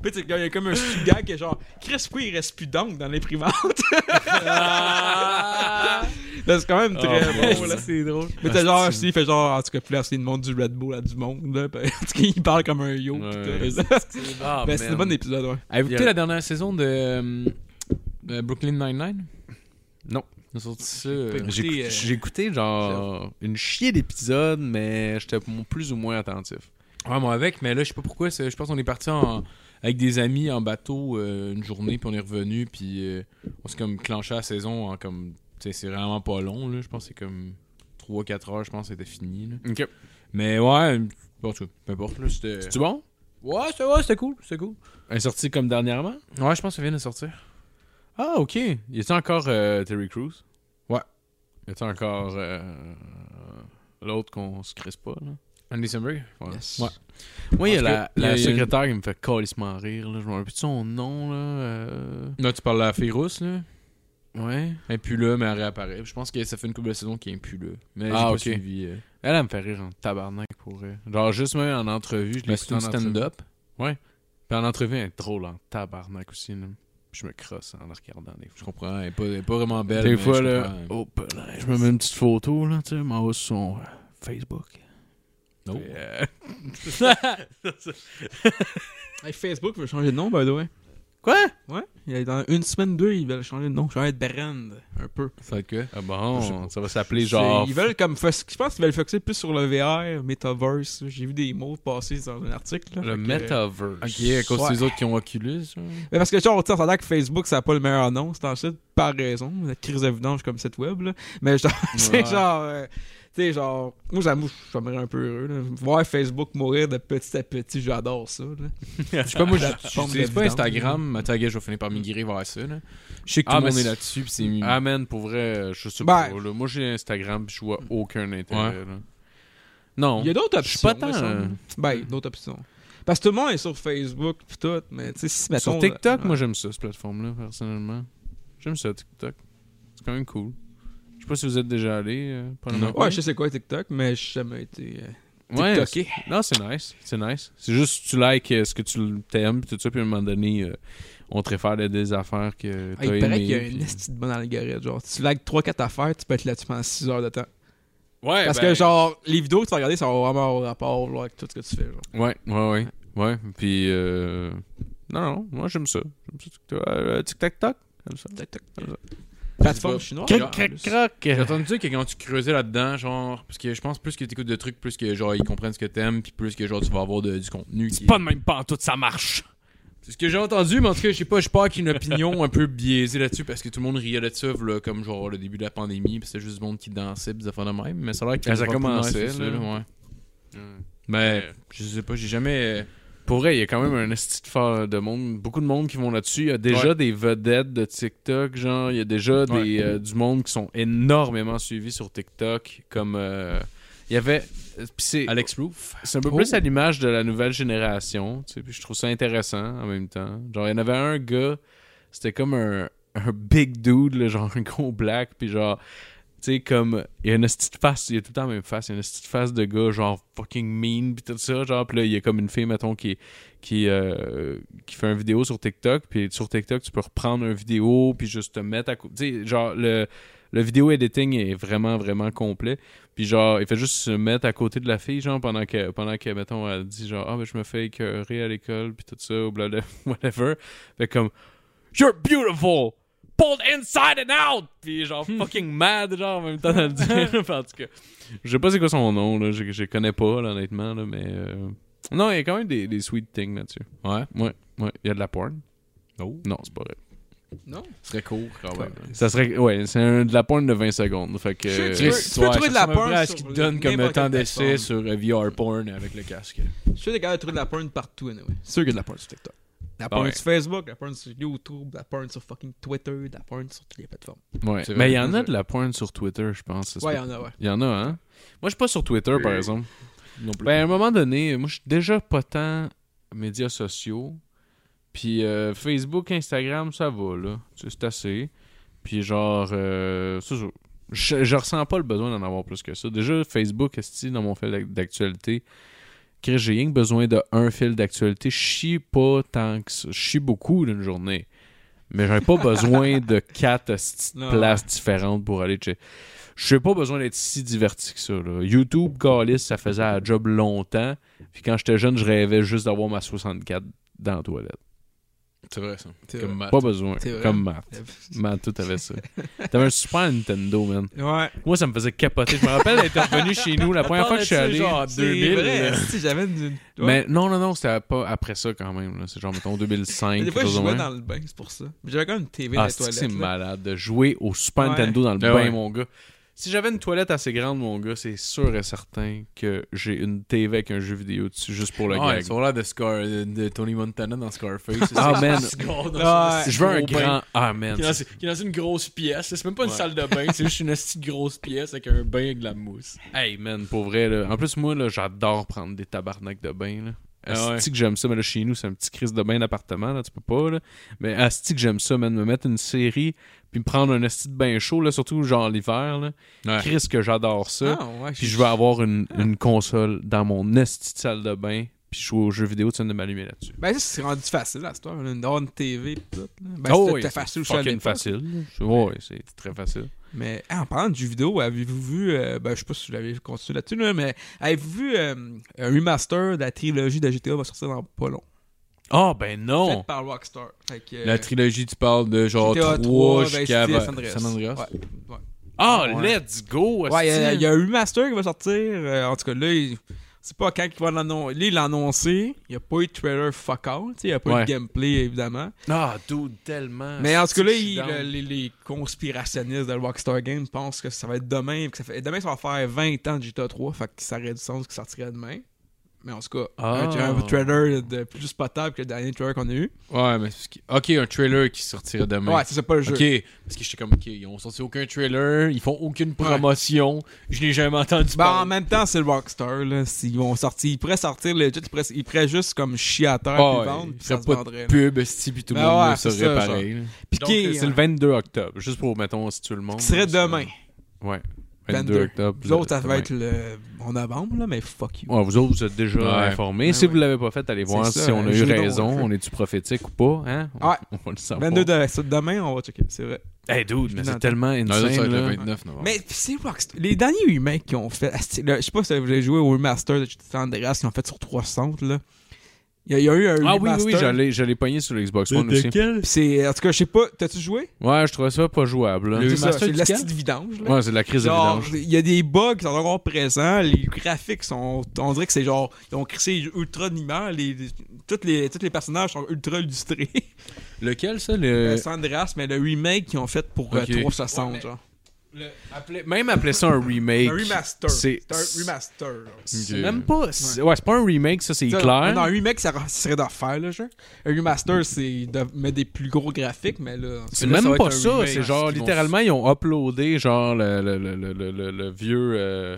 Speaker 5: Puis tu sais, il y a comme un sous-gag qui est genre, Chris, pourquoi il reste plus donc dans l'imprimante?
Speaker 4: Ah,
Speaker 5: Là, c'est quand même très
Speaker 4: Oh,
Speaker 5: bon, là.
Speaker 3: c'est drôle.
Speaker 5: Mais
Speaker 4: Ah,
Speaker 5: t'as genre, il fait genre, en tout cas, plus là, c'est le monde du Red Bull, là, du monde, là. Puis, en tout cas, il parle comme un yo, pis
Speaker 4: Ouais.
Speaker 5: tout.
Speaker 4: Ah,
Speaker 5: Ben, c'est un
Speaker 4: man.
Speaker 5: bon épisode, ouais.
Speaker 3: Avez-vous
Speaker 4: Il y
Speaker 3: écouté
Speaker 4: a-
Speaker 3: la dernière saison de euh, euh, Brooklyn Nine-Nine
Speaker 4: Non.
Speaker 3: Ils ont sorti ça. euh,
Speaker 5: écouté.
Speaker 4: J'ai écouté-
Speaker 5: euh,
Speaker 4: j'ai écouté, genre, une chier d'épisodes, mais j'étais plus ou moins attentif.
Speaker 3: Ouais, moi avec, mais là, je sais pas pourquoi. c'est- Je pense qu'on est parti en- avec des amis en bateau euh, une journée, puis on est revenu, puis euh, on s'est comme clenché la saison en comme. Tu sais, c'est vraiment pas long, là. Je pense que c'est comme 3-4 heures, je pense que c'était fini, là.
Speaker 4: Ok.
Speaker 3: Mais ouais, en tout cas, peu importe, là. C'était.
Speaker 4: C'est-tu bon?
Speaker 3: Ouais, c'était ouais, c'était cool, c'était cool.
Speaker 4: Un sorti comme dernièrement?
Speaker 3: Ouais, je pense que ça vient de sortir.
Speaker 4: Ah, ok. Y a-t-il encore euh, Terry Crews?
Speaker 3: Ouais.
Speaker 4: Y a-t-il encore euh, l'autre qu'on se crisse pas, là?
Speaker 3: Andy Samberg
Speaker 4: Ouais.
Speaker 5: Yes.
Speaker 3: Ouais.
Speaker 4: Moi, y a
Speaker 3: En
Speaker 4: la,
Speaker 3: tout cas,
Speaker 4: la
Speaker 3: y a- y a-
Speaker 4: secrétaire qui me fait calissement rire, là. Je me rappelle plus de son nom, là. euh,
Speaker 3: Là, tu parles de la fille rousse, là.
Speaker 4: Ouais.
Speaker 3: Elle est plus là, mais elle réapparaît. Je pense que ça fait une couple de saisons qu'elle est plus là. Mais
Speaker 4: Ah,
Speaker 3: j'ai
Speaker 4: ok.
Speaker 3: pas suivi. euh.
Speaker 4: Elle, elle me fait rire en tabarnak pour elle. Genre, juste même en entrevue, je l'ai
Speaker 3: Mais c'est
Speaker 4: écoutée en
Speaker 3: une
Speaker 4: entrevue.
Speaker 3: stand-up.
Speaker 4: Puis en entrevue, elle est drôle en tabarnak aussi, là. Puis je me crosse en la regardant des
Speaker 3: Je
Speaker 4: fois.
Speaker 3: comprends, elle est pas, elle est pas vraiment belle.
Speaker 4: des
Speaker 3: mais
Speaker 4: fois,
Speaker 3: je
Speaker 4: là,
Speaker 3: comprends.
Speaker 4: oh, ben, là, je me mets une petite photo, là, tu sais, je m'en vais sur son euh, Facebook.
Speaker 3: Non.
Speaker 4: Puis, euh,
Speaker 5: Hey, Facebook veut changer de nom, by the way.
Speaker 4: Quoi?
Speaker 5: Ouais. Il y a- Dans une semaine, deux, ils veulent changer de nom. Ça va être Brand, un peu.
Speaker 3: Ça va être quoi?
Speaker 4: Ah bon, ça va s'appeler
Speaker 5: C'est-
Speaker 4: genre.
Speaker 5: Ils veulent comme. fos- Je pense qu'ils veulent focuser plus sur le VR, Metaverse. J'ai vu des mots passer dans un article. là. Fait
Speaker 4: Le
Speaker 5: que-
Speaker 4: metaverse.
Speaker 3: Ok, à cause
Speaker 5: Ouais.
Speaker 3: des autres qui ont Oculus. hein.
Speaker 5: Mais parce que, genre, tu sais, on s'entend que Facebook, ça n'a pas le meilleur nom, c'est ensuite par raison, la crise de vidange comme cette web, là. Mais, genre, c'est genre. euh, tu sais, genre, moi, j'avoue, je suis un peu heureux. là. Voir Facebook mourir de petit à petit, j'adore ça. Là.
Speaker 3: Je sais pas, moi,
Speaker 5: forme
Speaker 3: j'utilise
Speaker 5: de
Speaker 3: pas
Speaker 5: vidange.
Speaker 3: Instagram. mais T'inquiète, je vais finir par migrer vers ça. là. Je sais que tout
Speaker 4: Ah,
Speaker 3: le
Speaker 4: mais
Speaker 3: monde est
Speaker 4: c'est-
Speaker 3: là-dessus, puis c'est.
Speaker 4: Ah man, pour vrai, euh, je sais
Speaker 5: Ben-
Speaker 4: pas. là. Moi j'ai Instagram, puis je vois aucun intérêt. là. Non.
Speaker 5: Il y a d'autres
Speaker 4: Je suis
Speaker 5: options.
Speaker 4: pas tant,
Speaker 5: me semble.
Speaker 4: euh,
Speaker 5: Ben, il y a d'autres options. Parce que tout le monde est sur Facebook pis tout, mais tu sais, si euh, mettons...
Speaker 4: Sur Ben, TikTok,
Speaker 5: ouais.
Speaker 4: moi j'aime ça, cette plateforme-là, personnellement. J'aime ça, TikTok. C'est quand même cool. Je sais pas si vous êtes déjà allé. euh, probablement
Speaker 5: Ouais,
Speaker 4: pas.
Speaker 5: je sais c'est quoi TikTok, mais j'ai jamais été... euh,
Speaker 4: Ouais,
Speaker 5: TikToké.
Speaker 4: c'est- Non, c'est nice. C'est nice. C'est juste que tu likes euh, ce que tu t'aimes, puis tout ça, puis à un moment donné, euh, on te réfère à des affaires que
Speaker 5: Ah,
Speaker 4: t'as
Speaker 5: il paraît qu'il y a
Speaker 4: aimées,
Speaker 5: une
Speaker 4: puis-
Speaker 5: esti de bonne algorithme. Genre, tu likes 3-4 affaires, tu peux être là-dessus pendant 6 heures de temps.
Speaker 4: Ouais,
Speaker 5: Parce
Speaker 4: ben,
Speaker 5: que, genre, les vidéos que tu vas regarder, ça va vraiment au rapport genre, avec tout ce que tu fais. Genre.
Speaker 4: Ouais, ouais, ouais. Ouais, puis... euh, Non, non, moi j'aime ça. J'aime ça, TikTok. Euh, TikTok, j'aime ça.
Speaker 5: TikTok.
Speaker 4: Ouais.
Speaker 5: Plateforme chinoise.
Speaker 4: Cric,
Speaker 5: genre, en
Speaker 4: cric,
Speaker 5: plus.
Speaker 4: croc.
Speaker 3: J'ai entendu dire que quand tu creusais là-dedans, genre, parce que je pense plus que t'écoutes de trucs, plus que genre ils comprennent ce que t'aimes, puis plus que genre tu vas avoir de- du contenu. qui-
Speaker 1: C'est pas de même pas en tout, ça marche.
Speaker 3: C'est ce que j'ai entendu, mais en tout cas, je sais pas, je pars qu'il y a une opinion un peu biaisée là-dessus parce que tout le monde riait de ça, là, comme genre le début de la pandémie, puis c'était juste du monde qui dansait, puis des affaires de même. Mais ça a l'air que
Speaker 4: Ah, ça commençait, là.
Speaker 3: ouais. Mais je sais pas, j'ai jamais. euh,
Speaker 4: Pour vrai, il y a quand même un esti de fort de monde, beaucoup de monde qui vont là-dessus. Il y a déjà
Speaker 3: Ouais.
Speaker 4: des vedettes de TikTok, genre, il y a déjà des,
Speaker 3: Ouais.
Speaker 4: euh, du monde qui sont énormément suivis sur TikTok, comme... euh, Il y avait... euh, puis c'est-
Speaker 3: Alex Roof.
Speaker 4: C'est un peu
Speaker 3: Oh.
Speaker 4: plus à l'image de la nouvelle génération, tu sais, puis je trouve ça intéressant en même temps. Genre, il y en avait un gars, c'était comme un, un big dude, là, genre un gros black, puis genre, tu sais, comme, il y a une petite face, il y a tout le temps la même face, il y a une petite face de gars, genre fucking mean, puis tout ça, genre, puis là, il y a comme une fille, mettons, qui, qui, euh, qui fait une vidéo sur TikTok, puis sur TikTok, tu peux reprendre une vidéo, puis juste te mettre à... co- Tu sais, genre, le, le vidéo editing est vraiment, vraiment complet. Puis genre, il fait juste se mettre à côté de la fille, genre, pendant que, pendant que mettons, elle dit genre, ah, ben je me fais écœurer à l'école, puis tout ça, ou blabla, whatever. Fait comme, You're beautiful! Pulled inside and out! Puis genre,
Speaker 3: Hmm.
Speaker 4: fucking mad, genre, en même temps, dans le dire. en tout cas, je sais pas c'est quoi son nom, là, je, je connais pas, là, honnêtement, là, mais. euh, Non, il y a quand même des, des sweet things là-dessus.
Speaker 3: Ouais.
Speaker 4: Ouais, ouais. Il y a de la porn?
Speaker 3: Oh.
Speaker 4: Non, c'est pas vrai.
Speaker 5: Non.
Speaker 3: Très court quand même.
Speaker 4: Ça serait. Ouais, c'est un- de la porn de 20 secondes. Fait que.
Speaker 5: Sure,
Speaker 3: Tu
Speaker 5: peux-
Speaker 3: peux,
Speaker 5: tu peux trouver de la porn
Speaker 3: à ce
Speaker 5: sur
Speaker 3: qu'ils te donnent comme
Speaker 5: n'importe
Speaker 3: temps
Speaker 5: quelle
Speaker 3: d'essai
Speaker 5: plateforme.
Speaker 3: sur euh, VR porn avec le casque.
Speaker 5: Je suis sûr qu'il y a de la porn partout, anyway. C'est sûr qu'il y a de la porn sur TikTok. La porn
Speaker 4: Ouais.
Speaker 5: sur Facebook, la porn sur YouTube, la porn sur fucking Twitter, la porn sur toutes les plateformes.
Speaker 4: Ouais.
Speaker 3: C'est vrai.
Speaker 4: Mais il y en a de la porn sur Twitter, je pense. ça se
Speaker 5: Ouais,
Speaker 4: peut-
Speaker 5: il y en a, ouais.
Speaker 4: Il y en a, hein? Moi, je suis pas sur Twitter, par exemple.
Speaker 3: Non plus.
Speaker 4: Ben, à un moment donné, moi, je suis déjà pas tant médias sociaux. Puis euh, Facebook, Instagram, ça va, là. Tu sais, C'est assez. Puis genre, euh, c'est ça. Je, je ressens pas le besoin d'en avoir plus que ça. Déjà, Facebook, est dans mon fil d'ac- d'actualité, Chris, j'ai rien que besoin de un fil d'actualité. Je chie pas tant que ça. Je chie beaucoup d'une journée. Mais j'en ai pas besoin de quatre esti de
Speaker 5: Non.
Speaker 4: places différentes pour aller checker. Je n'ai pas besoin d'être si diverti que ça. là. YouTube, Calis, ça faisait un job longtemps. Puis quand j'étais jeune, je rêvais juste d'avoir ma 64 dans la toilette.
Speaker 3: C'est vrai ça.
Speaker 5: C'est
Speaker 3: Comme Matt.
Speaker 4: Pas besoin.
Speaker 5: C'est vrai.
Speaker 4: Comme Matt. Matt, tout avait ça. T'avais un super Nintendo, man.
Speaker 5: Ouais.
Speaker 4: Moi, ça me faisait capoter. Je me rappelle d'être revenu chez nous la première fois que je suis allé.
Speaker 3: Genre en
Speaker 5: C'est
Speaker 3: 2000.
Speaker 5: vrai,
Speaker 3: là.
Speaker 5: si j'avais une.
Speaker 4: Mais non, non, non, c'était pas après ça quand même. là. C'est genre, mettons, 2005.
Speaker 5: Mais des fois,
Speaker 4: quelque
Speaker 5: je
Speaker 4: chose de
Speaker 5: jouais
Speaker 4: même.
Speaker 5: dans le bain, c'est pour ça. Mais J'avais quand même une TV dans
Speaker 4: Ah,
Speaker 5: la
Speaker 4: c'est que c'est
Speaker 5: toilette. là.
Speaker 4: malade de jouer au Super
Speaker 5: Ouais.
Speaker 4: Nintendo dans le
Speaker 3: Ah
Speaker 4: bain,
Speaker 3: ouais.
Speaker 4: mon gars. Si j'avais une toilette assez grande, mon gars, c'est sûr et certain que j'ai une TV avec un jeu vidéo dessus juste pour le
Speaker 3: Ouais,
Speaker 4: gag.
Speaker 3: Ah, ils sont là de, Scar, de, de Tony Montana dans Scarface.
Speaker 4: Ah, man.
Speaker 5: Ah,
Speaker 4: Je veux un
Speaker 3: gros bain.
Speaker 4: grand. Ah, man.
Speaker 3: Qui est, dans, qui est dans une grosse pièce. C'est même pas une salle de bain, c'est juste une petite grosse pièce avec un bain avec de la mousse.
Speaker 4: Hey, man, pour vrai. Là. En plus, moi, là, j'adore prendre des tabarnaks de bain. Là.
Speaker 3: Ah ouais.
Speaker 4: Asti que j'aime ça, mais là, chez nous, c'est un petit crise de bain d'appartement, là, tu peux pas, là. Mais asti que j'aime ça, man, me mettre une série, puis me prendre un asti de bain chaud, là, surtout genre l'hiver, là.
Speaker 3: Ouais.
Speaker 4: Chris que j'adore ça.
Speaker 5: Ah, ouais,
Speaker 4: Puis je vais avoir une, une console dans mon esti de salle de bain. Puis jouer aux jeux vidéo, tu viens de m'allumer là-dessus.
Speaker 5: Ben, ça, c'est rendu facile à cette heure. là, D'avoir une TV et tout. là. Ben,
Speaker 4: Oh,
Speaker 5: c'était
Speaker 4: oui,
Speaker 5: c'était facile aussi à
Speaker 4: fucking
Speaker 5: l'époque.
Speaker 4: facile. Ouais, c'est très facile.
Speaker 5: Mais ah, en parlant de jeux vidéo, avez-vous vu. euh, ben, je sais pas si vous l'avez continué là-dessus, là, mais avez-vous vu euh, un remaster de la trilogie de GTA va sortir dans pas long
Speaker 4: Ah, ben non!
Speaker 5: Faite par Rockstar. Fait que, euh,
Speaker 3: La trilogie, tu parles de genre
Speaker 5: GTA
Speaker 3: 3
Speaker 4: ben,
Speaker 5: Vice
Speaker 3: jusqu'à
Speaker 5: City, ben, San Andreas.
Speaker 3: San Andreas.
Speaker 5: Ouais, ouais.
Speaker 4: Ah,
Speaker 5: Ouais.
Speaker 4: let's go!
Speaker 5: Ouais, il y a-
Speaker 4: hostie.
Speaker 5: il y, a un remaster qui va sortir. euh, en tout cas, là, il- c'est pas quand il va l'annoncer. Là, il l'a annoncé. Il n'y a pas eu de trailer fuck out. tu sais, Il n'y a pas
Speaker 4: Ouais.
Speaker 5: eu de gameplay, évidemment.
Speaker 4: Ah, dude, tellement.
Speaker 5: Mais en tout cas, là,
Speaker 4: Je suis
Speaker 5: il-
Speaker 4: down.
Speaker 5: le- les, les conspirationnistes de Rockstar Games pensent que ça va être demain. Que ça fait, demain, ça va faire 20 ans de GTA 3. Fait que ça aurait du sens que ça sortirait demain. Mais en tout cas, un,
Speaker 4: Ah.
Speaker 5: un trailer de plus potable que le dernier trailer qu'on a eu.
Speaker 3: Ouais, mais c'est parce que- Ok, un trailer qui sortira demain.
Speaker 5: Ouais, c'est ça, pas le jeu.
Speaker 3: Ok, parce que j'étais comme, ok, ils ont sorti aucun trailer, ils font aucune promotion, je n'ai jamais entendu
Speaker 5: Ben, en
Speaker 3: parler.
Speaker 5: même temps, c'est le Rockstar. Là. S'ils vont sortir, ils pourraient sortir le ils pourraient, ils pourraient juste comme chier à terre
Speaker 3: Ah
Speaker 5: puis
Speaker 3: ouais,
Speaker 5: vendre,
Speaker 3: il
Speaker 5: puis
Speaker 3: ferait
Speaker 5: ça se
Speaker 3: pas de
Speaker 5: vendrait. là.
Speaker 3: pub, si puis tout le
Speaker 5: Ben
Speaker 3: monde
Speaker 5: ouais,
Speaker 3: le
Speaker 5: c'est
Speaker 3: saurait
Speaker 5: ça,
Speaker 3: pareil. là.
Speaker 4: Donc, euh,
Speaker 5: Piqué,
Speaker 4: c'est le 22 octobre, juste pour, mettons, si tu le monde.
Speaker 5: qui serait
Speaker 4: là, ça-
Speaker 5: demain.
Speaker 4: Ouais. 22,
Speaker 5: 22
Speaker 4: octobre.
Speaker 5: Vous autres, ça
Speaker 4: demain.
Speaker 5: va être le... en novembre, là, mais fuck you.
Speaker 4: Ouais, vous autres, vous êtes déjà
Speaker 3: Ouais.
Speaker 4: informés.
Speaker 5: Ben
Speaker 4: si
Speaker 5: oui.
Speaker 4: vous l'avez pas fait, allez voir
Speaker 5: C'est ça,
Speaker 4: si on a
Speaker 5: euh,
Speaker 4: eu
Speaker 5: jeu d'eau,
Speaker 4: raison,
Speaker 5: un jeu.
Speaker 4: on est-tu prophétique ou pas. Hein? On-
Speaker 5: Ouais.
Speaker 4: On, va le savoir.
Speaker 5: 22 de... ça, demain, on va checker, c'est vrai.
Speaker 4: Hey, dude, mais
Speaker 5: Dans-
Speaker 4: c'est tellement
Speaker 3: Non, ça, ça va
Speaker 4: insane.
Speaker 3: être le
Speaker 4: là.
Speaker 3: 29 novembre.
Speaker 5: Mais pis c'est Rockstar. Les derniers remakes qu'ils ont fait, asti, là, je sais pas si vous avez joué au remaster de San Andreas qu'ils ont fait sur 300, là. Il y a, il y a eu un
Speaker 4: Ah oui,
Speaker 5: remaster.
Speaker 4: oui, j'allais, j'allais pogner sur l'Xbox One aussi.
Speaker 5: Pis c'est, en tout cas, je sais pas, t'as-tu joué?
Speaker 4: Ouais, je trouvais ça pas jouable. là.
Speaker 3: Le
Speaker 5: C'est ça,
Speaker 3: remaster
Speaker 5: c'est de la
Speaker 3: duquel?
Speaker 5: style de vidange, là.
Speaker 4: Ouais, c'est de la crise de
Speaker 5: Genre,
Speaker 4: vidange.
Speaker 5: il y a des bugs qui sont encore présents, les graphiques sont. On dirait que c'est genre. Ils ont crissé ultra nimants, les, les- tous les, tous les personnages sont ultra illustrés.
Speaker 3: Lequel, ça le...
Speaker 5: San Andreas, Euh, mais le remake qu'ils ont fait pour euh,
Speaker 3: Euh, Ok.
Speaker 5: 360, genre.
Speaker 4: Appelez- Même appeler ça un remake.
Speaker 5: Un remaster.
Speaker 4: C'est-
Speaker 5: C'est un remaster, là.
Speaker 4: C'est
Speaker 3: Ok.
Speaker 4: même pas. c'est- Ouais, c'est pas un remake, ça, c'est clair.
Speaker 5: Non, un remake, ça, ça serait d'en faire, le jeu. Un remaster, c'est de mettre des plus gros graphiques, mais là.
Speaker 4: C'est
Speaker 5: là,
Speaker 4: même
Speaker 5: va être
Speaker 4: pas
Speaker 5: un
Speaker 4: ça,
Speaker 5: remake. hein,
Speaker 4: c'est genre
Speaker 3: qu'ils vont-
Speaker 4: littéralement ils ont uploadé genre le, le- le- le- le- le- le vieux euh,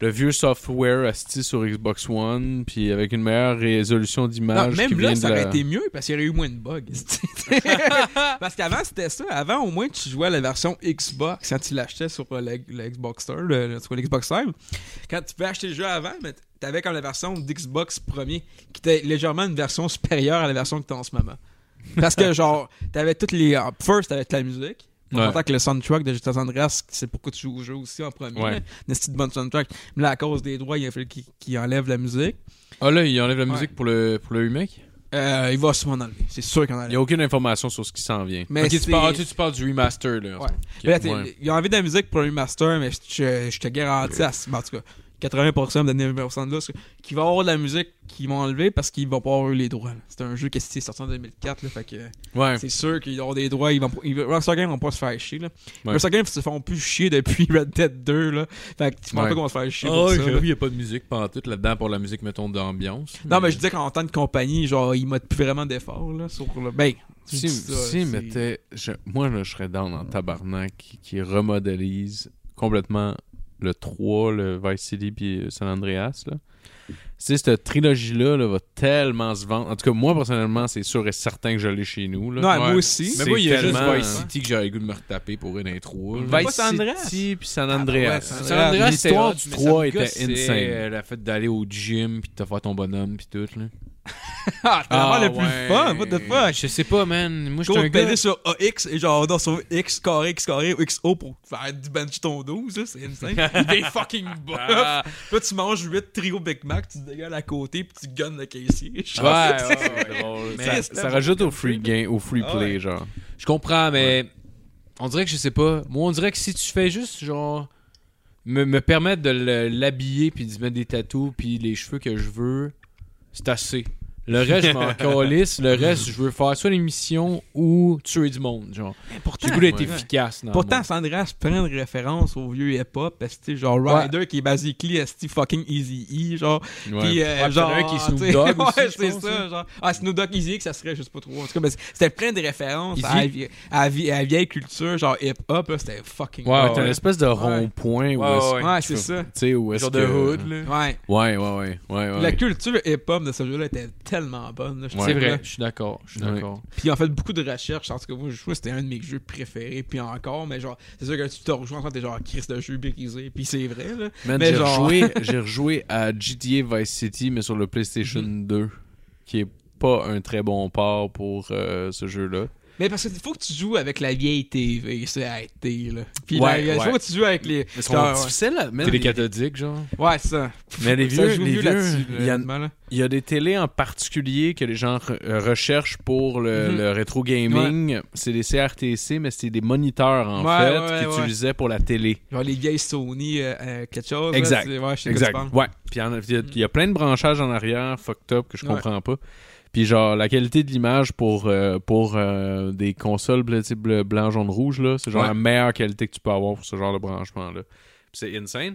Speaker 4: le vieux software asti sur Xbox One puis avec une meilleure résolution
Speaker 5: Non,
Speaker 4: d'image qui
Speaker 5: même
Speaker 4: vient
Speaker 5: là,
Speaker 4: de
Speaker 5: ça aurait
Speaker 4: la-
Speaker 5: été mieux parce qu'il y aurait eu moins de bugs. parce qu'avant, c'était ça. Avant, au moins, tu jouais à la version Xbox quand tu l'achetais sur euh, le, le Xbox Store, le, le- sur le Xbox Live. Quand tu pouvais acheter le jeu avant, mais t'avais comme la version d'Xbox premier qui était légèrement une version supérieure à la version que t'as en ce moment. Parce que, genre, t'avais toutes les. euh, first, t'avais toute la musique. On
Speaker 4: Ouais.
Speaker 5: s'entend que le soundtrack de GTA San Andreas, c'est pourquoi tu joues au jeu aussi en premier.
Speaker 4: Ouais.
Speaker 5: là. Une petite bonne soundtrack. Mais là, à cause des droits, il a fallu qu'ils qu'ils enlèvent la musique.
Speaker 3: Ah là, il enlève la
Speaker 5: Ouais.
Speaker 3: musique pour le pour le remake?
Speaker 5: Euh, il va sûrement en enlever. C'est sûr qu'il en enlève.
Speaker 4: Il n'y a aucune information sur ce qui s'en vient.
Speaker 5: Mais
Speaker 3: ok, tu
Speaker 5: c'est-
Speaker 3: parles, tu, tu parles du remaster, là. en
Speaker 5: Ouais.
Speaker 3: ce moment.
Speaker 5: Mais là, t'es-
Speaker 4: ouais.
Speaker 5: Ils ont envie de la musique pour un remaster, mais je, je- je te garantis, à, ce- ben, en tout cas, 80% de 90% de là, c'est qu'il va y avoir de la musique qu'ils vont enlever parce qu'ils vont pas avoir eu les droits. là. C'est un jeu qui est sorti en 2004, là, fait que
Speaker 4: Ouais.
Speaker 5: c'est sûr qu'ils auront des droits. Ils vont, pas- ils, Rockstar Games vont pas se faire chier. Là.
Speaker 4: Ouais.
Speaker 5: Rockstar Games se font plus chier depuis Red Dead 2, là. fait que tu penses
Speaker 4: Ouais.
Speaker 5: pas qu'on va se faire chier
Speaker 3: Ah
Speaker 5: pour
Speaker 3: ouais,
Speaker 5: ça.
Speaker 3: j'avoue,
Speaker 5: là.
Speaker 3: il n'y a pas de musique pendant tout là-dedans pour la musique, mettons, d'ambiance.
Speaker 5: Non, mais je disais qu'en tant que compagnie, genre, ils mettent plus vraiment d'efforts, là, sur le. Ben, tu
Speaker 4: Si,
Speaker 5: dis ça,
Speaker 4: si
Speaker 5: c'est-
Speaker 4: mettait- je- moi là, je serais down en tabarnak qui, qui remodélise complètement le 3, le Vice City puis euh, San Andreas là. Tu sais, cette trilogie là, va tellement se vendre. En tout cas, moi personnellement, c'est sûr et certain que je l'ai chez nous là.
Speaker 5: Non,
Speaker 3: Ouais.
Speaker 5: moi aussi.
Speaker 3: Mais moi, il y a
Speaker 4: C'est
Speaker 3: juste
Speaker 4: tellement-
Speaker 3: Vice City que j'aurais le goût de me retaper pour une intro. là.
Speaker 5: Pas
Speaker 4: Vice
Speaker 5: San Andreas.
Speaker 4: City puis San
Speaker 5: Ah ouais,
Speaker 4: Andreas.
Speaker 5: San
Speaker 3: San Andreas,
Speaker 4: L'histoire
Speaker 3: c'était hot,
Speaker 4: du
Speaker 3: mais
Speaker 4: 3
Speaker 3: ça me
Speaker 4: était
Speaker 3: gossait,
Speaker 4: insane.
Speaker 3: euh, La fait d'aller au gym, puis de te faire ton bonhomme, puis tout, là.
Speaker 5: Ah, t'as
Speaker 3: Ah,
Speaker 5: vraiment le
Speaker 3: ouais.
Speaker 5: plus fun, what the fuck?
Speaker 3: Je sais pas, man. Moi, j'étais
Speaker 5: Gros,
Speaker 3: un gars...
Speaker 5: t'es sur AX et genre, non, sur X carré, X carré ou XO pour faire du bench ton 12, là, c'est insane. Des fucking buff.
Speaker 3: Ah.
Speaker 5: Là, tu manges 8 trio Big Mac, tu te dégueules à côté puis tu gunnes le caissier.
Speaker 4: Ouais,
Speaker 5: genre.
Speaker 4: ouais, ouais, drôle.
Speaker 5: Mais
Speaker 4: Ça,
Speaker 5: c'était
Speaker 4: ça
Speaker 5: bon
Speaker 4: rajoute au free game, au free
Speaker 5: Ah
Speaker 4: play
Speaker 5: ouais.
Speaker 4: genre.
Speaker 3: Je comprends, mais on dirait que je sais pas. Moi, on dirait que si tu fais juste genre me, me permettre de le- l'habiller puis d'y mettre des tatous puis les cheveux que je veux, c'est assez. Le reste, je m'en calisse. Le reste, je veux faire soit l'émission ou tuer du monde. Genre, j'ai
Speaker 5: pourtant,
Speaker 3: le goût d'être
Speaker 5: ouais.
Speaker 3: efficace. Dans
Speaker 5: Pourtant, Sandra se prend une référence au vieux hip-hop, parce que, tu sais, genre, Ryder qui est basically esti fucking Easy E, genre.
Speaker 4: Ouais.
Speaker 5: Puis,
Speaker 3: Ouais,
Speaker 5: euh, genre,
Speaker 3: puis il y en a un qui est Snoop
Speaker 5: tu sais,
Speaker 3: Dogg aussi,
Speaker 5: ouais,
Speaker 3: je
Speaker 5: c'est
Speaker 3: pense,
Speaker 5: ça,
Speaker 3: hein.
Speaker 5: genre. Ah, Snoop Dogg, Easy E, que ça serait, je sais pas trop. En tout cas, mais c'était plein de références à la,
Speaker 3: Easy.
Speaker 5: vie- à la vie- à la vieille culture, genre hip-hop, là, c'était fucking.
Speaker 3: Ouais,
Speaker 4: Ah Ouais, t'as une espèce de rond-point où est-ce
Speaker 5: ouais, c'est ça.
Speaker 4: tu sais, où est-ce que...
Speaker 5: Ouais.
Speaker 4: Ouais, ouais, ouais. ouais, ouais.
Speaker 5: La culture hip-hop de ce jeu-là était tellement bonne. là, je
Speaker 3: C'est
Speaker 5: trouve,
Speaker 3: vrai,
Speaker 5: là.
Speaker 3: je suis d'accord. Je suis
Speaker 4: Ouais.
Speaker 3: d'accord.
Speaker 5: Puis en fait, beaucoup de recherches. En tout cas, moi, je trouve que c'était un de mes jeux préférés. Puis encore, mais genre, c'est sûr que tu te rejoins quand t'es genre Chris de jeu brisé. Puis c'est vrai, là.
Speaker 4: Man,
Speaker 5: Mais
Speaker 4: j'ai
Speaker 5: genre-
Speaker 4: rejoué, j'ai rejoué à GTA Vice City, mais Mm-hmm. sur le PlayStation 2, qui est pas un très bon port pour euh, ce jeu-là.
Speaker 5: Mais parce qu'il faut que tu joues avec la vieille TV, c'est arrêté, là. Puis
Speaker 4: Ouais,
Speaker 5: la- il
Speaker 4: ouais.
Speaker 5: faut que tu joues avec les.
Speaker 4: Mais
Speaker 5: Ah, ouais.
Speaker 4: difficiles à mettre.
Speaker 3: Télé cathodique, genre.
Speaker 5: Ouais, c'est ça.
Speaker 4: Mais les
Speaker 5: ça
Speaker 4: vieux,
Speaker 5: joue
Speaker 4: les
Speaker 5: mieux là-dessus,
Speaker 4: vieux,
Speaker 5: là,
Speaker 4: il y a-
Speaker 5: honnêtement, là.
Speaker 4: il y, a des télés en particulier que les gens re- euh, recherchent pour le,
Speaker 5: Mhm.
Speaker 4: le rétro gaming. C'est des CRTC, mais c'est des moniteurs en
Speaker 5: Ouais,
Speaker 4: fait
Speaker 5: ouais,
Speaker 4: qu'ils
Speaker 5: ouais.
Speaker 4: utilisaient pour la télé.
Speaker 5: Genre les vieilles Sony, euh, euh, quelque chose. là,
Speaker 4: Exact.
Speaker 5: c'est- ouais, je sais de quoi tu
Speaker 4: Exact.
Speaker 5: parles.
Speaker 4: Ouais. Puis il y en a- il y, a- il y a plein de branchages en arrière, fucked up, que je
Speaker 5: Ouais.
Speaker 4: comprends pas. Puis genre, la qualité de l'image pour, euh, pour euh, des consoles bleu- type bleu- blanc, jaune, rouge, là, c'est genre
Speaker 5: Ouais.
Speaker 4: la meilleure qualité que tu peux avoir pour ce genre de branchement-là. Puis c'est insane.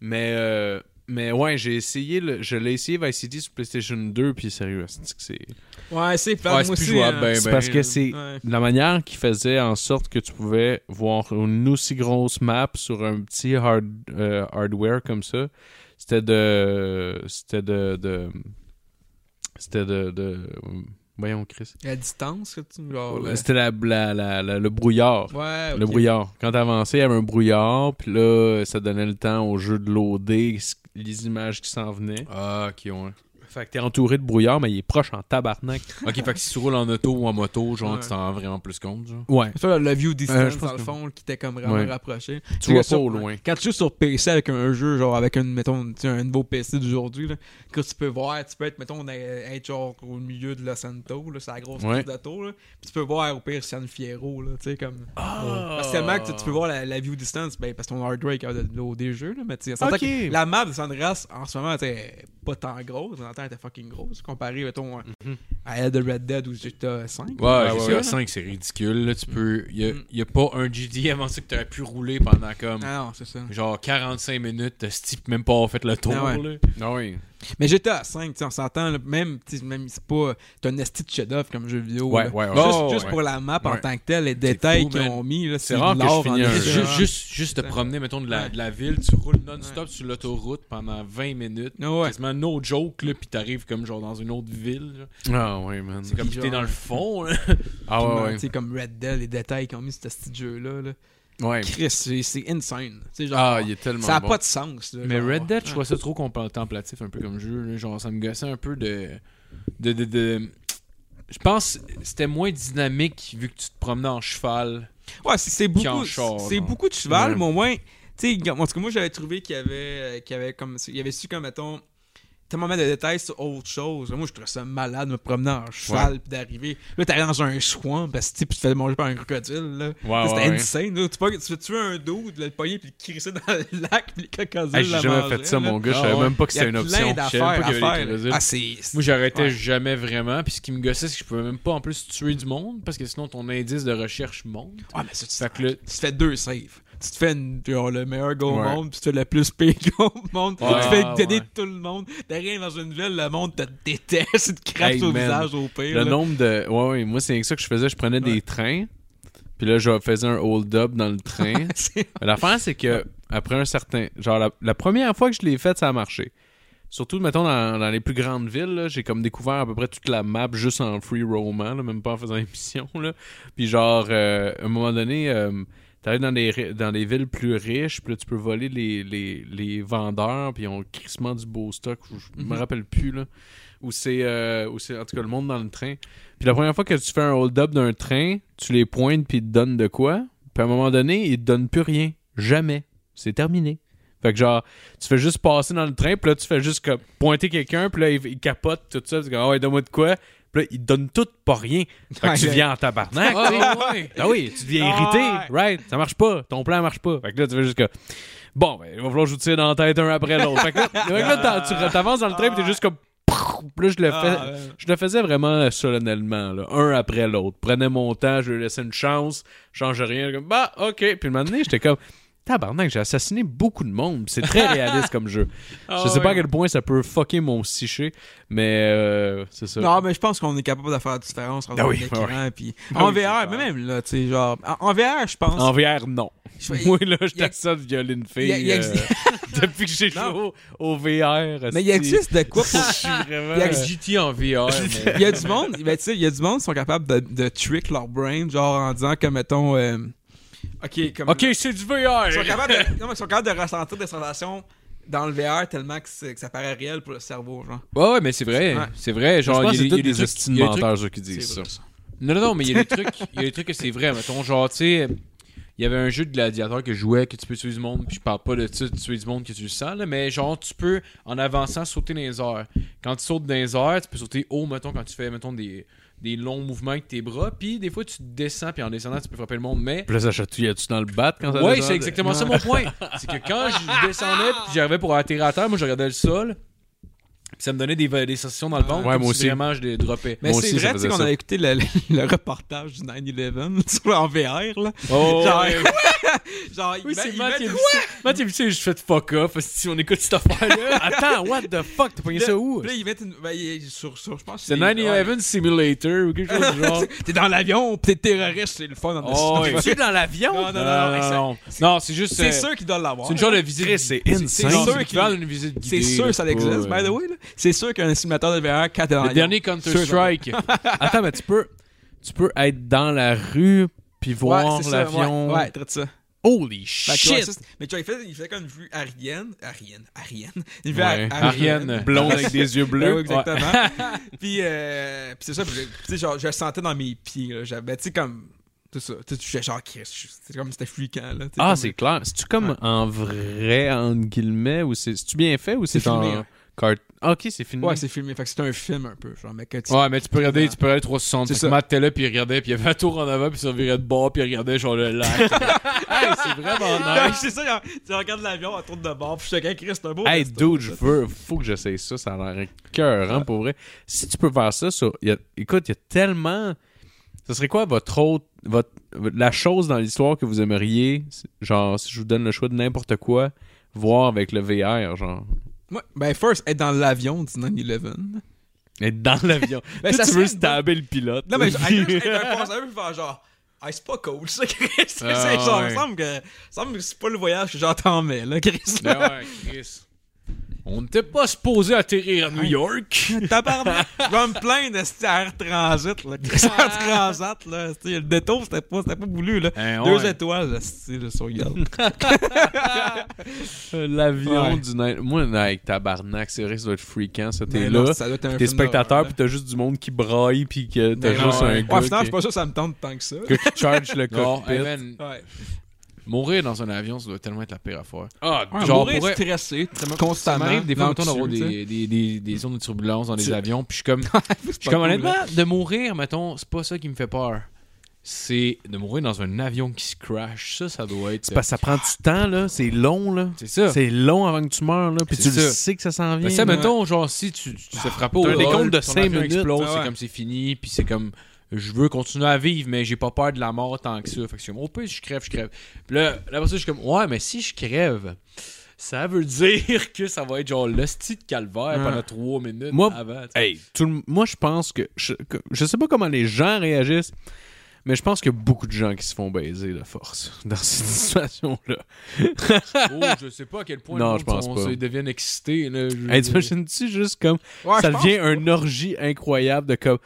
Speaker 4: Mais, euh, mais ouais, j'ai essayé, le- je l'ai essayé Vice City sur PlayStation 2, puis sérieux, c'est que c'est...
Speaker 5: Ouais, c'est plate,
Speaker 3: Ouais, c'est
Speaker 5: moi
Speaker 3: plus
Speaker 5: aussi.
Speaker 3: jouable,
Speaker 5: hein.
Speaker 3: ben,
Speaker 4: C'est
Speaker 3: ben,
Speaker 4: parce
Speaker 3: là.
Speaker 4: que c'est
Speaker 5: Ouais.
Speaker 4: la manière qui faisait en sorte que tu pouvais voir une aussi grosse map sur un petit hard, euh, hardware comme ça. C'était de. C'était de. de- c'était de, de- Voyons, Chris.
Speaker 5: La distance que tu. Genre, Oh, ouais.
Speaker 4: C'était la, la- la- la- le brouillard.
Speaker 5: Ouais,
Speaker 4: Le
Speaker 5: ok.
Speaker 4: brouillard. Quand t'avançais, il y avait un brouillard, puis là, ça donnait le temps au jeu de loader ce- les images qui s'en venaient.
Speaker 3: Ah, ok, ouais.
Speaker 4: Fait que t'es entouré de brouillard, mais il est proche en tabarnak.
Speaker 3: Ok, fait que si tu roules en auto ou en moto, genre,
Speaker 5: Ouais.
Speaker 3: tu t'en rends vraiment plus compte, genre.
Speaker 4: Ouais.
Speaker 5: C'est ça, le view distance,
Speaker 4: Euh, je pense
Speaker 5: dans le
Speaker 4: que-
Speaker 5: fond, qui était comme vraiment
Speaker 4: Ouais.
Speaker 5: rapproché.
Speaker 4: Tu vois
Speaker 5: que sur-
Speaker 4: pas au loin.
Speaker 5: Quand tu joues sur PC avec un jeu, genre avec une, mettons, tu sais, un nouveau PC d'aujourd'hui, là, que tu peux voir, tu peux être, mettons, euh, être genre au milieu de Los Santos, là, c'est la grosse
Speaker 4: Ouais.
Speaker 5: tour d'auto, là, puis tu peux voir au pire San Fierro, là, tu sais, comme...
Speaker 3: Ah.
Speaker 5: Parce que tellement que tu, tu peux voir la, la view distance, ben, parce que ton hard drive est capable de loader le jeu, là, mais tu sais, on s'entend
Speaker 4: Ok.
Speaker 5: que la map de Sandras, en ce moment, était pas tant grosse, dans le temps, elle était fucking grosse, comparée, mettons, à elle de Red Dead ou GTA 5.
Speaker 3: Ouais,
Speaker 4: Mhm. ouais,
Speaker 3: GTA
Speaker 4: ouais.
Speaker 3: 5, c'est ridicule. Là, tu peux. Il
Speaker 5: Mm.
Speaker 3: n'y a, pas un GD avant ça que tu aurais pu rouler pendant comme.
Speaker 5: Ah non, c'est ça.
Speaker 3: Genre 45 minutes, t'as ce type même pas fait le tour.
Speaker 5: Ah ouais.
Speaker 3: là.
Speaker 4: Non, oui.
Speaker 5: Mais GTA 5, tu sais, on s'entend, là, même, tu sais, même c'est pas. C'est un esti de chef-d'œuvre comme jeu vidéo.
Speaker 4: Ouais,
Speaker 5: là.
Speaker 4: ouais, ouais.
Speaker 5: Juste,
Speaker 3: Oh,
Speaker 5: juste
Speaker 3: ouais.
Speaker 5: pour la map en
Speaker 4: Ouais.
Speaker 5: tant que telle, les
Speaker 3: fou,
Speaker 5: détails qu'ils
Speaker 3: man.
Speaker 5: ont mis. là,
Speaker 4: C'est
Speaker 5: de
Speaker 4: rare que je
Speaker 5: l'or
Speaker 4: finis
Speaker 5: en
Speaker 4: un
Speaker 5: esti,
Speaker 4: jeu.
Speaker 5: genre.
Speaker 3: Juste, juste, juste te
Speaker 5: Ouais.
Speaker 3: promener, mettons, de la,
Speaker 5: Ouais.
Speaker 3: de la ville, tu roules non-stop sur l'autoroute pendant 20 minutes.
Speaker 5: Ah ouais.
Speaker 3: Quasiment no joke, là, pis t'arrives comme genre dans une autre ville. genre.
Speaker 4: Ah, ouais, man.
Speaker 3: C'est comme
Speaker 5: Puis
Speaker 3: t'es
Speaker 5: genre-
Speaker 3: dans le fond. là.
Speaker 4: Ah, ouais,
Speaker 5: Puis,
Speaker 4: ouais.
Speaker 5: tu sais, comme Red Dead, les détails qu'ils ont mis sur ce petit jeu-là. Là.
Speaker 4: Ouais.
Speaker 5: Chris, c'est c'est insane. Tu sais, genre,
Speaker 4: Ah, il est tellement
Speaker 5: ça n'a
Speaker 4: bon.
Speaker 5: pas de sens. là,
Speaker 3: Mais
Speaker 5: genre.
Speaker 3: Red Dead, je trouvais ça trop contemplatif un peu comme jeu. là. Genre, ça me gossait un peu de. de, de, de- Je pense que c'était moins dynamique vu que tu te promenais en cheval.
Speaker 5: Ouais, c'est- c'est
Speaker 3: Qui en
Speaker 5: beaucoup,
Speaker 3: char,
Speaker 5: c'est
Speaker 3: genre.
Speaker 5: beaucoup de cheval,
Speaker 4: Ouais.
Speaker 5: mais au moins, tu sais, gars, en tout cas, moi j'avais trouvé qu'il y avait, euh, qu'il y avait comme, il y avait su comme mettons tellement de détails sur autre chose. Moi, je trouvais ça malade de me promener en cheval puis d'arriver. Là, t'arrives dans un swamp parce que tu sais, puis tu te fais manger par un crocodile. Là.
Speaker 4: Ouais,
Speaker 5: C'était
Speaker 4: ouais, ouais.
Speaker 5: insane. là. Tu, peux, tu fais tuer un dos, de le pogner puis le crisser dans le lac puis les crocodiles.
Speaker 4: Hey,
Speaker 5: la
Speaker 4: J'ai jamais
Speaker 5: mangeaient,
Speaker 4: fait ça,
Speaker 5: là.
Speaker 4: mon gars. Je
Speaker 3: Ah,
Speaker 4: savais
Speaker 3: ouais.
Speaker 4: même pas que
Speaker 5: Il y a
Speaker 4: c'était une
Speaker 5: plein
Speaker 4: option.
Speaker 5: d'affaires
Speaker 3: savais pas
Speaker 5: à
Speaker 3: qu'il y avait des
Speaker 5: faire.
Speaker 3: crocodiles.
Speaker 5: Ah, c'est.
Speaker 3: Moi, j'arrêtais
Speaker 5: Ouais.
Speaker 3: jamais vraiment. Puis ce qui me gossait, c'est que je pouvais même pas en plus tuer du monde parce que sinon ton indice de recherche monte.
Speaker 5: Ah, mais ça, tu,
Speaker 3: Fait que là-
Speaker 5: tu te fais deux saves. Tu te fais une- genre, le meilleur go au
Speaker 4: Ouais.
Speaker 5: monde, puis tu te fais le plus pire go au monde.
Speaker 3: Ouais,
Speaker 5: tu fais
Speaker 3: ouais.
Speaker 5: t'aider tout le monde. T'arrives dans une ville, le monde te déteste. Tu te craches
Speaker 4: Hey,
Speaker 5: au
Speaker 4: man.
Speaker 5: visage au pire.
Speaker 4: Le
Speaker 5: là.
Speaker 4: nombre de. Ouais, ouais. Moi, c'est ça que je faisais. Je prenais
Speaker 5: Ouais.
Speaker 4: des trains. Puis là, je faisais un hold-up dans le train.
Speaker 5: C'est-
Speaker 4: Mais L'affaire, c'est que après un certain. Genre, la, la première fois que je l'ai faite, ça a marché. Surtout, mettons, dans, dans les plus grandes villes, là, j'ai comme découvert à peu près toute la map juste en free roamant, là, même pas en faisant une mission. Là. Puis genre, euh, à un moment donné, euh, t'arrives dans des, ri- dans des villes plus riches, puis là, tu peux voler les, les, les vendeurs, puis ils ont crissement du beau stock, ou je me
Speaker 5: Mhm.
Speaker 4: rappelle plus, là. Ou c'est, euh, ou c'est, en tout cas, le monde dans le train. Puis la première fois que tu fais un hold-up d'un train, tu les pointes, puis ils te donnent de quoi. Puis à un moment donné, ils te donnent plus rien. Jamais. C'est terminé. Fait que genre, tu fais juste passer dans le train, puis là, tu fais juste comme pointer quelqu'un, puis là, il, il capote tout ça, puis comme, oh, donne-moi de quoi. Puis là, il te donne tout, pas rien. Fait que tu
Speaker 5: Ouais.
Speaker 4: viens en tabarnak. tu sais. Ah oui, tu deviens irrité,
Speaker 5: Ah ouais.
Speaker 4: right? Ça marche pas, ton plan marche pas. Fait que là, tu fais juste que. Bon, ben, il va falloir que je vous tire dans la tête un après l'autre. Fait que là, fait que là, t'en- tu t'avances dans le train, pis t'es juste comme. Puis là, je le, fais-
Speaker 5: Ah, ouais.
Speaker 4: je le faisais vraiment euh, solennellement, là, un après l'autre. Prenais mon temps, je lui laissais une chance, je changeais rien. Comme, bah, ok. Puis le moment donné, j'étais comme, tabarnak, j'ai assassiné beaucoup de monde. C'est très réaliste comme jeu. je sais pas à quel point ça peut fucker mon psyché, mais euh, c'est ça.
Speaker 5: Non, mais je pense qu'on est capable de faire la différence entre
Speaker 4: Ah oui,
Speaker 5: un écran
Speaker 4: ouais.
Speaker 5: puis
Speaker 4: Ah
Speaker 5: en
Speaker 4: oui,
Speaker 5: VR,
Speaker 4: c'est
Speaker 5: mais
Speaker 4: clair.
Speaker 5: même là, tu sais, genre en, en VR, je pense.
Speaker 4: En VR, non.
Speaker 5: je fais-
Speaker 4: Moi, là, je
Speaker 5: il y a-
Speaker 4: t'assure violer une
Speaker 5: il y a- il
Speaker 4: fille
Speaker 5: y a-
Speaker 4: euh, depuis que j'ai joué
Speaker 5: Non.
Speaker 4: au, au VR.
Speaker 5: mais il existe de quoi pour
Speaker 4: vraiment...
Speaker 5: il y a-
Speaker 3: GT en VR. mais-
Speaker 5: Il y a du monde, ben, tu sais, il y a du monde qui sont capables de, de trick leur brain, genre en disant comme mettons euh, OK,
Speaker 4: euh,
Speaker 5: comme
Speaker 3: Ok, c'est du VR.
Speaker 5: Ils sont capables de, non, mais ils sont capables de ressentir des sensations dans le VR tellement que, c'est- que ça paraît réel pour le cerveau, genre.
Speaker 3: Ouais, ouais, mais c'est vrai.
Speaker 5: Ouais.
Speaker 3: C'est vrai.
Speaker 4: Genre,
Speaker 3: Genre,
Speaker 4: je pense
Speaker 3: il y a
Speaker 4: que c'est tous
Speaker 3: des
Speaker 4: des
Speaker 3: trucs- il y a des
Speaker 4: estimateurs
Speaker 3: trucs-
Speaker 4: ceux qui disent ça.
Speaker 3: Non, non, non, mais il y a des trucs, il y a des trucs que c'est vrai. Mettons, genre, tu sais, il y avait un jeu de gladiateur que je jouais que tu peux tuer du monde, puis je parle pas de ça, tu tuer du monde que tu le sens, là, mais genre, tu peux, en avançant, sauter dans les airs. Quand tu sautes dans les airs, tu peux sauter haut, mettons, quand tu fais, mettons, des, des longs mouvements avec tes bras, puis des fois, tu descends, puis en descendant, tu peux frapper le monde, mais.
Speaker 4: Puis là, ça chatouillait-tu dans le bat quand ça
Speaker 3: Ouais,
Speaker 4: descendait?
Speaker 3: c'est exactement ça mon point. C'est que quand je descendais, puis j'arrivais pour atterrir à terre, moi, je regardais le sol, puis ça me donnait des, des sensations dans le ventre,
Speaker 4: Ouais,
Speaker 3: comme
Speaker 4: moi
Speaker 3: si
Speaker 4: aussi.
Speaker 3: vraiment je les droppais.
Speaker 5: Mais
Speaker 4: Moi
Speaker 5: c'est
Speaker 4: aussi, ça
Speaker 5: vrai, tu sais,
Speaker 4: faisait
Speaker 5: qu'on
Speaker 4: ça.
Speaker 5: a écouté le, le reportage du 9-11 sur- en VR, là.
Speaker 3: Oh,
Speaker 5: genre,
Speaker 3: ouais.
Speaker 5: genre,
Speaker 3: Oui,
Speaker 5: il
Speaker 3: c'est
Speaker 5: met-
Speaker 3: Matt
Speaker 5: il
Speaker 3: qui
Speaker 5: met-
Speaker 3: a vu ça. Matt, il a vu ça, je fais de fuck off. Si on écoute cette affaire-là.
Speaker 4: Attends, what the fuck? T'as pogné ça où?
Speaker 5: Puis là, ils mettent une. ben, il- sur, sur, je pense que
Speaker 3: C'est 9-11 Simulator ou quelque chose du genre.
Speaker 5: T'es dans l'avion, pis t'es terroriste, c'est le fun. en
Speaker 3: Oh,
Speaker 5: esti.
Speaker 3: oui.
Speaker 4: Tu es dans l'avion?
Speaker 5: Non, non, non, non,
Speaker 3: Non, non,
Speaker 5: c'est-
Speaker 3: non. Non, c'est juste.
Speaker 5: C'est
Speaker 3: euh,
Speaker 5: sûr qu'ils doivent l'avoir.
Speaker 3: C'est une genre de visite.
Speaker 4: Chris, c'est
Speaker 3: c'est-
Speaker 4: insane.
Speaker 3: C'est
Speaker 5: sûr
Speaker 3: sûr
Speaker 5: qu'il-
Speaker 3: qu'il une visite guidée.
Speaker 5: C'est sûr
Speaker 3: là,
Speaker 5: que ça
Speaker 3: pas,
Speaker 5: existe,
Speaker 3: euh,
Speaker 5: by the way. là. C'est sûr qu'un simulateur de VR, quand t'es dans
Speaker 3: Le
Speaker 5: l'avion-
Speaker 3: dernier Counter-Strike.
Speaker 4: Attends, mais tu peux, tu peux être dans la rue puis
Speaker 5: Ouais,
Speaker 4: voir
Speaker 5: c'est ça,
Speaker 4: l'avion.
Speaker 5: Ouais, ouais, traite ça.
Speaker 4: Holy
Speaker 5: Fait que, ouais,
Speaker 4: shit!
Speaker 5: ça, c'est- mais Bah, tu vois, il fait, il fait comme une vue aérienne. Aérienne. Aérienne. Une vue
Speaker 4: Ouais.
Speaker 5: aérienne.
Speaker 3: Ariane.
Speaker 4: Blonde avec des yeux
Speaker 5: Bleu,
Speaker 4: bleus.
Speaker 5: Ben exactement. puis, euh, puis c'est ça, puis je- tu sais, genre, je le sentais dans mes pieds. là. J'avais, ben, tu sais, comme. Tout ça. Tu sais, je suis genre, Chris, je- c'est comme c'était fliquant, là. Tu sais,
Speaker 4: Ah,
Speaker 5: comme-
Speaker 4: c'est clair. C'est-tu comme en vrai, entre guillemets, ou c'est- c'est-tu bien fait ou c'est
Speaker 5: C'est
Speaker 4: en
Speaker 5: filmé, hein.
Speaker 4: cart... Ah, Ok, c'est filmé.
Speaker 5: Ouais, c'est filmé. Fait que c'est un film un peu. Genre, mais que tu.
Speaker 3: Ouais, mais tu peux regarder, tu peux regarder 360.
Speaker 5: C'est
Speaker 3: Fait que
Speaker 5: ça.
Speaker 3: Matt était là, puis il regardait, puis il y avait un tour en avant, puis il se revirait de bord, puis il regardait genre le lac. hey, c'est vraiment
Speaker 5: Non,
Speaker 3: nice.
Speaker 5: c'est ça, genre, tu regardes l'avion, elle tourne de bord, puis je te dis, Chris, c'est un beau.
Speaker 4: Hey,
Speaker 5: resto.
Speaker 4: dude, je veux, faut que j'essaye ça, ça a l'air cœur,
Speaker 5: Ah.
Speaker 4: hein, pour vrai. Si tu peux faire ça, sur, il y a- écoute, il y a tellement. Ce serait quoi votre autre. Votre, la chose dans l'histoire que vous aimeriez, genre, si je vous donne le choix de n'importe quoi, voir avec le VR, genre.
Speaker 5: Ouais, ben, first, être dans l'avion du 9-11.
Speaker 4: Être dans l'avion.
Speaker 5: Ben,
Speaker 4: Toi,
Speaker 5: ça
Speaker 4: tu veux
Speaker 5: serait une bonne-
Speaker 4: stabber le pilote.
Speaker 5: Non, mais je- hey, juste être un passager, puis faire genre. Hey, c'est pas cool, ça, Chris. C'est
Speaker 4: Ah,
Speaker 5: genre,
Speaker 4: ouais.
Speaker 5: il me semble que, il me semble que c'est pas le voyage que j'entends, mais, là, Chris.
Speaker 3: Ben ouais, Chris. On n'était pas supposé atterrir à New York.
Speaker 5: Tabarnak! Je vais me plaindre de cet air transit, là. Chris, en transat, là. Tu sais, Le détour, c'était pas, c'était pas voulu, là.
Speaker 3: Hein,
Speaker 5: Deux
Speaker 3: ouais.
Speaker 5: étoiles, là, c'est le sourire.
Speaker 4: Euh, L'avion
Speaker 5: Ouais.
Speaker 4: du night. Moi, avec tabarnak, c'est vrai, ça doit être freakant, ça. T'es
Speaker 5: Mais
Speaker 4: là,
Speaker 5: Ben non, ça doit être un
Speaker 4: t'es
Speaker 5: film
Speaker 4: spectateur,
Speaker 5: d'horreur,
Speaker 4: puis t'as juste du monde qui braille, puis que t'as
Speaker 5: Mais non,
Speaker 4: juste un
Speaker 5: ouais.
Speaker 4: gars
Speaker 5: Ouais, finalement, je
Speaker 4: qui,
Speaker 5: suis pas sûr que ça me tente tant que ça.
Speaker 4: que qui charge le
Speaker 3: Non,
Speaker 4: cockpit.
Speaker 3: hey, man,
Speaker 5: Ouais.
Speaker 3: mourir dans un avion, ça doit tellement être la pire affaire.
Speaker 4: Ah,
Speaker 5: Ouais,
Speaker 3: Genre,
Speaker 5: mourir
Speaker 3: pour vrai-
Speaker 5: stressé,
Speaker 3: Ça
Speaker 5: constamment.
Speaker 3: m'arrive des fois
Speaker 5: dans
Speaker 3: mettons,
Speaker 5: le
Speaker 3: d'avoir
Speaker 5: dessus, tu sais.
Speaker 3: des, des, des, des zones de turbulence dans les
Speaker 5: Tu-
Speaker 3: avions, puis je suis comme, je suis
Speaker 5: pas
Speaker 3: comme
Speaker 5: cool,
Speaker 3: honnêtement, de mourir, mettons, c'est pas ça qui me fait peur. C'est de mourir dans un avion qui se crash, ça, ça doit être.
Speaker 4: C'est parce que ça prend du temps, là. C'est long, là.
Speaker 3: C'est ça.
Speaker 4: C'est long avant que tu meurs, là. Puis
Speaker 3: C'est
Speaker 4: tu le
Speaker 3: ça.
Speaker 4: sais que ça s'en vient.
Speaker 3: Mais Bah, ça,
Speaker 4: là.
Speaker 3: mettons, genre, si tu, tu te fais frapper au
Speaker 4: T'as un
Speaker 3: rôle,
Speaker 4: décompte de
Speaker 3: ton
Speaker 4: cinq
Speaker 3: avion
Speaker 4: minutes.
Speaker 3: explose,
Speaker 5: Ah ouais.
Speaker 3: c'est comme c'est fini, puis c'est comme, je veux continuer à vivre, mais j'ai pas peur de la mort tant que ça. Fait que c'est comme, oh, puis je crève, je crève. Puis là, là, après ça, je suis comme, ouais, mais si je crève, ça veut dire que ça va être genre l'hostie de calvaire
Speaker 4: Ah.
Speaker 3: pendant trois minutes
Speaker 4: Moi-
Speaker 3: avant. tu sais.
Speaker 4: Hey, tout le- moi, je pense que je... que- je sais pas comment les gens réagissent, mais je pense qu'il y a beaucoup de gens qui se font baiser de force dans cette situation-là.
Speaker 3: Oh, je sais pas à quel point
Speaker 4: Non,
Speaker 3: le
Speaker 4: je
Speaker 3: monde
Speaker 4: pense
Speaker 3: sont-
Speaker 4: pas.
Speaker 3: ils deviennent excités. Là, je-
Speaker 4: Hey, t'imagines-tu juste comme.
Speaker 5: Ouais,
Speaker 4: ça
Speaker 5: je pense-
Speaker 4: devient un orgie incroyable de comme.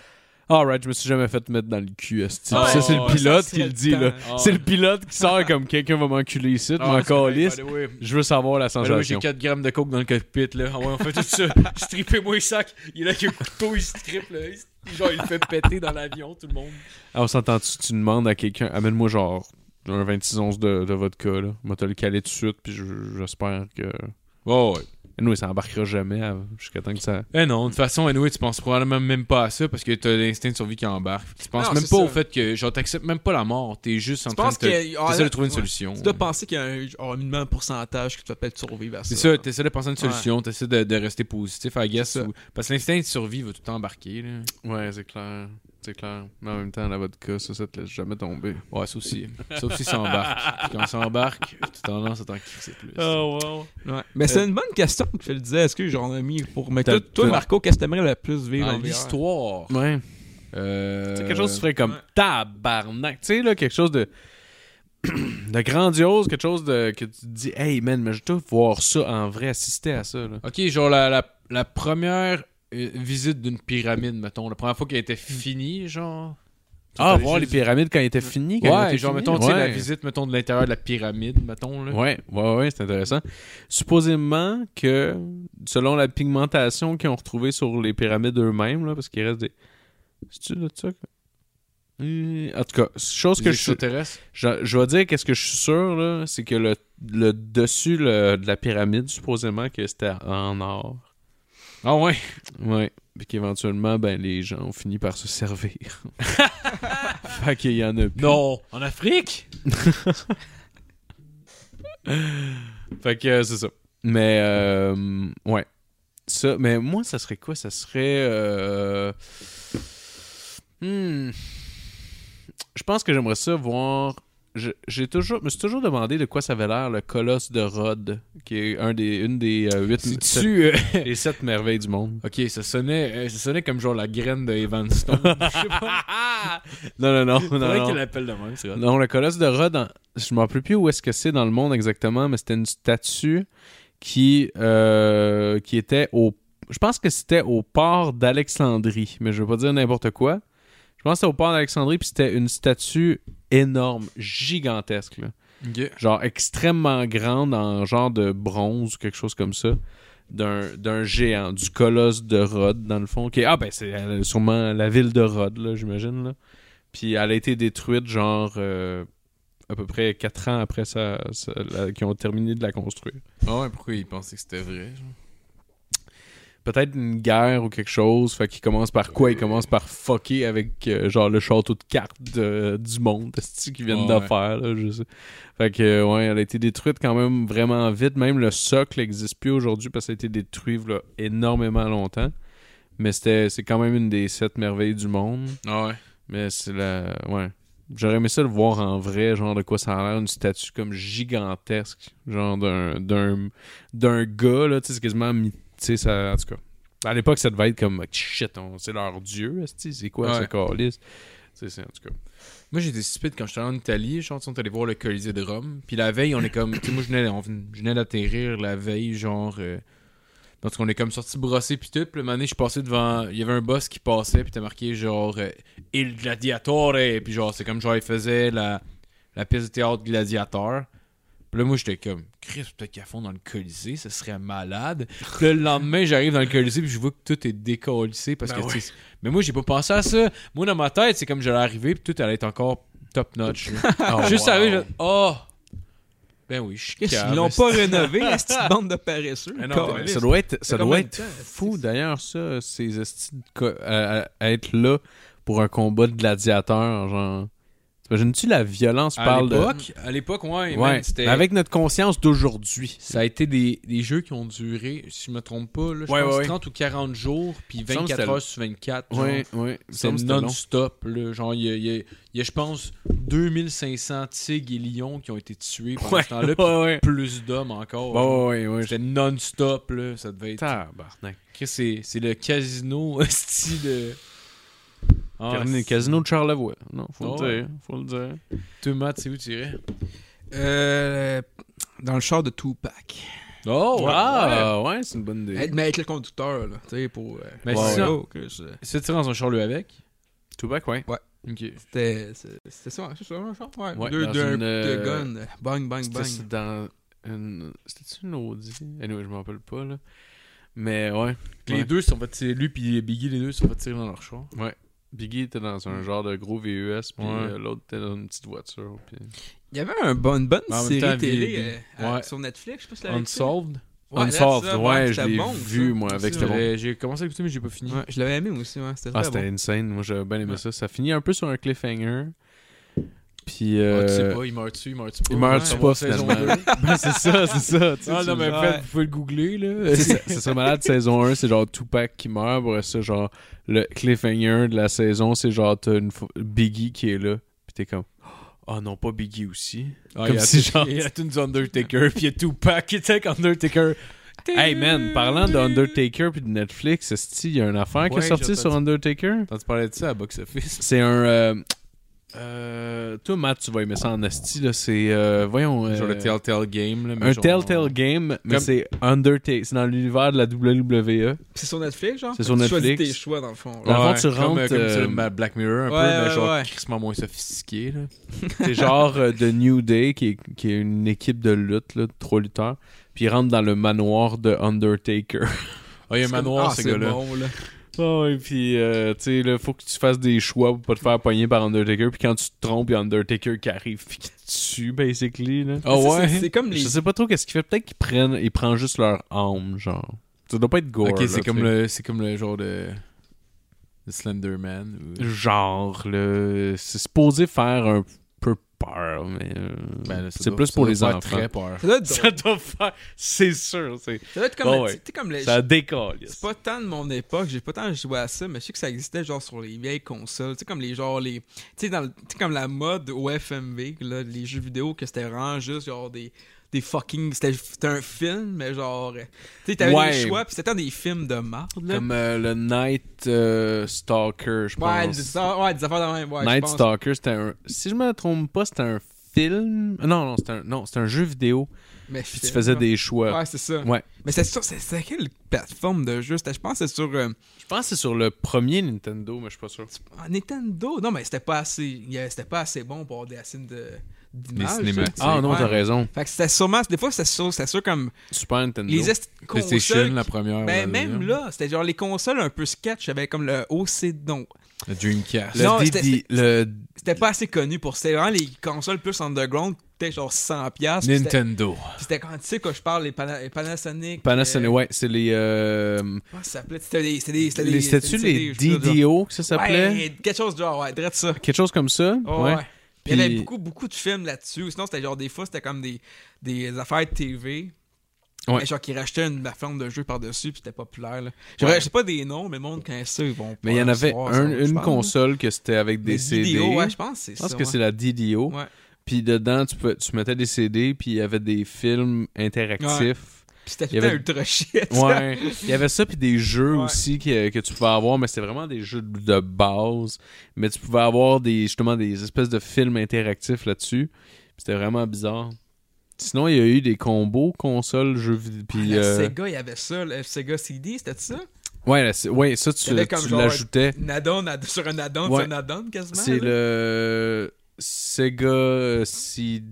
Speaker 4: Alright, je me suis jamais fait mettre dans le cul, esti.
Speaker 3: Ah,
Speaker 4: ça, c'est
Speaker 3: ouais,
Speaker 4: le
Speaker 3: ça
Speaker 4: pilote
Speaker 5: serait
Speaker 4: qui le
Speaker 5: le
Speaker 4: dit,
Speaker 5: temps.
Speaker 4: là.
Speaker 3: Ah,
Speaker 4: C'est
Speaker 3: ouais.
Speaker 4: le pilote qui sort comme quelqu'un va m'enculer ici,
Speaker 3: Ah,
Speaker 4: m'en
Speaker 3: c'est correct,
Speaker 4: calisse.
Speaker 3: by the way.
Speaker 4: Je veux savoir la
Speaker 3: By the way, Ben J'ai
Speaker 4: sensation.
Speaker 3: 4 grammes de coke dans le cockpit. Là. Ah ouais, on fait tout ça. Strippez-moi les sacs. Il est là avec un couteau, il strip. Là. Il- Genre, il le fait péter dans l'avion, tout le monde.
Speaker 4: Ah, on s'entend, tu, tu demandes à quelqu'un, amène-moi genre un 26 onces de, de vodka, là. Moi, te le caler tout de suite, puis je- j'espère que.
Speaker 3: Oh, ouais.
Speaker 4: Nous, ça embarquera jamais à- jusqu'à temps que ça.
Speaker 3: Eh non, de toute façon, anyway, tu penses probablement même pas à ça parce que t'as l'instinct de survie qui embarque. Tu penses
Speaker 5: Non,
Speaker 3: même
Speaker 5: c'est
Speaker 3: pas au
Speaker 5: ça.
Speaker 3: fait que, genre, t'acceptes même pas la mort. T'es juste en
Speaker 5: Tu
Speaker 3: train de.
Speaker 5: penses qu'il y a-
Speaker 3: te-
Speaker 5: ah,
Speaker 3: T'essaies
Speaker 5: là,
Speaker 3: de trouver une
Speaker 5: ouais.
Speaker 3: solution.
Speaker 5: Tu dois penser qu'il y a un, genre, un minimum pourcentage que tu vas peut-être survivre à ça.
Speaker 3: C'est ça,
Speaker 5: là.
Speaker 3: t'essaies de penser à une solution, t'essaies de, de rester positif, I guess.
Speaker 5: C'est ça.
Speaker 3: ou- Parce que l'instinct de survie va tout le temps embarquer. Là.
Speaker 4: Ouais, c'est clair. C'est clair. Mais en même temps, la vodka, ça, ça te laisse jamais tomber.
Speaker 3: Ouais, ça aussi. Ça aussi, ça embarque. Puis quand ça embarque, t'as tendance à t'en crisser plus.
Speaker 5: Ah Ouais. Mais c'est une bonne question que je le disais. Est-ce que j'en ai mis pour. Mais toi,
Speaker 4: Euh, T'as-
Speaker 5: toi,
Speaker 4: t'as-
Speaker 5: Marco, qu'est-ce que t'aimerais le plus vivre
Speaker 3: Ah,
Speaker 5: en VR?
Speaker 3: l'histoire.
Speaker 4: Ouais.
Speaker 3: Euh...
Speaker 4: Tu sais, quelque chose qui ferait comme
Speaker 5: ouais.
Speaker 4: tabarnak. Tu sais, là, quelque chose de. de grandiose, quelque chose de. que tu te dis, hey man, mais je dois voir ça en vrai, assister à ça, là.
Speaker 3: Ok, genre la, la, la première euh, visite d'une pyramide, mettons. La première fois qu'elle était finie, genre.
Speaker 4: Ah,
Speaker 3: t'allais
Speaker 4: voir les
Speaker 3: juste-
Speaker 4: pyramides quand ils étaient finis, quand ils
Speaker 3: Ouais,
Speaker 4: étaient
Speaker 3: genre,
Speaker 4: finis.
Speaker 3: mettons, tu sais,
Speaker 4: Ouais.
Speaker 3: la visite, mettons, de l'intérieur de la pyramide, mettons, là.
Speaker 4: Ouais, ouais, ouais, c'est intéressant. Supposément que, selon la pigmentation qu'ils ont retrouvée sur les pyramides eux-mêmes, là, parce qu'il reste des. C'est-tu de ça? que- Hum, En tout cas, chose que je suis.
Speaker 3: t'intéresse.
Speaker 4: Je, je vais dire qu'est-ce que je suis sûr, là, c'est que le, le dessus le- de la pyramide, supposément que c'était en or.
Speaker 3: Ah ouais.
Speaker 4: Ouais. Puis qu'éventuellement, ben, les gens ont fini par se servir. fait qu'il y en a plus.
Speaker 3: Non, en Afrique.
Speaker 4: Fait que euh, c'est ça. Mais, euh, ouais. Ça, mais moi, ça serait quoi? Ça serait... euh, hmm. Je pense que j'aimerais ça voir... je- J'ai toujours, me suis toujours demandé de quoi ça avait l'air le colosse de Rhodes, qui est un des, une des euh, huit, sept-
Speaker 3: C'est-tu. euh,
Speaker 4: les sept merveilles du monde.
Speaker 3: Ok, ça sonnait, euh, ça sonnait comme genre la graine de Evan Stone. Je sais pas.
Speaker 4: Non, non, non. non,
Speaker 3: Faudrait
Speaker 4: non.
Speaker 3: qu'il l'appelle de même, c'est vrai.
Speaker 4: Non, le colosse de Rhodes, en- je m'en rappelle plus où est-ce que c'est dans le monde exactement, mais c'était une statue qui, euh, qui était au... Je pense que c'était au port d'Alexandrie, mais je ne veux pas dire n'importe quoi. Je pense que c'était au port d'Alexandrie, puis c'était une statue énorme, gigantesque, là.
Speaker 3: Ok.
Speaker 4: genre extrêmement grande, en genre de bronze ou quelque chose comme ça, d'un d'un géant, du colosse de Rhodes, dans le fond. Qui est- ah, ben c'est euh, sûrement la ville de Rhodes, là, j'imagine. là. Puis elle a été détruite, genre, euh, à peu près 4 ans après ça, ça- la- qu'ils ont terminé de la construire.
Speaker 3: Ah ouais, pourquoi il pensait que c'était vrai? genre?
Speaker 4: Peut-être une guerre ou quelque chose, fait qu'ils commencent par quoi Ils commencent par fucker avec, euh, genre, le château de cartes de- du monde, c'est-tu qu'ils viennent de
Speaker 3: Ouais.
Speaker 4: faire, là, je sais. Fait que, euh, ouais, elle a été détruite quand même vraiment vite. Même le socle n'existe plus aujourd'hui parce que ça a été détruit là, énormément longtemps. Mais c'était, c'est quand même une des sept merveilles du monde.
Speaker 3: Ah ouais.
Speaker 4: Mais c'est la. Ouais. J'aurais aimé ça le voir en vrai, genre de quoi ça a l'air, une statue comme gigantesque, genre d'un d'un d'un gars, là, tu sais, c'est quasiment. mi- Tu sais, ça. En tout cas. À l'époque, ça devait être comme shit, on- c'est leur dieu, esti, c'est quoi ce
Speaker 3: Ouais.
Speaker 4: calice? Tu sais, c'est en tout cas.
Speaker 3: Moi, j'étais stupide quand j'étais allé en Italie. Je pense qu'on est allé voir le Colisée de Rome. Puis la veille, on est comme. Tu sais, moi, je venais, on venait- je venais d'atterrir la veille, genre. euh, Donc, on est comme sorti brossé, puis tout. Puis le moment donné, je passais devant. Il y avait un boss qui passait, puis t'as marqué, genre. euh, Il Gladiatore. Puis genre, c'est comme genre, il faisait la, la pièce de théâtre Gladiator. Puis là, moi, j'étais comme. Chris, peut-être qu'à fond dans le Colisée, ce serait malade. Puis là, le lendemain, j'arrive dans le Colisée, puis je vois que tout est décollissé. Parce
Speaker 1: Ben
Speaker 3: que, tu sais, Mais moi, j'ai pas pensé à ça. Moi, dans ma tête, c'est comme j'allais arriver, puis tout allait être encore top notch. là. Juste
Speaker 4: wow.
Speaker 3: arrivé, j'ai fait, oh! Ben oui, je suis
Speaker 5: Qu'est-ce
Speaker 4: Ah,
Speaker 3: calme.
Speaker 5: qu'ils l'ont pas rénové, la petite bande de paresseux?
Speaker 4: Eh
Speaker 3: Ah non,
Speaker 5: Caliste.
Speaker 4: Ça doit être, ça
Speaker 5: combien
Speaker 4: doit
Speaker 5: de
Speaker 4: être
Speaker 5: temps,
Speaker 4: fou d'ailleurs, ça, ces estis de co- à- à- à être là pour un combat de gladiateurs, genre. T'imagines-tu la violence
Speaker 3: À
Speaker 4: parle de.
Speaker 3: l'époque, à l'époque, ouais, man,
Speaker 4: Ouais,
Speaker 3: c'était-
Speaker 4: mais avec notre conscience d'aujourd'hui.
Speaker 3: Ça a été des, des jeux qui ont duré, si je me trompe pas, là, je
Speaker 4: Ouais,
Speaker 3: pense
Speaker 4: ouais, ouais.
Speaker 3: 30 ou 40 jours, puis
Speaker 4: me semble que
Speaker 3: 24
Speaker 4: c'était-
Speaker 3: heures sur 24. genre.
Speaker 4: Ouais, ouais.
Speaker 3: C'est non-stop. là. Genre, il y a, il y a- il y a, je pense, 2500 tigres et lions qui ont été tués pendant
Speaker 4: Ouais,
Speaker 3: ce temps-là, puis
Speaker 4: ouais, ouais.
Speaker 3: plus d'hommes encore. genre.
Speaker 4: Bon, ouais, ouais.
Speaker 3: C'était non-stop, là. Ça devait être...
Speaker 4: Tabarnak.
Speaker 3: Chris, C'est c'est le casino style de. Ah,
Speaker 4: Terminé Ah le casino de Charlevoix. Non, faut
Speaker 3: Oh,
Speaker 4: le dire. Faut le dire.
Speaker 3: Thomas, tu sais où tu irais
Speaker 5: Euh, dans le char de Tupac.
Speaker 3: Oh,
Speaker 4: ah, ouais, c'est une bonne idée.
Speaker 5: Être- Mais avec le conducteur, là, tu sais, pour... euh,
Speaker 3: Mais
Speaker 5: ouais,
Speaker 3: c'est ça.
Speaker 5: oh, Chris, euh,
Speaker 3: C'est tiré dans un char, lui, avec
Speaker 4: Tupac, ouais.
Speaker 3: Ok.
Speaker 5: C'était c'est- c'était ça, c'est ça, un char? Ouais,
Speaker 4: Ouais,
Speaker 5: deux,
Speaker 4: dans
Speaker 5: deux,
Speaker 4: une, euh,
Speaker 5: deux guns. Bang, bang,
Speaker 4: C'était
Speaker 5: bang.
Speaker 4: c'est dans une. C'était-tu une Audi Anyway, je m'en rappelle pas, là. Mais ouais.
Speaker 3: Les
Speaker 4: Ouais.
Speaker 3: deux sont fait tirer, lui puis Biggie, les deux sont fait tirer dans leur char.
Speaker 4: Biggie était dans un genre de gros VUS, puis
Speaker 3: Ouais.
Speaker 4: euh, l'autre était dans une petite voiture. Puis...
Speaker 5: Il y avait un bon, une bonne
Speaker 3: Mais en même
Speaker 5: série
Speaker 3: temps,
Speaker 5: télé
Speaker 3: vieille-
Speaker 5: euh, à-
Speaker 3: ouais.
Speaker 5: sur Netflix, je sais pas si l'avais
Speaker 3: Unsolved.
Speaker 5: Ouais, that's
Speaker 4: Unsolved,
Speaker 5: ça,
Speaker 4: ouais, je
Speaker 5: c'était
Speaker 4: l'ai
Speaker 5: bon,
Speaker 4: vu,
Speaker 5: ça.
Speaker 4: moi, avec
Speaker 3: Ça,
Speaker 4: c'était bon.
Speaker 3: j'avais- J'ai commencé à écouter, mais j'ai pas fini.
Speaker 5: Ouais, je l'avais aimé aussi, ouais, c'était
Speaker 4: Ah,
Speaker 5: très
Speaker 4: c'était
Speaker 5: bon.
Speaker 4: insane. Moi, j'avais bien aimé
Speaker 3: Ouais.
Speaker 4: ça. Ça finit un peu sur un cliffhanger. Puis.
Speaker 3: Ah,
Speaker 4: Euh...
Speaker 3: tu sais pas, il meurt dessus, il meurt dessus.
Speaker 4: Il meurt-tu
Speaker 3: Ouais,
Speaker 4: pas,
Speaker 3: saison
Speaker 4: finalement?
Speaker 3: deux.
Speaker 4: ben, c'est ça, c'est ça. tu sais,
Speaker 3: Ah
Speaker 4: tu
Speaker 3: non,
Speaker 4: me
Speaker 3: mais
Speaker 4: dis,
Speaker 3: en fait, vous pouvez le googler, là.
Speaker 4: Tu sais, ça, ça serait malade, saison 1, c'est genre Tupac qui meurt. Pour ça, genre, le cliffhanger de la saison, c'est genre, t'as une fo- Biggie qui est là. Puis t'es comme, oh non, pas Biggie aussi.
Speaker 3: Ah,
Speaker 4: Comme
Speaker 3: il y a
Speaker 4: si
Speaker 3: tout-
Speaker 4: genre-
Speaker 3: Il y a une Undertaker, puis il y a Tupac qui était avec Undertaker.
Speaker 4: Hey man, parlant d'Undertaker puis de Netflix, est-ce qu'il y a une affaire qui
Speaker 3: Ouais,
Speaker 4: est sortie
Speaker 3: j'ai
Speaker 4: sur Undertaker?
Speaker 3: T'as parlé de ça à Box Office?
Speaker 4: C'est un. euh, euh, toi, Matt, tu vas aimer ça en asti, là. C'est. euh, voyons. euh,
Speaker 3: Genre le Telltale Game, là. mais
Speaker 4: un
Speaker 3: genre- euh,
Speaker 4: Telltale Game, mais
Speaker 3: Comme-
Speaker 4: c'est Undertaker. C'est dans l'univers de la E. WWE.
Speaker 5: C'est sur Netflix, genre?
Speaker 4: C'est sur
Speaker 5: Tu choisis
Speaker 4: Netflix.
Speaker 5: tes choix, dans le fond.
Speaker 4: Dans
Speaker 5: là.
Speaker 4: le fond, tu
Speaker 3: comme,
Speaker 4: rentres,
Speaker 3: euh, Comme,
Speaker 4: euh,
Speaker 3: sur ma Black Mirror, un
Speaker 5: ouais,
Speaker 3: peu, mais
Speaker 5: ouais,
Speaker 3: genre
Speaker 5: ouais.
Speaker 3: crissement moins sophistiqué. Là.
Speaker 4: C'est genre euh, The New Day, qui est, qui est une équipe de lutte, là, de trois lutteurs. Puis ils rentrent dans le manoir de Undertaker.
Speaker 3: Ah, il y a un
Speaker 5: C'est comme,
Speaker 3: manoir,
Speaker 5: ah,
Speaker 3: ce
Speaker 5: c'est
Speaker 3: gars-là.
Speaker 5: bon, là.
Speaker 4: Oh, et puis, euh, tu sais, là, faut que tu fasses des choix pour pas te faire pogner par Undertaker. Puis quand tu te trompes, il y a Undertaker qui arrive, puis qui te tue, basically. Là.
Speaker 3: Ah
Speaker 5: Ça,
Speaker 3: ouais?
Speaker 5: c'est- C'est comme les.
Speaker 4: Je sais pas trop qu'est-ce qu'il fait. Peut-être qu'il prennent, il prend juste leur âme, genre. Ça doit pas être gore.
Speaker 3: Ok,
Speaker 4: là,
Speaker 3: c'est comme,
Speaker 4: tu sais.
Speaker 3: le- c'est comme le genre de, de Slenderman. ou-
Speaker 4: Genre, le... c'est supposé faire un peu peur, mais. euh,
Speaker 3: Ben, là, ça
Speaker 4: c'est
Speaker 3: doit-
Speaker 4: plus
Speaker 3: ça
Speaker 4: pour
Speaker 3: doit
Speaker 4: les
Speaker 3: faire
Speaker 4: enfants.
Speaker 3: Très peur.
Speaker 5: Ça doit être drôle.
Speaker 4: Ça doit faire. C'est sûr. c'est-
Speaker 5: Ça doit être comme.
Speaker 4: Bon,
Speaker 5: le-
Speaker 4: ouais.
Speaker 5: tu sais, comme le-
Speaker 4: Ça décolle. yes.
Speaker 5: Euh, C'est pas tant de mon époque, j'ai pas tant joué à ça, mais je sais que ça existait genre sur les vieilles consoles, tu sais comme les genre les tu sais dans le- tu sais, comme la mode au FMV là, les jeux vidéo que c'était vraiment juste genre des des fucking c'était c'était un film mais genre tu sais t'avais
Speaker 4: Ouais.
Speaker 5: des choix puis c'était des films de marde là.
Speaker 4: Comme euh, le Night euh, Stalker, je pense.
Speaker 5: ouais, des, affaires- ouais, des affaires de même, ouais, je
Speaker 4: Night
Speaker 5: pense.
Speaker 4: Stalker, c'était un. Si je me trompe pas, c'était un film. Non, non, c'était un, non, c'était un jeu vidéo.
Speaker 5: Mais
Speaker 4: Puis tu
Speaker 5: film,
Speaker 4: faisais
Speaker 5: là.
Speaker 4: des choix.
Speaker 5: Ouais, c'est ça.
Speaker 4: Ouais.
Speaker 5: Mais c'est sur c'est c'est quelle plateforme de jeu C'était- je pense que c'est sur euh,
Speaker 4: Je pense que c'est sur le premier Nintendo, mais je suis pas sûr.
Speaker 5: ah, Nintendo. Non, mais c'était pas assez il y avait- c'était pas assez bon pour avoir des scènes de d'images,
Speaker 3: cinématiques.
Speaker 5: tu sais.
Speaker 4: Ah non,
Speaker 5: Ouais.
Speaker 4: t'as raison.
Speaker 5: Fait que c'était sûrement. Des fois, c'était sûr, c'était sûr comme
Speaker 4: Super Nintendo.
Speaker 5: les est
Speaker 3: PlayStation,
Speaker 5: consoles.
Speaker 3: la première. la
Speaker 5: Ben,
Speaker 4: hein.
Speaker 5: même
Speaker 3: deuxième.
Speaker 5: là, c'était genre les consoles un peu sketch avec comme le OC donc.
Speaker 3: Le Dreamcast.
Speaker 4: Le
Speaker 5: Non,
Speaker 4: DD
Speaker 5: c'était-
Speaker 4: le
Speaker 5: C'était pas assez connu pour. C'était vraiment les consoles plus underground, peut-être genre 100$. piastres, puis c'était-
Speaker 3: Nintendo.
Speaker 5: puis C'était quand tu sais quoi, je parle, les, Pana- les Panasonic.
Speaker 4: Panasonic,
Speaker 5: euh,
Speaker 4: ouais, c'est les. euh,
Speaker 5: Comment ça s'appelait C'était des. C'était des.
Speaker 4: les c'était-tu les DDO que ça s'appelait
Speaker 5: Ouais, quelque chose de genre, ouais, drette ça.
Speaker 4: Quelque chose comme ça
Speaker 5: Oh, ouais. Il y avait
Speaker 4: Puis-
Speaker 5: beaucoup, beaucoup de films là-dessus. Sinon, c'était genre des fois, c'était comme des, des affaires de TV.
Speaker 4: Ouais.
Speaker 5: Mais genre qui rachetaient une plateforme de jeu par-dessus, puis c'était populaire. Là. Je ne sais pas des noms, mais le monde connaît ça, ils vont
Speaker 4: Mais il y en
Speaker 5: pas
Speaker 4: avait
Speaker 5: savoir,
Speaker 4: un-
Speaker 5: ça, je
Speaker 4: une
Speaker 5: pense.
Speaker 4: console que c'était avec des
Speaker 5: Les
Speaker 4: CD.
Speaker 5: vidéos, ouais, je pense que c'est
Speaker 4: je
Speaker 5: ça.
Speaker 4: pense que c'est
Speaker 5: ouais.
Speaker 4: la DDO.
Speaker 5: Ouais.
Speaker 4: Puis dedans, tu, peux, tu mettais des CD, puis il y avait des films interactifs.
Speaker 5: Puis c'était tout
Speaker 4: Il y
Speaker 5: le temps
Speaker 4: avait-
Speaker 5: ultra shit.
Speaker 4: Ouais. Il y avait ça, puis des jeux
Speaker 5: Ouais.
Speaker 4: aussi que, que tu pouvais avoir, mais c'était vraiment des jeux de de base. Mais tu pouvais avoir des justement des espèces de films interactifs là-dessus. Puis C'était vraiment bizarre. Sinon, il y a eu des combos consoles, jeux vidéo. Puis,
Speaker 5: Ah, La
Speaker 4: euh,
Speaker 5: Sega, il y avait ça, le Sega CD, c'était ça?
Speaker 4: ouais, la C- ouais, ça, tu,
Speaker 5: Il y avait comme
Speaker 4: tu
Speaker 5: genre-
Speaker 4: l'ajoutais.
Speaker 5: Nadon, ad- sur un addon,
Speaker 4: Ouais.
Speaker 5: sur un addon quasiment.
Speaker 4: C'est
Speaker 5: là.
Speaker 4: le Sega CD.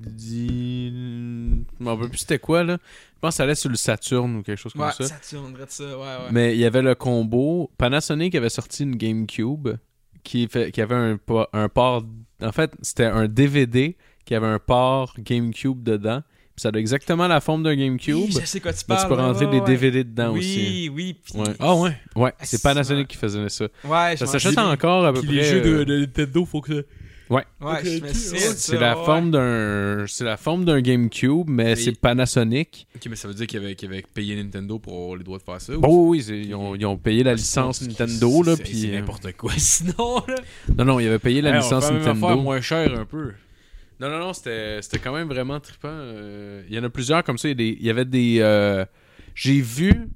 Speaker 4: Je m'en rappelle plus c'était quoi là. Je pense que ça allait sur le Saturn ou quelque chose comme
Speaker 5: Ouais,
Speaker 4: ça.
Speaker 5: Saturn, drette ça, ouais, ouais.
Speaker 4: Mais il y avait le combo. Panasonic avait sorti une GameCube qui, fait, qui avait un, po- un port. En fait, c'était un DVD qui avait un port GameCube dedans. Puis ça a exactement la forme d'un GameCube.
Speaker 5: Oui, Je sais quoi tu
Speaker 4: mais Ben, tu
Speaker 5: parles.
Speaker 4: peux
Speaker 5: ouais,
Speaker 4: rentrer
Speaker 5: ouais,
Speaker 4: des
Speaker 5: ouais.
Speaker 4: DVD dedans aussi.
Speaker 5: Oui, oui. puis-
Speaker 4: Ouais.
Speaker 3: Ah ouais.
Speaker 4: Ouais,
Speaker 5: Ah,
Speaker 4: c'est
Speaker 5: c'est
Speaker 4: Panasonic
Speaker 5: ça.
Speaker 4: qui faisait ça.
Speaker 5: Ouais, je
Speaker 4: Ça
Speaker 5: m'en
Speaker 4: s'achète
Speaker 5: souviens.
Speaker 4: encore à peu
Speaker 3: Puis
Speaker 4: près.
Speaker 3: les jeux de,
Speaker 4: euh,
Speaker 3: de Nintendo, faut que.
Speaker 5: Ouais, je me souviens de
Speaker 4: C'est
Speaker 5: ça,
Speaker 4: la
Speaker 5: ouais.
Speaker 4: forme d'un c'est la forme d'un GameCube mais c'est Panasonic.
Speaker 3: Ok, mais ça veut dire qu'il y avait, qu'il y avait payé Nintendo pour les droits de faire ça. ou-
Speaker 4: Bon oui, c'est- ils ont, ils ont payé la licence
Speaker 3: Ah, C'est-
Speaker 4: Nintendo là
Speaker 3: c'est-
Speaker 4: puis euh,
Speaker 3: C'est n'importe quoi sinon là.
Speaker 4: Non non, ils avaient payé la
Speaker 3: Hey, on
Speaker 4: licence
Speaker 3: fait la même affaire
Speaker 4: Nintendo.
Speaker 3: moins cher un peu.
Speaker 4: Non non non, c'était c'était quand même vraiment trippant. Euh, il y en a plusieurs comme ça, il y, a des- il y avait des euh, j'ai vu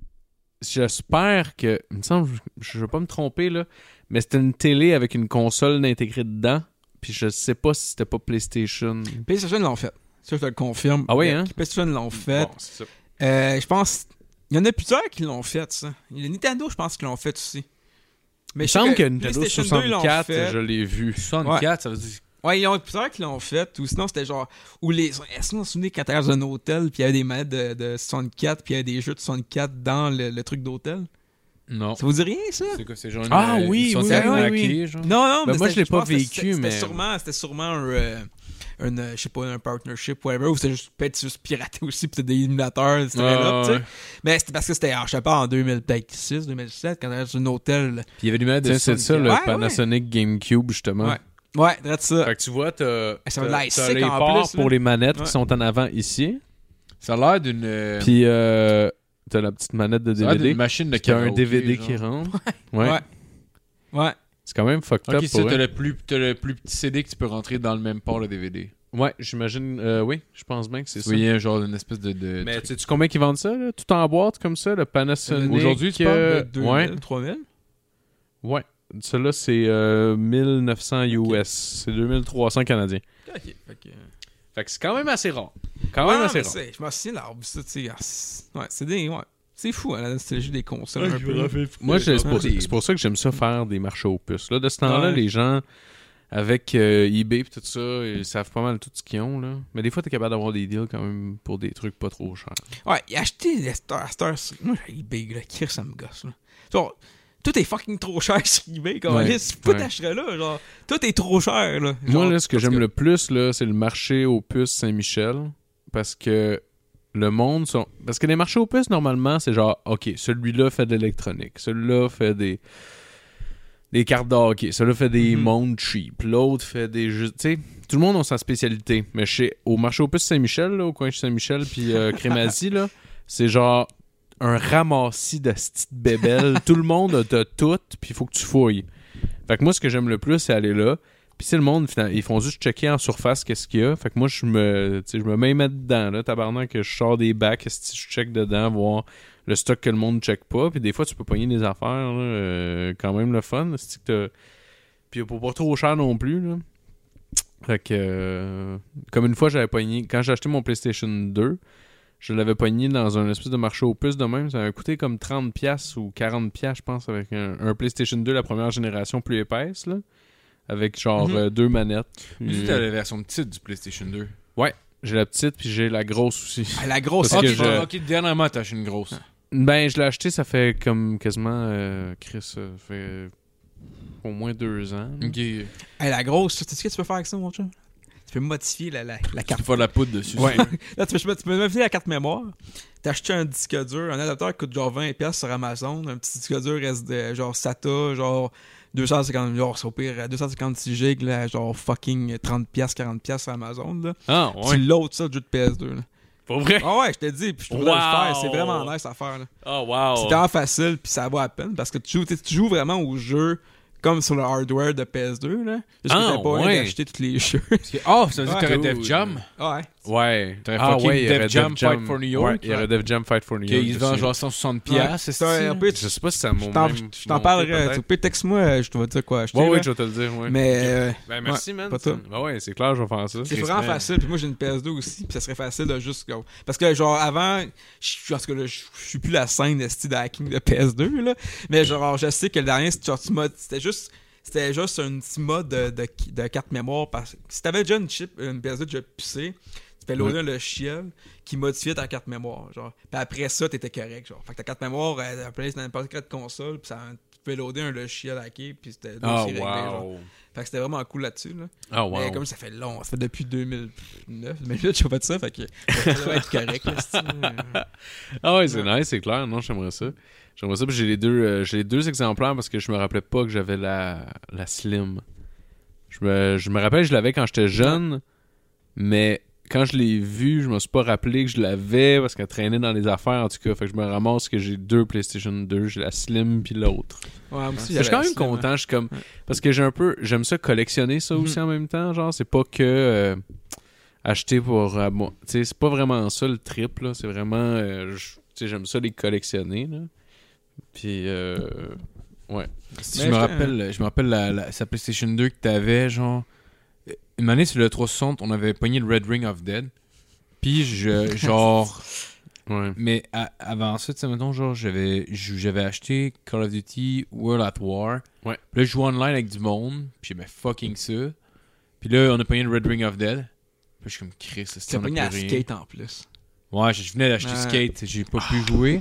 Speaker 4: j'espère que il me semble je ne vais pas me tromper là, mais c'était une télé avec une console intégrée dedans. Puis je sais pas si c'était pas PlayStation.
Speaker 5: PlayStation l'ont fait. Ça, je te le confirme.
Speaker 4: Ah oui, hein?
Speaker 5: PlayStation l'ont fait.
Speaker 4: Bon, c'est ça.
Speaker 5: Euh, je pense. Il y en a plusieurs qui l'ont fait, ça. Le Nintendo, je pense qu'ils l'ont fait aussi.
Speaker 4: Mais il
Speaker 5: je sais
Speaker 4: semble que Nintendo
Speaker 5: PlayStation 2, ils l'ont
Speaker 4: 64,
Speaker 5: fait.
Speaker 4: je l'ai vu.
Speaker 3: 64, ça veut dire.
Speaker 5: Ouais, il y en a plusieurs qui l'ont fait. Ou sinon, c'était genre. Ou les. Est-ce que vous vous souvenez quand t'es dans un hôtel, puis il y avait des manettes de, de 64, puis il y avait des jeux de 64 dans le, le truc d'hôtel
Speaker 3: Non.
Speaker 5: Ça vous dit rien, ça
Speaker 3: C'est quoi, c'est genre. une- euh,
Speaker 4: Ah
Speaker 3: une
Speaker 4: oui,
Speaker 3: sorte
Speaker 4: oui,
Speaker 3: de
Speaker 5: oui, oui,
Speaker 3: hacker, genre?
Speaker 5: Non, non,
Speaker 4: Ben,
Speaker 5: mais
Speaker 4: moi,
Speaker 5: c'était-
Speaker 4: je l'ai pas
Speaker 5: pense que
Speaker 4: vécu,
Speaker 5: c'était-
Speaker 4: mais-
Speaker 5: C'était sûrement, c'était sûrement un. euh, un, euh, je sais pas, un partnership, whatever, ou c'était juste peut-être juste piraté aussi, puis c'était des émulateurs, etc.
Speaker 4: Ah,
Speaker 5: là, tu sais.
Speaker 4: ouais.
Speaker 5: Mais c'était parce que c'était, ah, je sais pas, en 2006, 2007, quand on était dans un hôtel.
Speaker 3: Puis il y avait des manettes de
Speaker 4: Tiens, c'est ça, le
Speaker 5: Ouais, ouais.
Speaker 4: Panasonic GameCube, justement.
Speaker 5: Ouais. Ouais, regarde ça.
Speaker 4: Fait que tu vois, t'as
Speaker 5: Ça va de
Speaker 4: t'as-
Speaker 5: l'air
Speaker 4: t'as
Speaker 5: sick
Speaker 4: les
Speaker 5: en
Speaker 4: ports
Speaker 5: plus, là.
Speaker 4: pour les manettes
Speaker 5: Ouais.
Speaker 4: qui sont en avant ici.
Speaker 3: Ça a l'air d'une. euh,
Speaker 4: Puis euh, t'as la petite Ah, manette de
Speaker 3: ça a l'air
Speaker 4: DVD.
Speaker 3: d'une machine de
Speaker 4: T'as un
Speaker 3: karaoké,
Speaker 4: DVD
Speaker 3: genre.
Speaker 4: qui rentre. Ouais.
Speaker 5: Ouais. Ouais.
Speaker 4: C'est quand même fucked
Speaker 3: Ok,
Speaker 4: up
Speaker 3: ça,
Speaker 4: pour
Speaker 3: t'as
Speaker 4: eux.
Speaker 3: le, plus, t'as le plus petit CD que tu peux rentrer dans le même port, le DVD.
Speaker 4: Ouais, j'imagine. euh, oui, je pense bien que c'est
Speaker 3: Vous
Speaker 4: ça. Euh,
Speaker 3: voyez, genre, une espèce de. de
Speaker 4: Mais
Speaker 3: truc.
Speaker 4: sais-tu combien ils vendent ça, là? Tout en boîte comme ça, le Panasonic.
Speaker 3: Aujourd'hui, tu parles de
Speaker 4: euh,
Speaker 5: De 2000,
Speaker 4: Ouais.
Speaker 5: 3000.
Speaker 4: Ouais. Celui-là, c'est euh, 1900 US. C'est 2300 Canadiens.
Speaker 5: Ok, fait que.
Speaker 4: Fait Ah, que c'est quand même assez rare. Quand même
Speaker 5: Ouais,
Speaker 4: assez
Speaker 5: mais
Speaker 4: rare.
Speaker 5: c'est- Je m'en souviens l'arbre, ça, tu sais. ah, c'est- Ouais, c'est des. Ouais. C'est fou, hein, la nostalgie des consoles. un peu.
Speaker 4: Moi, je- c'est
Speaker 3: Ah,
Speaker 4: pour,
Speaker 3: des-
Speaker 4: c'est pour ça que j'aime ça faire des marchés aux puces. Là, de ce temps-là,
Speaker 5: Ouais.
Speaker 4: les gens, avec euh, eBay et tout ça, ils savent pas mal tout ce qu'ils ont. Là. Mais des fois, t'es capable d'avoir des deals quand même pour des trucs pas trop chers.
Speaker 5: Ouais, et acheter des Star Stars. Moi, j'ai eBay, là. Qui ça me gosse, là. Genre, Tout est fucking trop cher sur eBay, comme
Speaker 4: Ouais,
Speaker 5: tu peux
Speaker 4: ouais.
Speaker 5: t'acheter là, genre. Tout est trop cher, là. Genre,
Speaker 4: Moi, là, ce que
Speaker 5: parce
Speaker 4: j'aime le plus, là, c'est le marché aux puces Saint-Michel. Parce que le monde sont. Parce que les marchés aux puces, normalement, c'est genre, OK, celui-là fait de l'électronique. Celui-là fait des. Des cartes d'hockey. Celui-là fait des
Speaker 5: Mhm.
Speaker 4: mondes cheap. L'autre fait des. jeux- Tu sais, tout le monde a sa spécialité. Mais chez... au marché aux puces Saint-Michel, là, au coin de Saint-Michel, puis euh, Crémazie, là, c'est genre un ramassis de petites bébelles. tout le monde a de tout, puis il faut que tu fouilles. Fait que moi, ce que j'aime le plus, c'est aller là. Puis c'est le monde, finalement, ils font juste checker en surface qu'est-ce qu'il y a. Fait que moi, je me, tu sais, je me mets à mettre dedans, là, tabarnak, que je sors des bacs, esti, je check dedans, voir le stock que le monde check pas. Puis des fois, tu peux pogner des affaires, là, euh, quand même le fun. esti, que t'as- Puis pour pas trop cher non plus, là. Fait que, euh, comme une fois, j'avais pogné, quand j'ai acheté mon PlayStation 2, je l'avais pogné dans un espèce de marché aux puces de même. Ça avait coûté comme 30$ ou 40$, je pense, avec un, un PlayStation 2, la première génération plus épaisse, là. Avec genre
Speaker 5: Mhm.
Speaker 4: euh, deux manettes.
Speaker 3: Tu
Speaker 4: Euh,
Speaker 3: t'as la version petite du PlayStation 2.
Speaker 4: J'ai la petite, puis j'ai la grosse aussi.
Speaker 5: que- Ah, la grosse,
Speaker 4: Parce
Speaker 3: ok,
Speaker 4: que
Speaker 5: ok,
Speaker 4: je-
Speaker 3: ah, ok, dernièrement, t'as acheté une grosse.
Speaker 4: Ben, je l'ai acheté, ça fait comme quasiment, euh, Chris, ça fait au moins deux ans. là.
Speaker 3: Ok. Tu
Speaker 5: Hey, la grosse, tu sais ce que tu peux faire avec ça, mon chum? Tu peux modifier la, la, la carte.
Speaker 3: peux faire de la poudre dessus.
Speaker 4: Ouais.
Speaker 5: Là, tu peux, tu peux modifier la carte mémoire. T'achètes un disque dur, un adapteur qui coûte genre 20$ sur Amazon, un petit disque dur SD, genre SATA, genre 250, genre, c'est au pire, 256 gigs, là, genre fucking 30$, 40$ sur Amazon, là.
Speaker 4: Ah,
Speaker 5: Tu
Speaker 4: ouais.
Speaker 5: l'autres ça, le jeu de PS2, là.
Speaker 4: Pour vrai?
Speaker 5: Ah ouais, je te dis, puis je te voudrais le faire, c'est vraiment nice à faire, là.
Speaker 4: Oh,
Speaker 5: C'est
Speaker 4: wow.
Speaker 5: tellement facile, puis ça vaut à peine, parce que tu joues, tu sais, tu joues vraiment au jeu comme sur le hardware de PS2, là. Juste
Speaker 4: Ah,
Speaker 5: que t'as pas envie
Speaker 4: ouais.
Speaker 5: d'acheter tous les jeux.
Speaker 3: Oh, ça veut dire
Speaker 5: Ouais.
Speaker 3: que t'aurais
Speaker 4: Dude.
Speaker 3: Def Jam.
Speaker 5: Ah, ouais.
Speaker 4: Ouais.
Speaker 3: T'aurais fucking
Speaker 4: Ah, ouais, il y
Speaker 3: Def
Speaker 4: aurait
Speaker 3: Jam Fight for New York,
Speaker 4: Ouais, il y aurait Def Jam Fight for New
Speaker 3: Ok,
Speaker 4: York.
Speaker 3: il se vend
Speaker 4: dessus.
Speaker 3: genre 160$. piastres,
Speaker 5: Ah, C'est euh, un
Speaker 3: c'est-tu?
Speaker 5: RP,
Speaker 4: Je sais pas si ça m'a
Speaker 5: Je t'en-
Speaker 4: même
Speaker 5: je t'en
Speaker 4: monté,
Speaker 5: parlerai.
Speaker 4: peut-être.
Speaker 5: Tu peux texte-moi, je te vais dire quoi acheter.
Speaker 4: Ouais,
Speaker 5: là.
Speaker 4: ouais, je vais te le dire, ouais.
Speaker 5: Mais euh,
Speaker 4: Ben, merci, man.
Speaker 5: pas toi.
Speaker 4: Ben, ouais, c'est clair, je vais faire ça.
Speaker 5: c'est vraiment facile. Puis moi, j'ai une PS2 aussi. Puis ça serait facile de juste. go. Parce que, genre, avant, je parce que là, je je suis plus la scène de style de hacking de PS2. Là. Mais, genre, je sais que le dernier, c'était genre, tu m'as- c'était juste. C'était juste un petit mode de, de, de carte mémoire. Parce que si t'avais déjà une chip, une PS2 déjà pissée, tu fais loader le chiel qui modifiait ta carte mémoire. Genre. Puis après ça, t'étais correct. Genre. Fait que ta carte mémoire, elle appelait sur n'importe quelle console. Puis ça, tu pouvais loader un logiciel hacké. Puis c'était
Speaker 4: Ah,
Speaker 5: c'est réglé, genre.
Speaker 4: wow.
Speaker 5: Fait que c'était vraiment cool là-dessus. Là.
Speaker 4: Ah,
Speaker 5: Mais
Speaker 4: wow.
Speaker 5: comme ça fait long, ça fait depuis 2009, 2008, je sais pas de ça, fait que ça devrait être correct. là, c'est-tu, euh.
Speaker 4: Ah ouais, c'est nice, c'est clair. Non, j'aimerais ça. J'aimerais ça. puis J'ai les deux, euh, j'ai les deux exemplaires parce que je me rappelais pas que j'avais la, la slim. Je me, je me rappelle, je l'avais quand j'étais jeune, mais quand je l'ai vue, je me suis pas rappelé que je l'avais parce qu'elle traînait dans les affaires en tout cas. Fait que je me ramasse que j'ai deux PlayStation 2, j'ai la slim puis l'autre.
Speaker 5: Ouais, moi aussi,
Speaker 4: Je suis quand
Speaker 5: j'avais
Speaker 4: même
Speaker 5: la cinéma.
Speaker 4: content, je suis comme
Speaker 5: Ouais.
Speaker 4: parce que j'ai un peu, j'aime ça collectionner ça aussi en même temps. Genre, c'est pas que euh, acheter pour, euh, bon, tu sais, c'est pas vraiment ça le trip là. C'est vraiment, euh, je- tu sais, j'aime ça les collectionner là. Puis euh, ouais.
Speaker 3: Si
Speaker 5: Mais
Speaker 3: je me
Speaker 5: je-
Speaker 3: rappelle, je me rappelle la, la- sa PlayStation 2 que t'avais, genre. Une année sur le 360, on avait pogné le Red Ring of Dead. Puis, je, genre.
Speaker 4: Ouais.
Speaker 3: mais à- avant ça, tu sais, mettons, genre, j'avais j- j'avais acheté Call of Duty World at War.
Speaker 4: Ouais.
Speaker 3: Puis là, je jouais online avec du monde. Puis j'aimais fucking ça. Puis là, on a pogné le Red Ring of Dead. Puis je suis comme Chris, c'est
Speaker 5: T'as
Speaker 3: on a
Speaker 5: pas
Speaker 3: plus
Speaker 5: à
Speaker 3: rien.
Speaker 5: skate en plus.
Speaker 3: Ouais, je je venais d'acheter
Speaker 5: Ouais.
Speaker 3: Skate, j'ai pas
Speaker 4: Ah.
Speaker 3: pu jouer.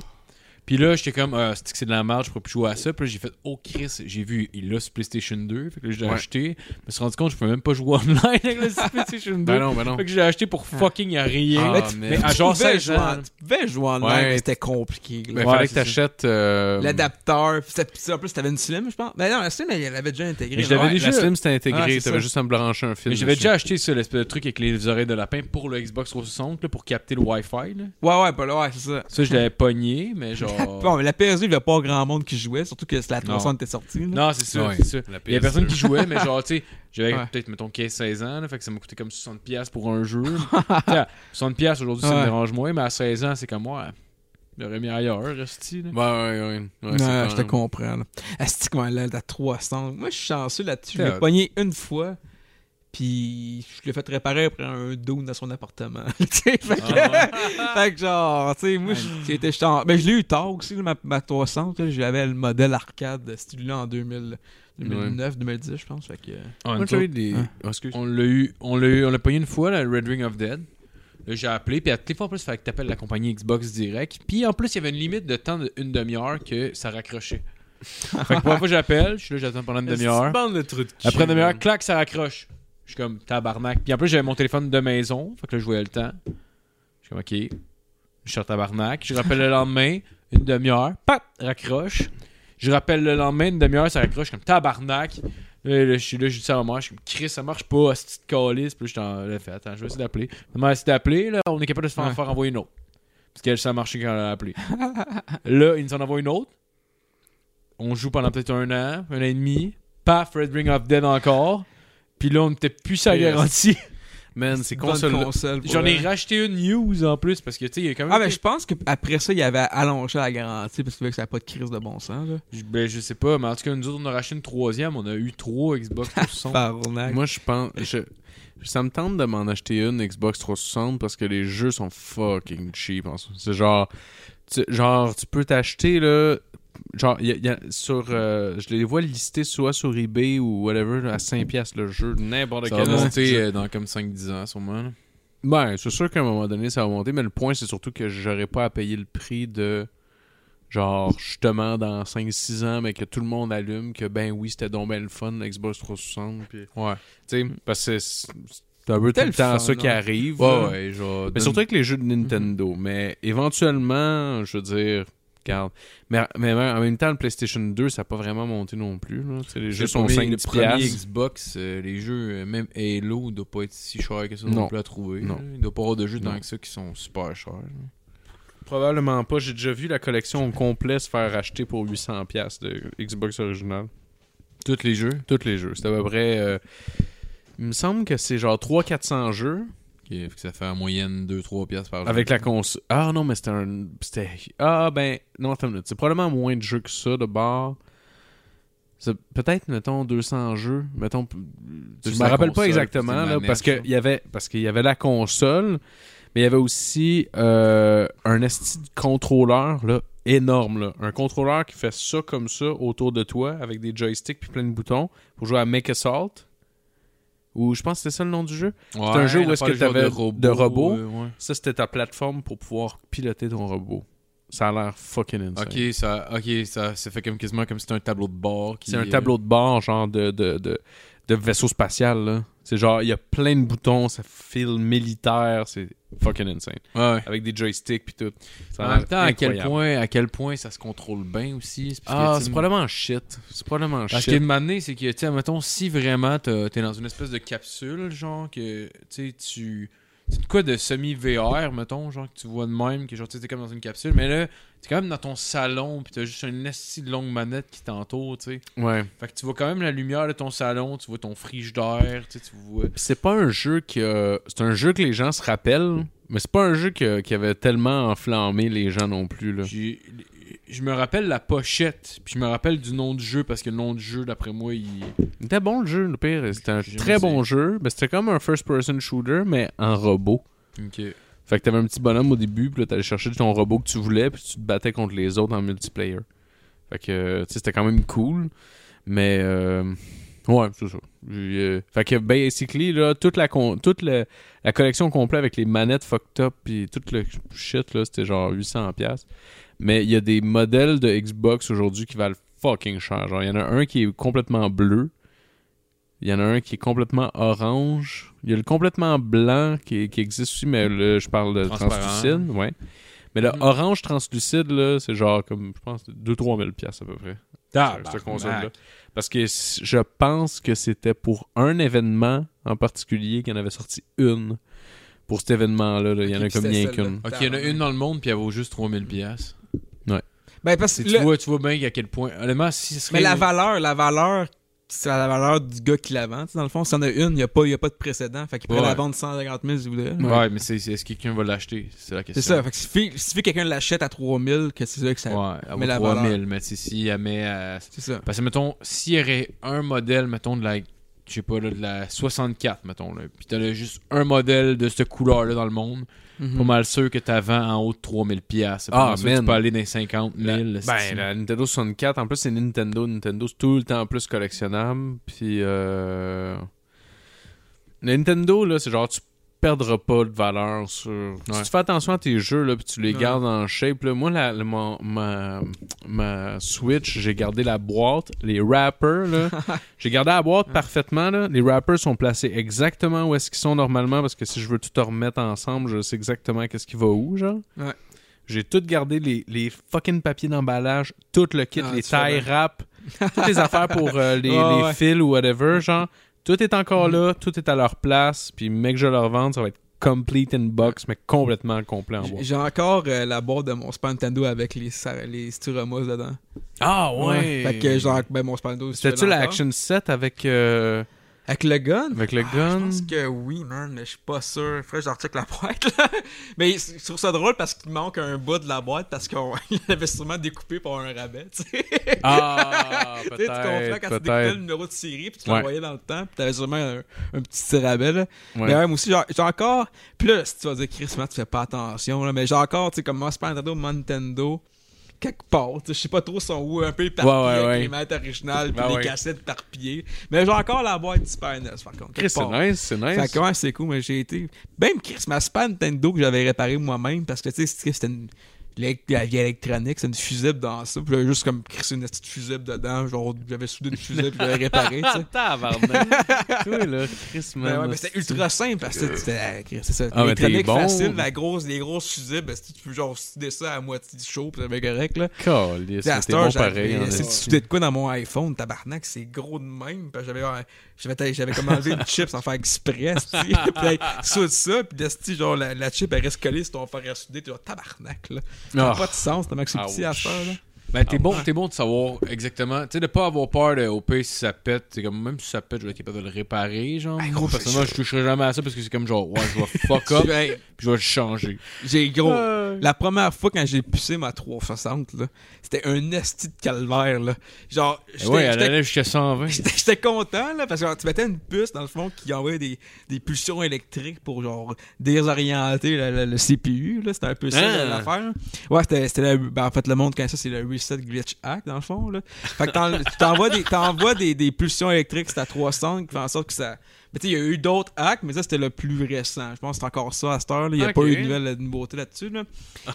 Speaker 3: Puis là, j'étais comme, euh, c'est que c'est de la merde, je pourrais plus jouer à ça. Puis là, j'ai fait, oh Chris, j'ai vu, il a sur PlayStation 2. Fait que là, je l'ai
Speaker 4: Ouais.
Speaker 3: acheté. Je me suis rendu compte, que je pouvais même pas jouer online avec le PlayStation 2.
Speaker 4: Ben non, ben non.
Speaker 3: Fait que j'ai acheté pour fucking rien.
Speaker 4: Ah,
Speaker 5: Ah. tu-
Speaker 4: man.
Speaker 3: mais à genre
Speaker 5: Tu pouvais
Speaker 3: 16
Speaker 5: jouer en-
Speaker 3: ans.
Speaker 5: Tu pouvais jouer en
Speaker 4: Ouais.
Speaker 5: ligne, mais c'était compliqué. là.
Speaker 4: Ben,
Speaker 3: Ouais,
Speaker 4: fallait que
Speaker 3: c'est ça.
Speaker 4: t'achètes euh,
Speaker 5: L'adapteur, pis ça- pis ça, en plus, t'avais une slim, je pense. Mais non, la slim, elle elle l'avait déjà intégrée.
Speaker 3: Mais je l'avais
Speaker 5: non?
Speaker 4: ouais,
Speaker 3: déjà-
Speaker 4: La slim c'était
Speaker 5: Ah,
Speaker 4: intégré.
Speaker 5: c'est
Speaker 4: T'avais
Speaker 5: ça.
Speaker 4: juste à me brancher un film.
Speaker 3: Mais j'avais
Speaker 4: dessus.
Speaker 3: déjà acheté ça, l'espèce de truc avec les oreilles de lapin pour le Xbox 360 là, pour capter le Wi-Fi. là.
Speaker 5: Ouais, ouais, pas là, ouais, c'est ça.
Speaker 3: Ça, je l'avais pogné, mais genre.
Speaker 5: Bon, mais la PS2, il y avait pas grand monde qui jouait, surtout que la
Speaker 3: Non.
Speaker 5: 360 était sortie. là.
Speaker 3: Non, c'est ça,
Speaker 4: Ouais.
Speaker 3: c'est ça.
Speaker 4: La
Speaker 3: Il y a personne qui jouait, mais genre, tu sais, j'avais
Speaker 5: Ouais.
Speaker 3: peut-être, mettons, 15-16 ans, là, fait que ça m'a coûté comme 60$ pour un jeu. Tu sais, à 60$ aujourd'hui, ça me
Speaker 5: Ouais.
Speaker 3: dérange moins, mais à 16 ans, c'est comme moi. J'aurais mis ailleurs, resti. là.
Speaker 4: Ouais, ouais, ouais. ouais,
Speaker 5: Ouais,
Speaker 4: c'est
Speaker 5: je te
Speaker 4: clair.
Speaker 5: comprends. là. Asti, comment elle a la 300. Moi, je suis chanceux là-dessus. Je
Speaker 3: T'as-
Speaker 5: l'ai pogné une fois, puis je l'ai fait réparer après un down dans son appartement. Tu sais, fait, que, fait que genre, tu sais, moi, je- j'étais chanceux. Mais je l'ai eu tard aussi, là, ma, ma 300. là. J'avais le modèle arcade de celui-là en 2000 2009, 2010, je pense. Fait que...
Speaker 3: Ah,
Speaker 4: Moi,
Speaker 3: nous
Speaker 4: j'avais
Speaker 3: autres,
Speaker 4: des.
Speaker 5: Hein.
Speaker 4: Oh, excuse.
Speaker 3: On l'a eu, on l'a eu, on l'a pogné une fois, là, le Red Ring of Dead. Là, j'ai appelé, puis à toutes les fois, en plus, il fallait que t'appelles la compagnie Xbox direct. Puis en plus, il y avait une limite de temps d'une demi-heure que ça raccrochait. Fait que première fois, j'appelle, je suis là, j'attends pendant une demi-heure.
Speaker 4: bande de trucs.
Speaker 3: Après une demi-heure, clac, ça accroche. Je suis comme tabarnak. Puis en plus, j'avais mon téléphone de maison. Fait que là, je voyais le temps. Je suis comme, ok. Je suis en tabarnak. Je rappelle le lendemain, une demi-heure. Pap, raccroche. Je rappelle le lendemain, une demi-heure, ça raccroche. Je suis comme tabarnak. Là, là, je suis là, je dis ça à ma mère. Je suis comme, Chris, ça marche pas, ce petite calice. Puis là, je suis en- là, fait, attends, je vais essayer d'appeler. Ma mère, si d'appeler, là, on est capable de se faire,
Speaker 5: Ouais.
Speaker 3: faire envoyer une autre. Parce qu'elle, ça a marché quand elle a appelé. là, ils nous en envoient une autre. On joue pendant peut-être un an, un an et demi. Paf, Red Ring of Dead encore. Puis là, on était plus sa
Speaker 4: Yes.
Speaker 3: garantie.
Speaker 4: Man, c'est
Speaker 5: Bonne
Speaker 4: console.
Speaker 5: console pour
Speaker 3: J'en ai
Speaker 5: elle.
Speaker 3: racheté une news en plus parce que tu sais, il y a quand même.
Speaker 5: Ah, ben,
Speaker 3: été-
Speaker 5: je pense qu'après ça, il avait allongé la garantie parce qu'il voulait que ça n'a pas de crise de bon sens, là.
Speaker 3: je... ben, je sais pas, mais en tout cas, nous autres, on a racheté une troisième. On a eu trois Xbox 360.
Speaker 5: Tabarnak.
Speaker 4: Moi, je pense. Je... Ça me tente de m'en acheter une Xbox 360 parce que les jeux sont fucking cheap. en soi. C'est genre. tu- genre, tu peux t'acheter, là. Genre, y a- y a- sur, euh, je les vois listés soit sur eBay ou whatever là, à 5$ le jeu, n'importe
Speaker 3: ça
Speaker 4: quel.
Speaker 3: va
Speaker 5: Ouais.
Speaker 3: monter euh, dans comme 5-10 ans, sûrement. là.
Speaker 4: Ben, c'est sûr qu'à un moment donné, ça va monter, mais le point, c'est surtout que j'aurais pas à payer le prix de. Genre, justement, dans 5-6 ans, mais que tout le monde allume que ben oui, c'était donc ben le fun, l'Xbox 360. Puis...
Speaker 3: Ouais. Mm.
Speaker 4: Tu sais, parce que c'est c'est un peu tout
Speaker 5: C'était
Speaker 4: le
Speaker 5: le
Speaker 4: temps
Speaker 5: fun,
Speaker 4: ça qui
Speaker 5: hein.
Speaker 4: arrive.
Speaker 3: Ouais, Mm-hmm.
Speaker 4: là.
Speaker 3: ouais, genre.
Speaker 4: Mais surtout avec les jeux de Nintendo. Mais éventuellement, je veux dire, regarde. Mais, mais en même temps, le PlayStation 2, ça n'a pas vraiment monté non plus. Là. Tu sais, Les jeux sont 5
Speaker 3: le premier Xbox, euh, les jeux, euh, même Halo, ne doit pas être si cher que ça non,
Speaker 4: Non.
Speaker 3: plus à trouver.
Speaker 4: Non.
Speaker 3: là. Il doit pas avoir de jeux
Speaker 4: Non.
Speaker 3: tant que ça qui sont super chers. là.
Speaker 4: Probablement pas. J'ai déjà vu la collection au complet se faire acheter pour 800$ de Xbox original.
Speaker 3: Tous les jeux.
Speaker 4: Tous les jeux. C'est à peu près. euh, il me semble que c'est genre 300-400 jeux
Speaker 3: qui- que ça fait en moyenne 2-3 piastres par jeu.
Speaker 4: avec la console. Ah non, mais c'était un. C'était. Ah ben. Non, attends une minute. C'est probablement moins de jeux que ça de bord. C'est peut-être, mettons, 200 jeux. Mettons, p- je
Speaker 3: 200
Speaker 4: me rappelle
Speaker 3: consoles,
Speaker 4: pas exactement,
Speaker 3: puis des
Speaker 4: là,
Speaker 3: manettes,
Speaker 4: parce
Speaker 3: ça.
Speaker 4: qu'il y avait, parce qu'il y avait la console, mais il y avait aussi euh, un esti de contrôleur là, énorme. Là. Un contrôleur qui fait ça comme ça autour de toi, avec des joysticks puis plein de boutons, pour jouer à Make Assault. Ou je pense que c'était ça le nom du jeu.
Speaker 3: Ouais,
Speaker 4: un jeu où est-ce que
Speaker 3: l'affaire
Speaker 4: t'avais
Speaker 3: genre
Speaker 4: de robots.
Speaker 3: euh, ouais.
Speaker 4: Ça, c'était ta plateforme pour pouvoir piloter ton robot. Ça a l'air fucking insane.
Speaker 3: Ok, ça, ok, ça, ça fait comme quasiment comme si c'était un tableau de bord. qui,
Speaker 4: C'est un
Speaker 3: euh,
Speaker 4: tableau de bord, genre de, de, de, de vaisseau spatial. là. C'est genre, il y a plein de boutons, ça file militaire, c'est fucking insane.
Speaker 3: euh, Ouais. ouais.
Speaker 4: Avec des joysticks puis tout. Ça a
Speaker 3: En
Speaker 4: l'air
Speaker 3: même temps, à quel,
Speaker 4: incroyable.
Speaker 3: point, à quel point ça se contrôle bien aussi. c'est parce que,
Speaker 4: Ah,
Speaker 3: tu sais,
Speaker 4: c'est probablement shit. C'est probablement
Speaker 3: Parce
Speaker 4: shit.
Speaker 3: qu'il m'a donné, c'est que, tu sais, mettons, si vraiment t'as- t'es dans une espèce de capsule, genre, que, tu sais, tu. C'est de quoi de semi-VR, mettons, genre, que tu vois de même, que genre, tu sais, t'es comme dans une capsule, mais là, t'es quand même dans ton salon, pis t'as juste une esti de longue manette qui t'entoure, tu sais.
Speaker 4: Ouais.
Speaker 3: Fait que tu vois quand même la lumière de ton salon, tu vois ton frigidaire, tu sais, tu vois.
Speaker 4: Puis c'est pas un jeu qui a- C'est un jeu que les gens se rappellent, mais c'est pas un jeu qui, a- qui avait tellement enflammé les gens non plus. Là.
Speaker 3: J'ai- Je me rappelle la pochette, puis je me rappelle du nom du jeu, parce que le nom du jeu, d'après moi, il.
Speaker 4: Il était bon le jeu, le pire. C'était un
Speaker 3: J'ai
Speaker 4: très
Speaker 3: jamais
Speaker 4: bon jeu. mais c'était comme un first-person shooter, mais en robot.
Speaker 3: Ok.
Speaker 4: Fait que t'avais un petit bonhomme au début, puis là t'allais chercher ton robot que tu voulais, puis tu te battais contre les autres en multiplayer. Fait que, euh, tu sais, c'était quand même cool. Mais, euh, ouais, c'est ça. J'ai, euh, fait que, basically, là, toute la, con- toute la, la collection complète avec les manettes fucked up, puis tout le shit, là, c'était genre 800$. piastres. Mais il y a des modèles de Xbox aujourd'hui qui valent fucking cher. Genre, il y en a un qui est complètement bleu. Il y en a un qui est complètement orange. Il y a le complètement blanc qui, qui existe aussi, mais là, je parle de
Speaker 3: Transparent.
Speaker 4: translucide. Ouais. Mais le
Speaker 3: Mhm.
Speaker 4: orange translucide, là, c'est genre comme, je pense, 2-3 000 piastres à peu près.
Speaker 3: Tabarnak.
Speaker 4: Cette console-là. Parce que c- je pense que c'était pour un événement en particulier qu'il y en avait sorti une pour cet événement-là. là. Il y en
Speaker 5: Ok,
Speaker 4: a
Speaker 5: puis
Speaker 4: comme
Speaker 5: c'était
Speaker 4: rien
Speaker 5: celle-là.
Speaker 4: qu'une.
Speaker 3: Ok, il y en a une dans le monde, puis elle vaut juste 3000$. piastres.
Speaker 5: Ben, parce
Speaker 3: Tu
Speaker 5: que
Speaker 3: sais,
Speaker 5: le-
Speaker 3: tu, vois, tu vois bien à quel point. Honnêtement, si ce serait.
Speaker 5: Mais la valeur, la valeur, c'est la valeur du gars qui la vend. tu sais, Dans le fond, s'il y en a une, il n'y a, pas- il y a pas de précédent. Fait qu'il pourrait
Speaker 3: Ouais.
Speaker 5: la vendre 150 000 si vous voulez.
Speaker 3: Ouais, mais c'est, c'est- est-ce que quelqu'un va l'acheter C'est la question.
Speaker 5: C'est ça. Fait que si, si quelqu'un l'achète à 3000, que c'est là que ça.
Speaker 3: Ouais, elle
Speaker 5: Mais
Speaker 3: vaut
Speaker 5: la
Speaker 3: 3000$.
Speaker 5: valeur.
Speaker 3: Mais tu sais, si elle met. à-
Speaker 5: C'est ça.
Speaker 3: Parce que, mettons, s'il y aurait un modèle, mettons, de la. Je sais pas, là, de la 64, mettons, là. Puis t'as là, juste un modèle de cette couleur-là dans le monde.
Speaker 5: Mhm. Hmm.
Speaker 3: Pas mal sûr que t'as vend en haut de 3000$. piastres. C'est pas
Speaker 4: Ah,
Speaker 3: mal sûr que Tu
Speaker 4: man.
Speaker 3: peux aller dans les 50 000$. là,
Speaker 4: Ben,
Speaker 3: c'est-
Speaker 4: la Nintendo 64, en plus, c'est Nintendo. Nintendo, c'est tout le temps plus collectionnable. Puis, euh... la Nintendo, là, c'est genre, tu perdras pas de valeur sur. Si
Speaker 3: Ouais.
Speaker 4: tu fais attention à tes jeux, là, puis tu les
Speaker 5: Ouais.
Speaker 4: gardes en shape, là, moi, la, le- mon- ma, ma Switch, j'ai gardé la boîte, les wrappers, là. j'ai gardé la
Speaker 5: Ah.
Speaker 4: boîte parfaitement, là. Les wrappers sont placés exactement où est-ce qu'ils sont normalement, parce que si je veux tout te remettre ensemble, je sais exactement qu'est-ce qui va où, genre.
Speaker 5: Ouais.
Speaker 4: J'ai tout gardé, les, les fucking papiers d'emballage, tout le kit,
Speaker 5: Ah,
Speaker 4: les
Speaker 5: tu fais
Speaker 4: tie
Speaker 5: bien.
Speaker 4: wraps, toutes les affaires pour euh, les,
Speaker 5: Ouais,
Speaker 4: les
Speaker 5: ouais. Mm.
Speaker 4: fils ou whatever, genre. Tout est encore là, tout est à leur place, puis mec que je leur vende, ça va être complete in box, mais complètement complet en
Speaker 5: J'ai-
Speaker 4: bois.
Speaker 5: J'ai encore euh, la boîte de mon Super Nintendo avec les, sa- les styromas dedans.
Speaker 4: Ah
Speaker 5: Fait que genre, ben mon Super Nintendo. si
Speaker 4: C'était-tu
Speaker 5: veux
Speaker 4: la
Speaker 5: l'encore.
Speaker 4: action set avec, euh,
Speaker 5: Avec le gun?
Speaker 4: avec le
Speaker 5: Ah, Je
Speaker 4: gun?
Speaker 5: pense que oui, man, mais je suis pas sûr. Faudrait que je recheck la boîte, là. Mais c- je trouve ça drôle parce qu'il manque un bout de la boîte parce qu'on l'avait sûrement découpé pour un rabais, tu sais.
Speaker 4: Ah,
Speaker 5: Tu sais, tu comprends
Speaker 4: peut-être,
Speaker 5: quand tu découpais le
Speaker 4: peut-être.
Speaker 5: numéro de série puis tu
Speaker 4: Ouais.
Speaker 5: l'envoyais dans le temps puis t'avais sûrement un, un petit petit rabais, là.
Speaker 4: Ouais.
Speaker 5: Mais ouais, moi aussi, genre, j'ai encore. Puis là, si tu vas dire, Chris, man, tu fais pas attention, là. Mais j'ai encore, tu sais, comme mon Super Nintendo, mon Nintendo, quelque part. tu sais, Je sais pas trop son où, un peu éparpillé
Speaker 4: Ouais, ouais,
Speaker 5: avec
Speaker 4: ouais.
Speaker 5: les manettes originales puis
Speaker 4: Ouais,
Speaker 5: les
Speaker 4: ouais.
Speaker 5: cassettes éparpillées. Mais j'ai encore la boîte du Super NES, par contre. quelque
Speaker 4: Chris, c'est
Speaker 5: part.
Speaker 4: nice, c'est nice.
Speaker 5: Fait que ouais, c'est cool, mais j'ai été. Même Chris, ma Super Nintendo que j'avais réparé moi-même parce que tu sais, c'était- c'était une. l'é- La vieille électronique, c'est une fusible dans ça. Puis là, juste comme crisser une petite fusible dedans. Genre, j'avais soudé une fusible, puis j'avais réparé, tu sais.
Speaker 4: Toi, là, Chris,
Speaker 5: Mais
Speaker 4: man.
Speaker 5: Ben ouais, mais c'était ultra simple parce que c'était ah, Chris, c'est ça.
Speaker 4: Ah, mais t'es
Speaker 5: L'électronique
Speaker 4: bon.
Speaker 5: facile, la grosse, les grosses fusibles, ben, si tu peux genre souder ça à moitié chaud, puis ça va être correct, là.
Speaker 4: Calisse,
Speaker 5: Puis à
Speaker 4: c'était
Speaker 5: cette heure,
Speaker 4: bon
Speaker 5: j'avais-
Speaker 4: pareil. hein, en
Speaker 5: C'est
Speaker 4: esti.
Speaker 5: soudé de quoi dans mon iPhone, tabarnak, c'est gros de même. Puis j'avais, euh, j'avais, j'avais commandé une chip sans faire exprès, esti. puis là, soude ça, puis d'esti, genre, la, la chip, elle reste collée sur ton fer à souder, tu genre, tabarnak, là. Ça n'a
Speaker 4: Ah.
Speaker 5: pas de sens, tellement que c'est petit à
Speaker 4: Ouch.
Speaker 5: faire, là.
Speaker 3: Ben, t'es bon, t'es bon de savoir exactement. Tu sais, de pas avoir peur de OP si ça pète. C'est comme, même si ça pète, je vais être capable de le réparer, genre.
Speaker 5: Hey, gros,
Speaker 3: Moi,
Speaker 5: c'est
Speaker 3: personnellement, je toucherai jamais à ça parce que c'est comme genre, ouais, je vais fuck up,
Speaker 5: Tu- hey,
Speaker 3: puis je vais le changer.
Speaker 5: J'ai gros.
Speaker 4: Euh.
Speaker 5: La première fois quand j'ai poussé ma 360, là, c'était un esti de calvaire. Là. Genre,
Speaker 4: Eh
Speaker 3: Et
Speaker 5: j'étais
Speaker 3: Ben ouais, elle
Speaker 5: j'étais-
Speaker 3: allait jusqu'à 120.
Speaker 5: j'étais- j'étais content là, parce que genre, tu mettais une puce dans le fond qui envoyait des, des pulsions électriques pour genre désorienter le, le- le CPU. là. C'était un peu ça
Speaker 4: Ah.
Speaker 5: l'affaire. Ouais, c'était c'était la- ben, en fait le monde quand ça, c'est le Reset Glitch Hack dans le fond. Là. Fait que t'en- tu t'envoies des, t'envoies des, des pulsions électriques, c'était à 300 qui fait en sorte que ça. Mais tu sais, il y a eu d'autres hacks, mais ça c'était le plus récent. Je pense que c'est encore ça à cette heure. là. Il n'y a
Speaker 4: Ok.
Speaker 5: pas eu de nouvelle nouveauté là-dessus. Là.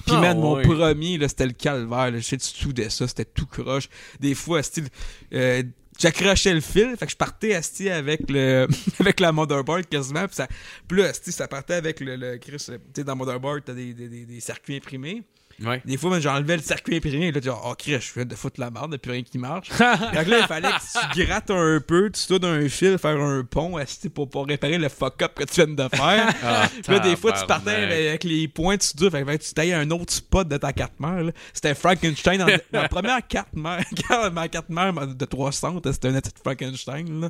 Speaker 5: Puis, man, mon premier, là, c'était le calvaire. Là. Je sais, tu soudais ça, c'était tout croche. Des fois, style, euh, j'accrochais le fil, fait que je partais, asti, avec le, avec la motherboard quasiment. Puis, ça, puis là, asti, ça partait avec le, le Chris, euh, tu sais, dans motherboard, t'as des, des, des, des circuits imprimés.
Speaker 4: Ouais.
Speaker 5: Des fois, man, j'enlevais le circuit imprimé, et là, genre, oh, Chris, je viens de foutre la merde, y'a plus rien qui marche. fait que là, il fallait que tu grattes un peu, tu soudes un fil, faire un pont, asti, pour, pour réparer le fuck-up que tu viens de faire.
Speaker 4: Ah,
Speaker 5: Puis là, des fois, tu
Speaker 4: tabarnak.
Speaker 5: partais avec les points, tu dis, fait que tu taillais un autre spot de ta carte mère. là. C'était Frankenstein. En, ma première carte mère, quand ma carte mère ma- de 300, c'était une petite Frankenstein. Là.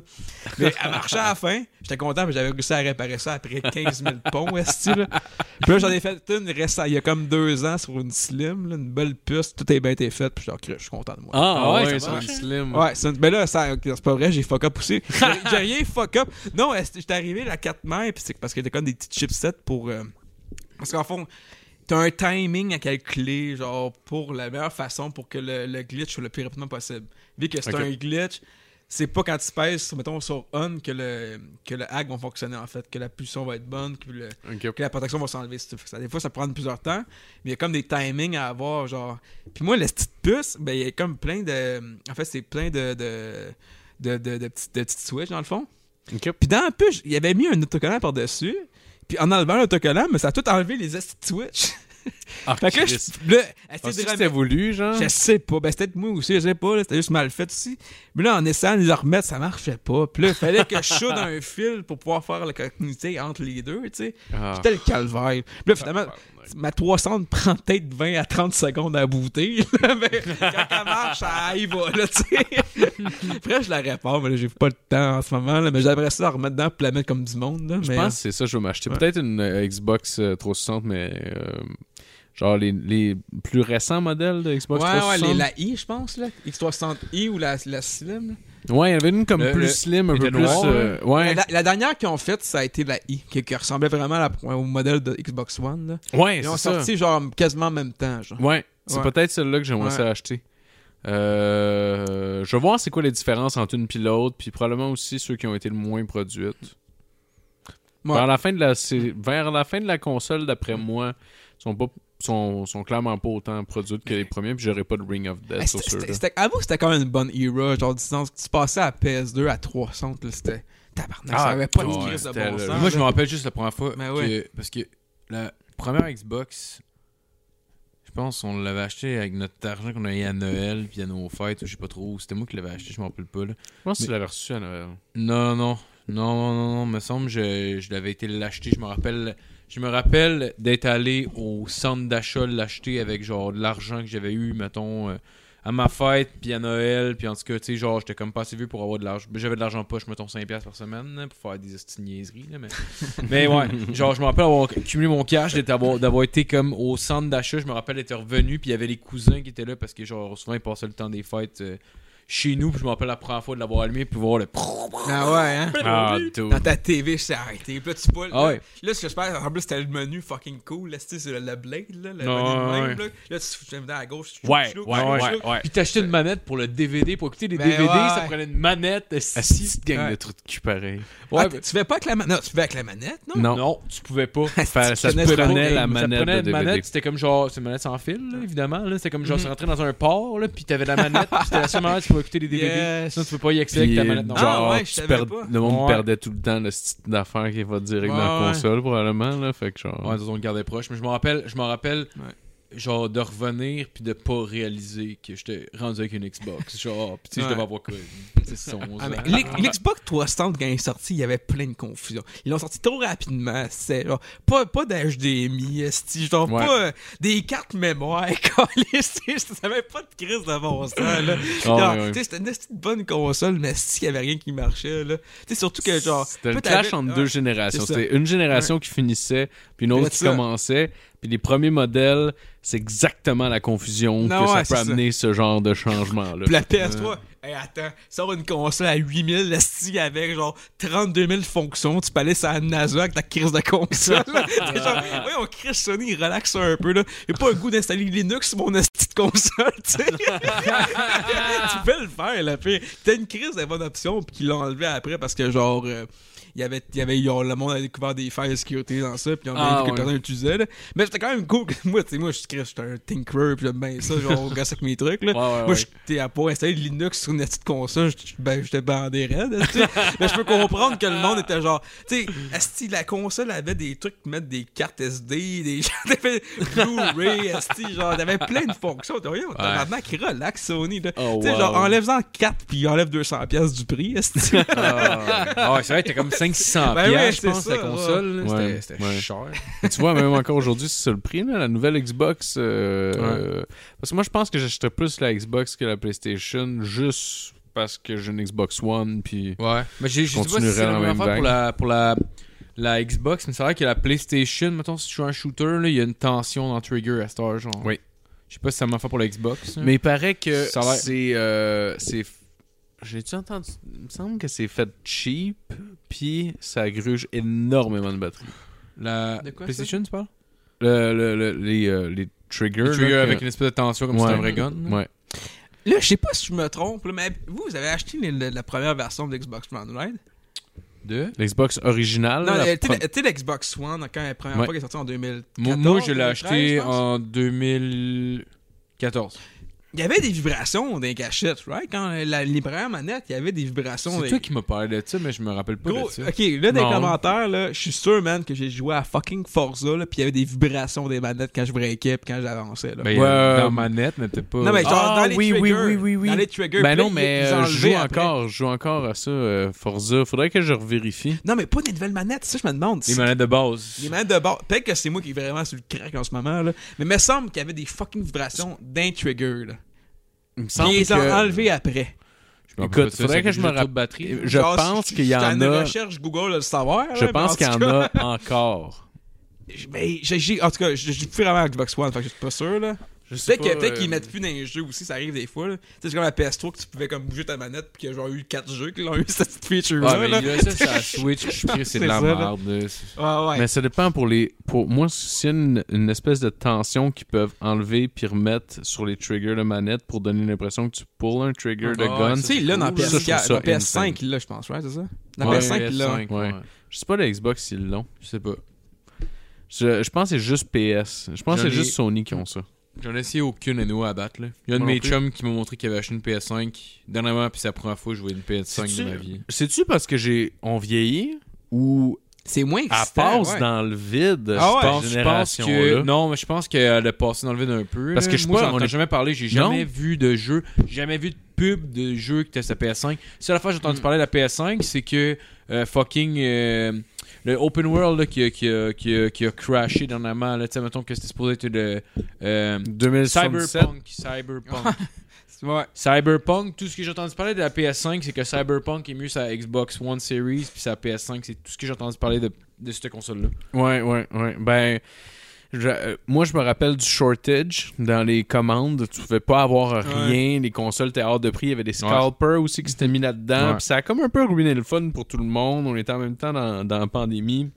Speaker 5: Mais elle marchait à la fin. J'étais content, mais j'avais réussi à réparer ça après 15 000 ponts, est là. Puis là, j'en ai fait une récemment, il y a comme deux ans, sur une slim, là, une belle puce, tout est bien été fait, puis genre, Chris, je suis content de moi.
Speaker 4: Ah, ouais,
Speaker 3: ça
Speaker 4: c'est un
Speaker 3: marche.
Speaker 4: slim.
Speaker 5: Ouais, c'est une- ben là, ça- c'est pas vrai, j'ai fuck up aussi. J'ai j'ai rien fuck up. Non, est- j'étais arrivé la 4 mains, puis c'est parce qu'il y avait comme des petits chipsets pour. euh, parce qu'en fond, t'as un timing à calculer, genre, pour la meilleure façon pour que le, le glitch soit le plus rapidement possible. Vu que c'est
Speaker 4: Ok.
Speaker 5: un glitch, c'est pas quand tu pèses, sur- mettons, sur on que le, que le hack va fonctionner, en fait, que la pulsion va être bonne, que le
Speaker 4: Ok.
Speaker 5: que la protection va s'enlever. si tu fais ça. Des fois, ça peut prendre plusieurs temps, mais il y a comme des timings à avoir. genre Puis moi, la petite puce, ben, il y a comme plein de. En fait, c'est plein de, de, de, de, de petites, de petites switches, dans le fond.
Speaker 4: Ok. Ah,
Speaker 5: Puis dans la puce, il avait mis un autocollant par-dessus. Puis en enlevant l'autocollant, mais ça a tout enlevé les petites switches.
Speaker 4: Ah,
Speaker 5: fait que là,
Speaker 4: Chris.
Speaker 5: je, là, essayer
Speaker 4: Penses-tu
Speaker 5: de
Speaker 4: que
Speaker 5: remettre-
Speaker 4: c'était voulu, genre?
Speaker 5: je sais pas. Ben, c'était peut-être moi aussi, je sais pas. là, C'était juste mal fait aussi. Mais là, en essayant de les remettre, ça marchait pas. Puis là, il fallait que je soude un fil pour pouvoir faire la continuité entre les deux, tu sais.
Speaker 4: Ah.
Speaker 5: C'était le calvaire. Puis là, finalement,
Speaker 4: Tabarnak.
Speaker 5: ma 300 prend peut-être 20 à 30 secondes à booter. là, mais quand elle marche, elle y va, là, tu sais. Après, je la répare, mais là, j'ai pas le temps en ce moment, là, mais j'aimerais ça la remettre dedans pour la mettre comme du monde, là.
Speaker 4: Je
Speaker 5: mais- euh,
Speaker 4: pense que c'est ça que je vais m'acheter.
Speaker 5: Ouais.
Speaker 4: Peut-être une euh, Xbox euh, 360, mais euh, genre les, les plus récents modèles de Xbox
Speaker 5: euh, Ouais, ouais,
Speaker 4: 360.
Speaker 5: les- la I, je pense, là. X360i ou la, la Slim, là.
Speaker 4: Ouais, il y en avait une comme
Speaker 3: Le-
Speaker 4: plus
Speaker 3: le-
Speaker 4: slim, un
Speaker 3: il
Speaker 4: peu
Speaker 3: était
Speaker 4: plus.
Speaker 3: noir,
Speaker 4: euh, ouais.
Speaker 5: La, la dernière qu'ils ont faite, ça a été la i, qui, qui ressemblait vraiment à la- au modèle de Xbox One. Là.
Speaker 4: Ouais,
Speaker 5: Ils ont
Speaker 4: c'est ça.
Speaker 5: sorti genre quasiment en même temps. Genre.
Speaker 4: Ouais, c'est
Speaker 5: Ouais.
Speaker 4: peut-être celle-là que j'aimerais
Speaker 5: Ouais.
Speaker 4: ça acheter. Euh, je vais voir c'est quoi les différences entre une puis l'autre, puis probablement aussi ceux qui ont été le moins produites. Vers, la fin de la, sé- vers la fin de la console,
Speaker 5: Mm.
Speaker 4: d'après moi, sont pas sont, sont clairement pas autant produites que les premiers, puis j'aurais pas de Ring of Death
Speaker 5: Eh,
Speaker 4: sur
Speaker 5: c'était-
Speaker 4: ceux-là.
Speaker 5: c'était- c'était- Avoue que c'était quand même une bonne era, genre distance. Tu passais à PS2 à 300, là, c'était tabarnak,
Speaker 4: Ah,
Speaker 5: ça avait pas de
Speaker 4: ouais,
Speaker 5: crise de
Speaker 4: c'était
Speaker 5: bon
Speaker 4: le-
Speaker 5: sens.
Speaker 3: Moi,
Speaker 5: là.
Speaker 3: je me rappelle juste la première fois.
Speaker 5: Ah, Ben
Speaker 3: que-
Speaker 5: ouais.
Speaker 3: Parce que la première Xbox, je pense on l'avait acheté avec notre argent qu'on avait à Noël, puis à nos fêtes, ou je sais pas trop. C'était moi qui l'avais acheté, je m'en rappelle pas. Là.
Speaker 4: Je pense que tu
Speaker 3: Mais-
Speaker 4: l'avais reçu à Noël.
Speaker 3: Non, non, non, non, non, non, me semble, je, je l'avais été l'acheter, je me rappelle, je me rappelle d'être allé au centre d'achat l'acheter avec genre de l'argent que j'avais eu, mettons, euh, à ma fête, puis à Noël, puis en tout cas, tu sais, genre, j'étais comme pas assez vieux pour avoir de l'argent, Mais j'avais de l'argent en poche, mettons 5$ piastres par semaine, là, pour faire des esti de niaiseries, là, mais... mais ouais, genre, je me rappelle avoir cumulé mon cash, d'être avoir- d'avoir été comme au centre d'achat, je me rappelle d'être revenu, puis il y avait les cousins qui étaient là, parce que genre, souvent, ils passaient le temps des fêtes... euh, chez nous, puis je me rappelle la première fois de l'avoir allumé, puis voir le
Speaker 5: Ah ouais, hein?
Speaker 4: Ah, tout.
Speaker 5: Dans ta TV, je t'ai arrêté. Puis là, tu poules.
Speaker 3: Ah
Speaker 5: là,
Speaker 3: ouais.
Speaker 5: là, ce que je perds, en plus, c'était le menu fucking cool. Là, c'était sur le, la blade, là, le
Speaker 3: Non,
Speaker 5: menu de même.
Speaker 3: ouais.
Speaker 5: Là, là tu fous dans la gauche. tu-
Speaker 4: Ah Ouais,
Speaker 5: tu-
Speaker 4: ouais,
Speaker 5: tu-
Speaker 4: ouais,
Speaker 5: tu-
Speaker 4: ouais.
Speaker 5: tu-
Speaker 4: ouais.
Speaker 3: Puis t'achetais une manette pour le DVD, pour écouter les
Speaker 5: Ben
Speaker 3: DVD,
Speaker 5: ouais.
Speaker 3: ça prenait une manette.
Speaker 4: Assis,
Speaker 3: Ah, Si
Speaker 4: Ah, cette gang de trucs de cul pareil.
Speaker 3: Ouais,
Speaker 5: Ah, t- tu fais pas avec la manette. Non, tu fais avec la manette, non?
Speaker 4: Non.
Speaker 3: non. non, tu pouvais pas.
Speaker 4: Fa- ça
Speaker 5: connais
Speaker 4: te
Speaker 5: pas
Speaker 4: prenait
Speaker 5: le
Speaker 4: la
Speaker 5: game.
Speaker 3: ça
Speaker 4: manette
Speaker 3: prenait
Speaker 4: de
Speaker 3: une
Speaker 4: DVD.
Speaker 3: manette, c'était comme genre, c'est une manette sans fil, là, évidemment. Là. C'était comme genre, c'est rentré dans un port, là, puis t'avais la manette, puis c'était la seule manette que tu pouvais écouter les DVD.
Speaker 5: Yes.
Speaker 3: Sinon, tu peux pas y accéder
Speaker 4: Puis,
Speaker 3: avec ta manette. Non.
Speaker 5: Ah,
Speaker 4: genre,
Speaker 5: ouais, je
Speaker 4: tu
Speaker 5: savais
Speaker 4: perds-
Speaker 5: pas.
Speaker 4: le monde
Speaker 3: Ouais.
Speaker 4: perdait tout le temps le style d'affaires qui va direct dans
Speaker 5: Ouais,
Speaker 4: la
Speaker 5: ouais.
Speaker 4: console, probablement. Là, fait que genre...
Speaker 3: Ouais, disons, on le gardait proche. Mais je me rappelle, je m'en rappelle genre, de revenir, puis de pas réaliser que j'étais rendu avec une Xbox. Genre, puis tu sais, je
Speaker 5: Ouais.
Speaker 3: devais avoir quoi 10, 11
Speaker 5: Ah, mais
Speaker 3: ans.
Speaker 5: l'X- L'Xbox 360, quand il est sorti, il y avait plein de confusion. Ils l'ont sorti trop rapidement. C'était genre, pas, pas d'HDMI, esti, genre,
Speaker 4: Ouais.
Speaker 5: pas euh, des cartes mémoire. câlisse, tu sais, Ça avait pas de crise de bon sens, là.
Speaker 4: Ah,
Speaker 5: Genre,
Speaker 4: ouais, ouais.
Speaker 5: tu sais, C'était une esti de bonne console, mais si, il y avait rien qui marchait, là. Tu sais, surtout que, genre.
Speaker 4: C'était le
Speaker 5: toi,
Speaker 4: clash
Speaker 5: t'avais-
Speaker 4: entre
Speaker 5: ah,
Speaker 4: deux générations.
Speaker 5: c'est ça.
Speaker 4: C'était une génération qui finissait, puis une autre
Speaker 5: C'est
Speaker 4: qui
Speaker 5: ça.
Speaker 4: commençait. Puis les premiers modèles, c'est exactement la confusion
Speaker 5: Non,
Speaker 4: que
Speaker 5: ouais,
Speaker 4: ça
Speaker 5: c'est
Speaker 4: peut amener ce genre de changement-là.
Speaker 5: Puis la PS3, hey, attends, sort une console à 8000, esti, avec genre 32 000 fonctions, tu peux aller sur la NASA avec ta crise de console. là. C'est genre, oui, on crise Sony, relaxe ça un peu, là. J'ai pas le goût d'installer Linux sur mon esti de console, tu sais. tu peux le faire, là. Puis t'as une crise de bonne option, puis qu'ils l'ont enlevé après parce que genre. euh, il y avait, il y avait genre, le monde a découvert des failles de sécurité dans ça, puis on a
Speaker 4: Ah,
Speaker 5: vu que
Speaker 4: ouais.
Speaker 5: personne l'utilisait. là. Mais c'était quand même cool. que- Moi, tu sais, moi, je suis j'étais un tinkerer, puis j'aime bien ça, genre, on gosse avec mes trucs. Là.
Speaker 4: Ouais, ouais,
Speaker 5: Moi,
Speaker 4: ouais.
Speaker 5: j'étais à pas installer Linux sur une petite console, je- je- ben, j'étais bandé raide, tu sais. Mais je peux comprendre que le monde était genre, tu sais, asti, la console avait des trucs pour mettre des cartes SD, des t'avais Blu-ray, asti, genre, t'avais plein de fonctions. T'as rien, t'as vraiment qui relax, Sony, là.
Speaker 4: Oh,
Speaker 5: tu sais,
Speaker 4: wow.
Speaker 5: genre, enlève-en 4 puis enlève 200 pièces du prix, asti.
Speaker 3: Ah, ah ouais, c'est vrai, t'es comme 500
Speaker 5: Ben oui,
Speaker 3: piastres,
Speaker 5: c'est
Speaker 3: je pense,
Speaker 5: ça,
Speaker 3: la console. là.
Speaker 4: Ouais,
Speaker 3: C'était c'était
Speaker 4: ouais.
Speaker 3: cher.
Speaker 4: Mais tu vois, même encore aujourd'hui, c'est ça le prix, là, la nouvelle Xbox. euh, euh, parce que moi, je pense que j'achèterais plus la Xbox que la PlayStation juste parce que j'ai une Xbox One. Puis...
Speaker 3: Ouais. Mais j'ai- je sais pas si
Speaker 4: Continuerait
Speaker 3: c'est la
Speaker 4: dans
Speaker 3: même
Speaker 4: la même
Speaker 3: affaire pour la, pour la, la Xbox, mais c'est vrai que la PlayStation, mettons, si tu joues un shooter, là, il y a une tension dans Trigger à cette heure, genre.
Speaker 4: Oui.
Speaker 3: Je sais pas si ça m'a fait pour la Xbox. hein.
Speaker 4: Mais il paraît que
Speaker 3: Ça va-
Speaker 4: c'est. euh, c'est... J'ai-tu entendu. Il me semble que c'est fait cheap, puis ça gruge énormément de batterie.
Speaker 3: La
Speaker 5: De quoi,
Speaker 3: PlayStation, tu parles
Speaker 4: Le- le- le- les, euh, les triggers.
Speaker 3: Le Trigger
Speaker 4: là, que-
Speaker 3: avec une espèce de tension comme si
Speaker 4: Ouais.
Speaker 3: c'était un vrai gun. là.
Speaker 4: Ouais.
Speaker 5: Là, je sais pas si je me trompe, là, mais vous, vous avez acheté les- la, la première version de l'Xbox One, right?
Speaker 3: De...
Speaker 4: L'Xbox originale.
Speaker 5: Non,
Speaker 4: la
Speaker 5: euh, tu
Speaker 4: pro-
Speaker 5: sais, la- tu sais, l'Xbox One, quand la première
Speaker 4: Ouais.
Speaker 5: fois qu'elle est sortie en 2014.
Speaker 3: Moi, moi, je l'ai
Speaker 5: 2013,
Speaker 3: acheté
Speaker 5: je pense.
Speaker 3: en 2014.
Speaker 5: Il y avait des vibrations dans les cachettes, right? Quand la, la libraire manette, il y avait des vibrations.
Speaker 3: C'est
Speaker 5: des- euh,
Speaker 3: toi qui m'as parlé de ça, mais je me rappelle pas
Speaker 5: Gros,
Speaker 3: de ça.
Speaker 5: ok, là, dans
Speaker 4: Non.
Speaker 5: les commentaires, là, je suis sûr, man, que j'ai joué à fucking Forza, là, pis il y avait des vibrations des manettes quand je breakais pis quand j'avançais, là.
Speaker 3: Ben, il y a-
Speaker 4: Ouais.
Speaker 3: dans la manette, mais peut-être pas.
Speaker 5: non, mais genre,
Speaker 4: Ah,
Speaker 5: dans les
Speaker 4: oui, oui,
Speaker 5: triggers.
Speaker 4: oui, oui, oui.
Speaker 5: Dans les triggers.
Speaker 4: Ben
Speaker 5: pis là,
Speaker 4: non, mais
Speaker 5: ils- ils
Speaker 4: euh, je joue
Speaker 5: enlevaient après.
Speaker 4: encore, je joue encore à ça, euh, Forza. Faudrait que je revérifie.
Speaker 5: Non, mais pas des nouvelles manettes, ça, je me demande.
Speaker 3: Les
Speaker 5: C'est-
Speaker 3: manettes de base.
Speaker 5: Les manettes de bord. Peut-être que c'est moi qui est vraiment sur le crack en ce moment, là. Mais il me semble qu'il y avait des fucking vibrations d'un trigger, là.
Speaker 4: Il me semble
Speaker 5: Pis ils ont
Speaker 4: que-
Speaker 5: enlevé après.
Speaker 3: Je me Euh, rappelle pas
Speaker 4: Écoute,
Speaker 3: de ça,
Speaker 4: faudrait
Speaker 3: ça
Speaker 4: que je me
Speaker 3: j'ai trop de
Speaker 4: rappelle.
Speaker 3: batterie. là.
Speaker 4: Je
Speaker 5: Genre,
Speaker 4: pense
Speaker 5: si-
Speaker 4: qu'il y
Speaker 5: si t'as
Speaker 4: en
Speaker 5: une
Speaker 4: a.
Speaker 5: recherche Google de le savoir.
Speaker 4: Je
Speaker 5: là, mais en
Speaker 4: pense
Speaker 5: tout
Speaker 4: qu'il y en
Speaker 5: cas-
Speaker 4: a encore.
Speaker 5: Mais j'ai- en tout cas, je je suis plus vraiment Xbox One, fait que je suis pas sûr là.
Speaker 4: Je sais
Speaker 5: Peut-être que-
Speaker 4: pas,
Speaker 5: peut-être qu'ils
Speaker 4: euh,
Speaker 5: mettent plus dans les jeux aussi, ça arrive des fois. là. Tu sais, C'est comme la PS3 que tu pouvais comme bouger ta manette puis qu'il y a genre eu 4 jeux qui l'ont eu cette petite feature
Speaker 3: Ah,
Speaker 5: là.
Speaker 3: mais
Speaker 5: là.
Speaker 3: là, ça, c'est à Switch, je suis pris, c'est de la
Speaker 5: C'est ça, là.
Speaker 3: merde. là. C'est-
Speaker 5: Ouais, ouais.
Speaker 4: Mais ça dépend pour les. Pour moi, c'est une, une espèce de tension qu'ils peuvent enlever puis remettre sur les triggers de manette pour donner l'impression que tu pulls un trigger de
Speaker 3: Ah,
Speaker 4: gun.
Speaker 3: ouais,
Speaker 5: Tu sais, là, dans
Speaker 4: cool, ça, je trouve
Speaker 5: PS4,
Speaker 4: ça
Speaker 5: dans
Speaker 4: insane.
Speaker 5: PS5, là, je pense, right, c'est ça? Dans
Speaker 4: Ouais,
Speaker 5: PS5, là.
Speaker 3: PS5, ouais.
Speaker 4: Ouais. Je sais pas la Xbox s'ils l'ont.
Speaker 3: Je sais pas.
Speaker 4: Je, je pense que c'est juste PS. Je pense que
Speaker 3: J'en
Speaker 4: c'est
Speaker 3: ai-
Speaker 4: juste Sony qui ont ça.
Speaker 3: J'en ai essayé aucune et nous à battre. Là. Il y a un de
Speaker 4: Moi non
Speaker 3: mes
Speaker 4: plus.
Speaker 3: chums qui m'a montré qu'il avait acheté une PS5 dernièrement, puis c'est la première fois que je voyais une PS5 de
Speaker 4: C'est-tu-
Speaker 3: ma vie.
Speaker 4: C'est-tu parce que j'ai. On vieillit ou
Speaker 5: C'est moins
Speaker 4: elle
Speaker 5: excitant,
Speaker 4: passe
Speaker 5: ouais.
Speaker 4: dans le vide
Speaker 5: Ah ouais,
Speaker 4: cette
Speaker 3: Je pense- je pense
Speaker 4: génération
Speaker 3: que. Non, mais je pense qu'elle a passé dans le vide un peu.
Speaker 4: Parce
Speaker 3: là.
Speaker 4: que je sais
Speaker 3: Moi,
Speaker 4: pas,
Speaker 3: j'en
Speaker 4: on
Speaker 3: ai
Speaker 4: est-
Speaker 3: jamais parlé. J'ai
Speaker 4: Non.
Speaker 3: jamais vu de jeu, j'ai jamais vu de pub de jeu qui était sa PS5. Seule fois que j'ai
Speaker 4: Mm.
Speaker 3: entendu parler de la PS5, c'est que euh, fucking. euh, le open world là, qui, a, qui, a, qui, a, qui a crashé dernièrement, là, tu sais, mettons que c'était supposé être le. euh,
Speaker 4: 2077.
Speaker 3: Cyberpunk, Cyberpunk.
Speaker 5: Ouais.
Speaker 3: Cyberpunk, tout ce que j'ai entendu parler de la PS5, c'est que Cyberpunk est mieux sa Xbox One Series, puis sa PS5, c'est tout ce que j'ai entendu parler de, de cette console-là.
Speaker 4: Ouais, ouais, ouais. Ben, je- euh, moi, je me rappelle du shortage dans les commandes. Tu pouvais pas avoir rien. Les consoles étaient hors de prix. Il y avait des scalpers aussi qui s'étaient mis là-dedans.
Speaker 3: Ouais.
Speaker 4: Puis ça a comme un peu ruiné le fun pour tout le monde. On était en même temps dans, dans la pandémie.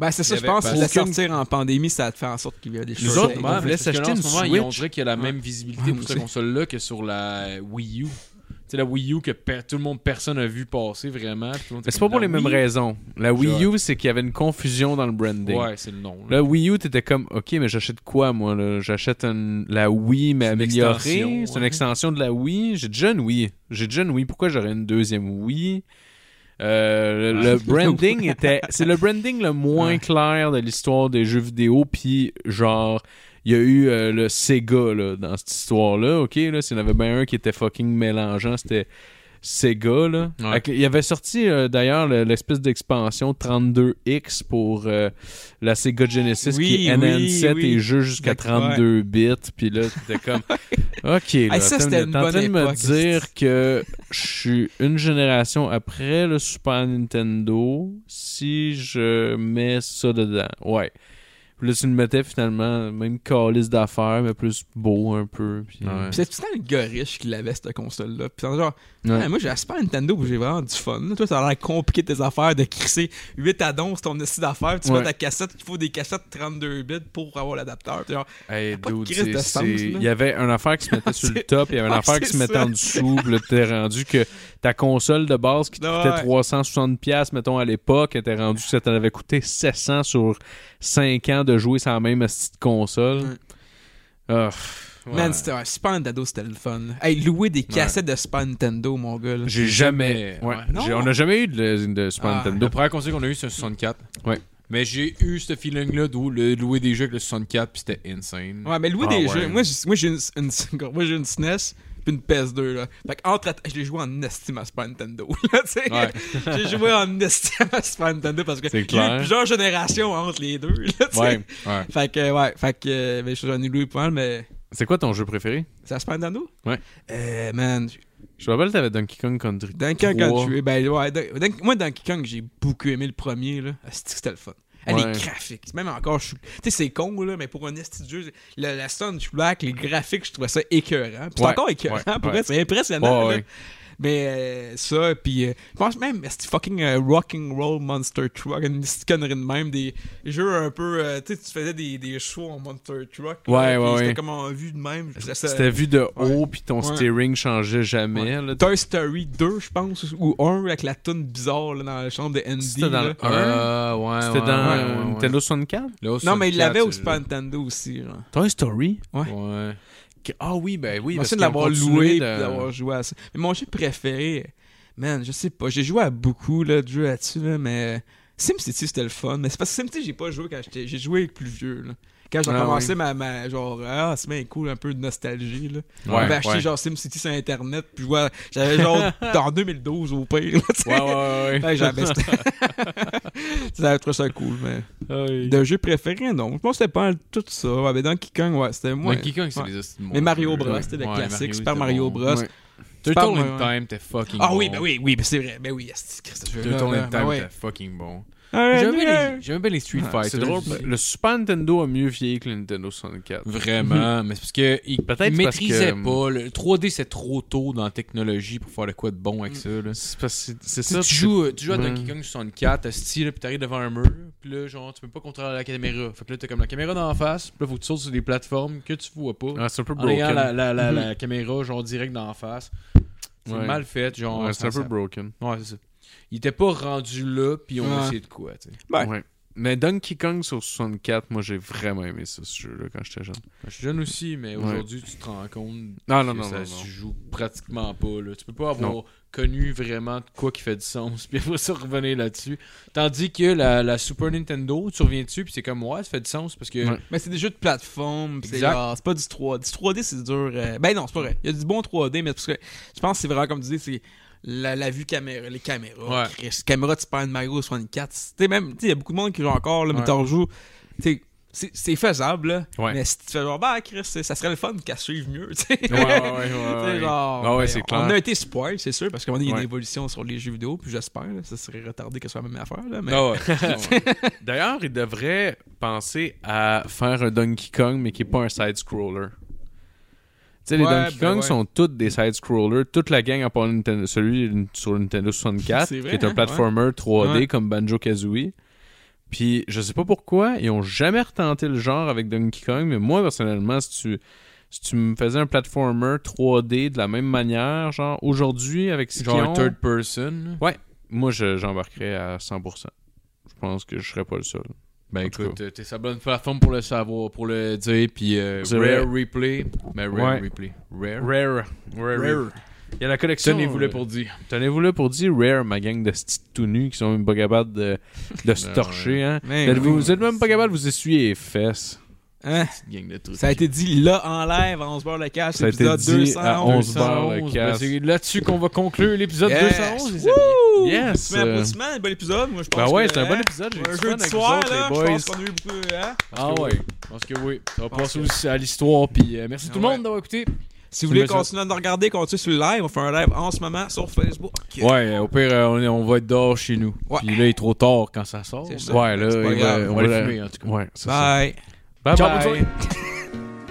Speaker 5: Ben, c'est ça,
Speaker 3: Il y
Speaker 5: je
Speaker 3: avait
Speaker 5: pense.
Speaker 3: pas-
Speaker 5: La
Speaker 4: aucune-
Speaker 5: sortir en pandémie, ça te fait en sorte qu'il y a des
Speaker 4: Nous
Speaker 5: choses.
Speaker 4: autres, ben,
Speaker 5: Ouais.
Speaker 4: on voulait
Speaker 3: parce que
Speaker 4: s'acheter
Speaker 3: là, en
Speaker 4: une
Speaker 3: ce moment, ils- On
Speaker 4: Switch.
Speaker 3: dirait qu'il y a la même visibilité
Speaker 5: Ouais,
Speaker 3: pour
Speaker 5: moi
Speaker 3: cette
Speaker 5: aussi.
Speaker 3: console-là que sur la Wii U. C'est la Wii U que per- tout le monde, personne n'a vu passer vraiment. puis tout le monde
Speaker 4: Mais c'est pas
Speaker 3: était comme,
Speaker 4: pour
Speaker 3: la
Speaker 4: les mêmes
Speaker 3: Wii?
Speaker 4: raisons. La
Speaker 3: Ouais.
Speaker 4: Wii U, c'est qu'il y avait une confusion dans le branding.
Speaker 3: Ouais, c'est le nom. là.
Speaker 4: La Wii U, t'étais comme, ok, mais j'achète quoi, moi, là? J'achète une- la Wii, mais
Speaker 3: C'est une
Speaker 4: améliorée.
Speaker 3: extension,
Speaker 4: C'est une
Speaker 3: ouais.
Speaker 4: extension de la Wii. J'ai déjà une Wii. J'ai déjà une Wii. Pourquoi j'aurais une deuxième Wii? Euh, le,
Speaker 3: Ah.
Speaker 4: le branding était. C'est le branding le moins clair de l'histoire des jeux vidéo. Puis, genre, il y a eu euh, le Sega là, dans cette histoire-là. Ok, là, s'il y en avait bien un qui était fucking mélangeant, c'était. Sega, là.
Speaker 3: Ouais.
Speaker 4: Avec- Il avait sorti euh, d'ailleurs le- l'espèce d'expansion 32X pour euh, la Sega Genesis qui
Speaker 5: Oui,
Speaker 4: est NN7
Speaker 5: oui, oui.
Speaker 4: et jeux jusqu'à
Speaker 5: D'accord,
Speaker 4: 32 bits. Puis là, t'étais comme, OK, là,
Speaker 5: ça,
Speaker 4: t'es
Speaker 5: c'était une
Speaker 4: t'es en train de
Speaker 5: bonne
Speaker 4: me
Speaker 5: époque,
Speaker 4: dire que je suis une génération après le Super Nintendo si je mets ça dedans. Ouais. Puis là, tu le mettais finalement, même calice d'affaires, mais plus beau un peu. Puis...
Speaker 3: Ouais.
Speaker 5: Puis c'est tout le temps le gars riche qui l'avait, cette console-là. Puis genre,
Speaker 4: Ouais.
Speaker 5: Ah, moi, j'ai la Super Nintendo où j'ai vraiment du fun. là. Toi, ça a l'air compliqué tes affaires de crisser 8 addons, ton essai d'affaires. Tu
Speaker 4: Ouais.
Speaker 5: mets ta cassette, il faut des cassettes 32 bits pour avoir l'adapteur. Puis genre,
Speaker 4: Hey,
Speaker 5: pas de
Speaker 4: dude,
Speaker 5: crise de
Speaker 4: c'est-
Speaker 5: sens,
Speaker 4: c'est-
Speaker 5: là.
Speaker 4: il y avait une affaire qui se mettait sur le
Speaker 5: C'est-
Speaker 4: top, il y avait une
Speaker 5: Ouais,
Speaker 4: affaire qui
Speaker 5: c'est
Speaker 4: se mettait
Speaker 5: ça.
Speaker 4: en dessous, puis là, t'es rendu que ta console de base qui te
Speaker 5: Ouais.
Speaker 4: coûtait 360$, piastres, mettons, à l'époque, elle t'es rendu que ça t'en avait coûté 700 sur 5 ans de jouer sans la même petite console.
Speaker 5: Mm.
Speaker 4: Ah, pff, ouais.
Speaker 5: man, c'était un Super Nintendo, c'était le fun. Hey, louer des cassettes de Super Nintendo, mon gars. là.
Speaker 4: j'ai jamais.
Speaker 3: Ouais.
Speaker 4: ouais,
Speaker 5: Non.
Speaker 4: j'ai- on n'a jamais eu de, de Super
Speaker 5: Ah,
Speaker 4: Nintendo.
Speaker 3: Le premier conseil qu'on a eu, c'est un 64.
Speaker 4: Ouais.
Speaker 3: Mais j'ai eu ce feeling-là d'où le louer des jeux avec le 64, puis c'était insane.
Speaker 5: Ouais, mais louer
Speaker 4: Ah,
Speaker 5: des
Speaker 4: ouais.
Speaker 5: jeux. Moi, j'ai, moi, j'ai une, une- moi, j'ai une SNES puis une PS2, là. Fait que, entre, je l'ai joué en estime à Super Nintendo, là, tu sais.
Speaker 3: Ouais.
Speaker 5: J'ai joué en estime à Super Nintendo parce que
Speaker 4: C'est
Speaker 5: j'ai eu
Speaker 4: clair.
Speaker 5: plusieurs générations entre les deux, là, tu sais.
Speaker 4: Ouais.
Speaker 3: Ouais.
Speaker 5: Fait que, ouais, fait que, euh, ben, j'en ai loué pas mal, mais.
Speaker 4: C'est quoi ton jeu préféré?
Speaker 5: C'est à Super Nintendo?
Speaker 4: Ouais.
Speaker 5: Euh, man,
Speaker 4: Je me rappelle, t'avais Donkey Kong Country.
Speaker 5: Donkey Kong
Speaker 4: Trois.
Speaker 5: Country, ben ouais, Dun- Dun- moi Donkey Kong, j'ai beaucoup aimé le premier là, Asti que c'était le fun. Elle
Speaker 4: Ouais.
Speaker 5: est graphique, même encore, je suis- tu sais c'est con là, mais pour un esti de jeu, le- la Sound Black, les graphiques, je trouvais ça écœurant. Puis c'est
Speaker 4: Ouais,
Speaker 5: encore écœurant,
Speaker 4: ouais,
Speaker 5: pour
Speaker 4: ouais.
Speaker 5: vrai, c'est
Speaker 4: Ouais,
Speaker 5: impressionnant. là.
Speaker 4: ouais.
Speaker 5: Mais euh, ça, puis euh, je pense même, c'est fucking euh, Rocking Roll Monster Truck, une petite connerie de même, des jeux un peu, euh, tu sais, tu faisais des, des shows en Monster Truck. là,
Speaker 4: Ouais,
Speaker 5: puis
Speaker 4: ouais,
Speaker 5: C'était
Speaker 4: ouais.
Speaker 5: comme en vue de même. je trouvais ça-
Speaker 4: C'était vu de haut, puis ton
Speaker 5: Ouais.
Speaker 4: steering changeait jamais. là.
Speaker 5: Toy Story 2, je pense, ou 1 avec la toune bizarre là, dans la chambre de Andy.
Speaker 4: C'était dans
Speaker 5: là.
Speaker 4: le
Speaker 3: Euh, ouais,
Speaker 4: C'était
Speaker 3: ouais,
Speaker 4: dans
Speaker 3: ouais,
Speaker 4: euh,
Speaker 3: ouais, ouais.
Speaker 4: Nintendo 64?
Speaker 3: Le haut
Speaker 5: Non, mais il
Speaker 3: 64,
Speaker 5: l'avait au
Speaker 3: c'est-
Speaker 5: Super Nintendo aussi. Genre.
Speaker 4: Toy Story?
Speaker 3: Ouais.
Speaker 4: Ah oui, ben oui.
Speaker 5: Je me
Speaker 4: parce
Speaker 5: souviens de
Speaker 4: qu'ils
Speaker 5: l'avoir
Speaker 4: ont continué
Speaker 5: loué et
Speaker 4: de-
Speaker 5: d'avoir joué à ça. Mais mon jeu préféré, man, je sais pas. J'ai joué à beaucoup là, de jeux là-dessus, là, mais SimCity c'était le fun. Mais c'est parce que SimCity, j'ai pas joué quand j'étais. J'ai joué plus vieux. Là. Quand j'ai
Speaker 4: Ah,
Speaker 5: commencé
Speaker 4: oui.
Speaker 5: ma, ma. Genre, ah, c'est bien cool, un peu de nostalgie. Là.
Speaker 4: Ouais,
Speaker 5: J'avais acheté
Speaker 4: ouais.
Speaker 5: genre SimCity sur Internet, puis je vois- j'avais genre. en 2012 au pire. Là, tu sais.
Speaker 4: Ouais, ouais, ouais.
Speaker 5: Ouais, j'avais ça trouvé ça cool, mais. De jeu préféré, non. Je pense que c'était pas mal tout ça. Ouais, mais Donkey Kong, ouais, c'était moi.
Speaker 3: Donkey Kong, c'est
Speaker 5: Ouais.
Speaker 3: des hosties de
Speaker 5: Mais Mario
Speaker 3: monstres.
Speaker 5: Bros, c'était le
Speaker 3: Ouais,
Speaker 5: classique.
Speaker 3: c'était
Speaker 5: Super Mario
Speaker 3: bon.
Speaker 5: Bros.
Speaker 4: Ouais.
Speaker 3: Turtle
Speaker 5: Super
Speaker 3: in
Speaker 5: Mario.
Speaker 3: Time, t'es fucking
Speaker 5: Ah
Speaker 3: bon.
Speaker 5: oui, ben oui, oui, ben c'est vrai. Ben oui, c'est
Speaker 3: Turtle in Time,
Speaker 5: ouais.
Speaker 3: t'es fucking bon. J'aime bien les- j'aime bien les Street
Speaker 4: Ah,
Speaker 3: Fighter.
Speaker 4: C'est drôle. mais Le Super Nintendo a mieux vieilli que le Nintendo 64.
Speaker 3: Vraiment, mais c'est parce que ils
Speaker 4: Peut-être parce
Speaker 3: maîtrisaient
Speaker 4: que-
Speaker 3: pas. Le 3D, c'est trop tôt dans la technologie pour faire de quoi de bon avec ça.
Speaker 5: Mm.
Speaker 3: Là.
Speaker 4: C'est parce que c'est- c'est
Speaker 3: Tu,
Speaker 4: ça.
Speaker 3: sais, tu joues, euh, tu joues à
Speaker 4: Ouais.
Speaker 3: Donkey Kong 64, assis, là, puis t'arrives devant un mur, puis là, genre, tu peux pas contrôler la caméra. Fait que là, t'as comme la caméra d'en face, puis là, faut que tu sautes sur des plateformes que tu vois pas.
Speaker 4: Ah, c'est un peu
Speaker 3: en ayant
Speaker 4: broken.
Speaker 3: la, la, la, la caméra, genre, direct d'en face. C'est
Speaker 4: Ouais.
Speaker 3: mal fait, genre.
Speaker 4: Ouais, c'est un
Speaker 3: ça-
Speaker 4: peu broken.
Speaker 3: ça- Ouais, c'est ça. Il était pas rendu là, puis on
Speaker 5: Ouais.
Speaker 3: a essayé de quoi, tu sais.
Speaker 5: Ouais.
Speaker 4: Ouais. Mais Donkey Kong sur 64, moi j'ai vraiment aimé ça, ce jeu-là, quand j'étais jeune.
Speaker 3: Je suis jeune aussi, mais
Speaker 4: Ouais.
Speaker 3: aujourd'hui, tu te rends compte
Speaker 4: Non, non,
Speaker 3: que
Speaker 4: non,
Speaker 3: ça
Speaker 4: non, non.
Speaker 3: se joue pratiquement pas. Là. Tu peux pas avoir
Speaker 4: Non.
Speaker 3: connu vraiment de quoi qui fait du sens, puis après ça, revenir là-dessus. Tandis que la, la Super Nintendo, tu reviens dessus, puis c'est comme, ouais, ça fait du sens, parce que...
Speaker 4: Ouais.
Speaker 5: Mais c'est des jeux de plateforme. pis C'est
Speaker 3: Exact.
Speaker 5: genre, c'est pas du 3D. Du 3D, c'est dur. euh, Ben non, c'est pas vrai. Il y a du bon 3D, mais parce que je pense que c'est vraiment comme tu dis, c'est la, la vue caméra, les caméras.
Speaker 3: Ouais.
Speaker 5: Chris, caméra de Super Mario 64. Tu sais, même, tu sais, il y a beaucoup de monde qui joue encore, là, mais
Speaker 3: Ouais.
Speaker 5: t'en rejoues. Tu sais, c'est- c'est faisable, là.
Speaker 4: Ouais.
Speaker 5: Mais si tu fais genre, bah, Chris, ça serait le fun qu'elle suive mieux, tu sais.
Speaker 4: Ouais, ouais, ouais.
Speaker 5: Tu
Speaker 4: ouais,
Speaker 5: sais,
Speaker 4: ouais.
Speaker 5: genre,
Speaker 4: Ah ouais,
Speaker 5: ben,
Speaker 4: c'est
Speaker 5: on
Speaker 4: clair.
Speaker 5: a été spoil, c'est sûr, parce qu'à un moment donné, il y a
Speaker 4: Ouais.
Speaker 5: une évolution sur les jeux vidéo, puis j'espère, là, ça serait retardé que ce soit la même affaire. Là, mais...
Speaker 3: Ah ouais. Ouais.
Speaker 4: D'ailleurs, il devrait penser à faire un Donkey Kong, mais qui n'est pas un side-scroller. Tu sais, les
Speaker 5: Ouais,
Speaker 4: Donkey
Speaker 5: ben
Speaker 4: Kong
Speaker 5: ouais.
Speaker 4: sont toutes des side-scrollers. Toute la gang, à part Nintendo- celui sur le Nintendo 64,
Speaker 5: C'est vrai,
Speaker 4: qui est un
Speaker 5: hein,
Speaker 4: platformer 3D
Speaker 5: Ouais.
Speaker 4: comme Banjo-Kazooie. Puis, je sais pas pourquoi, ils ont jamais retenté le genre avec Donkey Kong, mais moi, personnellement, si tu, si tu me faisais un platformer 3D de la même manière, genre aujourd'hui, avec ce
Speaker 3: Genre
Speaker 4: qu'ils
Speaker 3: un
Speaker 4: ont,
Speaker 3: third person.
Speaker 4: moi, je- j'embarquerais à 100%. Je pense que je serais pas le seul.
Speaker 3: Ben
Speaker 4: En tout
Speaker 3: écoute, euh, t'es sa bonne plateforme pour le savoir, pour le dire, puis euh,
Speaker 4: C'est vrai.
Speaker 3: Rare Replay. Mais
Speaker 4: Ouais.
Speaker 3: Rare Replay. Rare.
Speaker 4: Rare. Rare. Il y a la collection. euh,
Speaker 3: Tenez-vous là pour dire.
Speaker 4: Tenez-vous là pour dire Rare, ma gang de petits tout nus qui sont même pas capables de, de se
Speaker 3: Ben
Speaker 4: torcher. Hein.
Speaker 5: Mais
Speaker 4: Vous,
Speaker 5: oui.
Speaker 4: vous êtes même pas capables de vous essuyer les fesses.
Speaker 5: Hein?
Speaker 3: Petite gang de trucs.
Speaker 5: Ça a été dit là en live, à 11 barres le cash,
Speaker 4: Ça a été
Speaker 5: épisode
Speaker 4: dit à
Speaker 5: 211.
Speaker 4: 11 barres le
Speaker 3: 211,
Speaker 4: casse.
Speaker 3: ben, c'est là-dessus qu'on va conclure l'épisode
Speaker 5: Yes.
Speaker 3: 211, les amis.
Speaker 5: Wouh!
Speaker 4: Yes. uh,
Speaker 5: Mais applaudissements, un bon épisode, moi je pense.
Speaker 4: Ben ouais,
Speaker 5: que,
Speaker 4: c'est un
Speaker 5: hein,
Speaker 4: bon épisode. J'ai eu
Speaker 5: Un
Speaker 4: du fun
Speaker 5: jeu
Speaker 4: avec
Speaker 5: de
Speaker 4: vous
Speaker 5: soir,
Speaker 4: autres,
Speaker 5: là,
Speaker 4: les
Speaker 5: je pense
Speaker 4: boys.
Speaker 5: qu'on a eu beaucoup. hein.
Speaker 3: Ah ouais. Je pense que oui. Ça va
Speaker 5: pense
Speaker 3: passer
Speaker 5: que-
Speaker 3: aussi à l'histoire. Puis euh, merci
Speaker 5: Ah
Speaker 3: tout le
Speaker 5: ouais.
Speaker 3: monde d'avoir écouté.
Speaker 5: Si vous voulez
Speaker 4: me sens-
Speaker 5: continuer à nous regarder, continuez sur le live. On fait un live en ce moment sur Facebook.
Speaker 3: Ouais, euh, au pire, euh, on, est- on va être dehors chez nous.
Speaker 5: Ouais.
Speaker 3: Puis là, il est trop tard quand ça sort.
Speaker 5: C'est ça.
Speaker 4: Ouais, là,
Speaker 5: C'est pas
Speaker 4: il
Speaker 5: grave,
Speaker 4: va-
Speaker 3: on va le fumer, en tout cas.
Speaker 4: Ouais, c'est ça.
Speaker 5: Bye.
Speaker 4: Bye
Speaker 3: Ciao,
Speaker 4: bye.
Speaker 3: bonne soirée.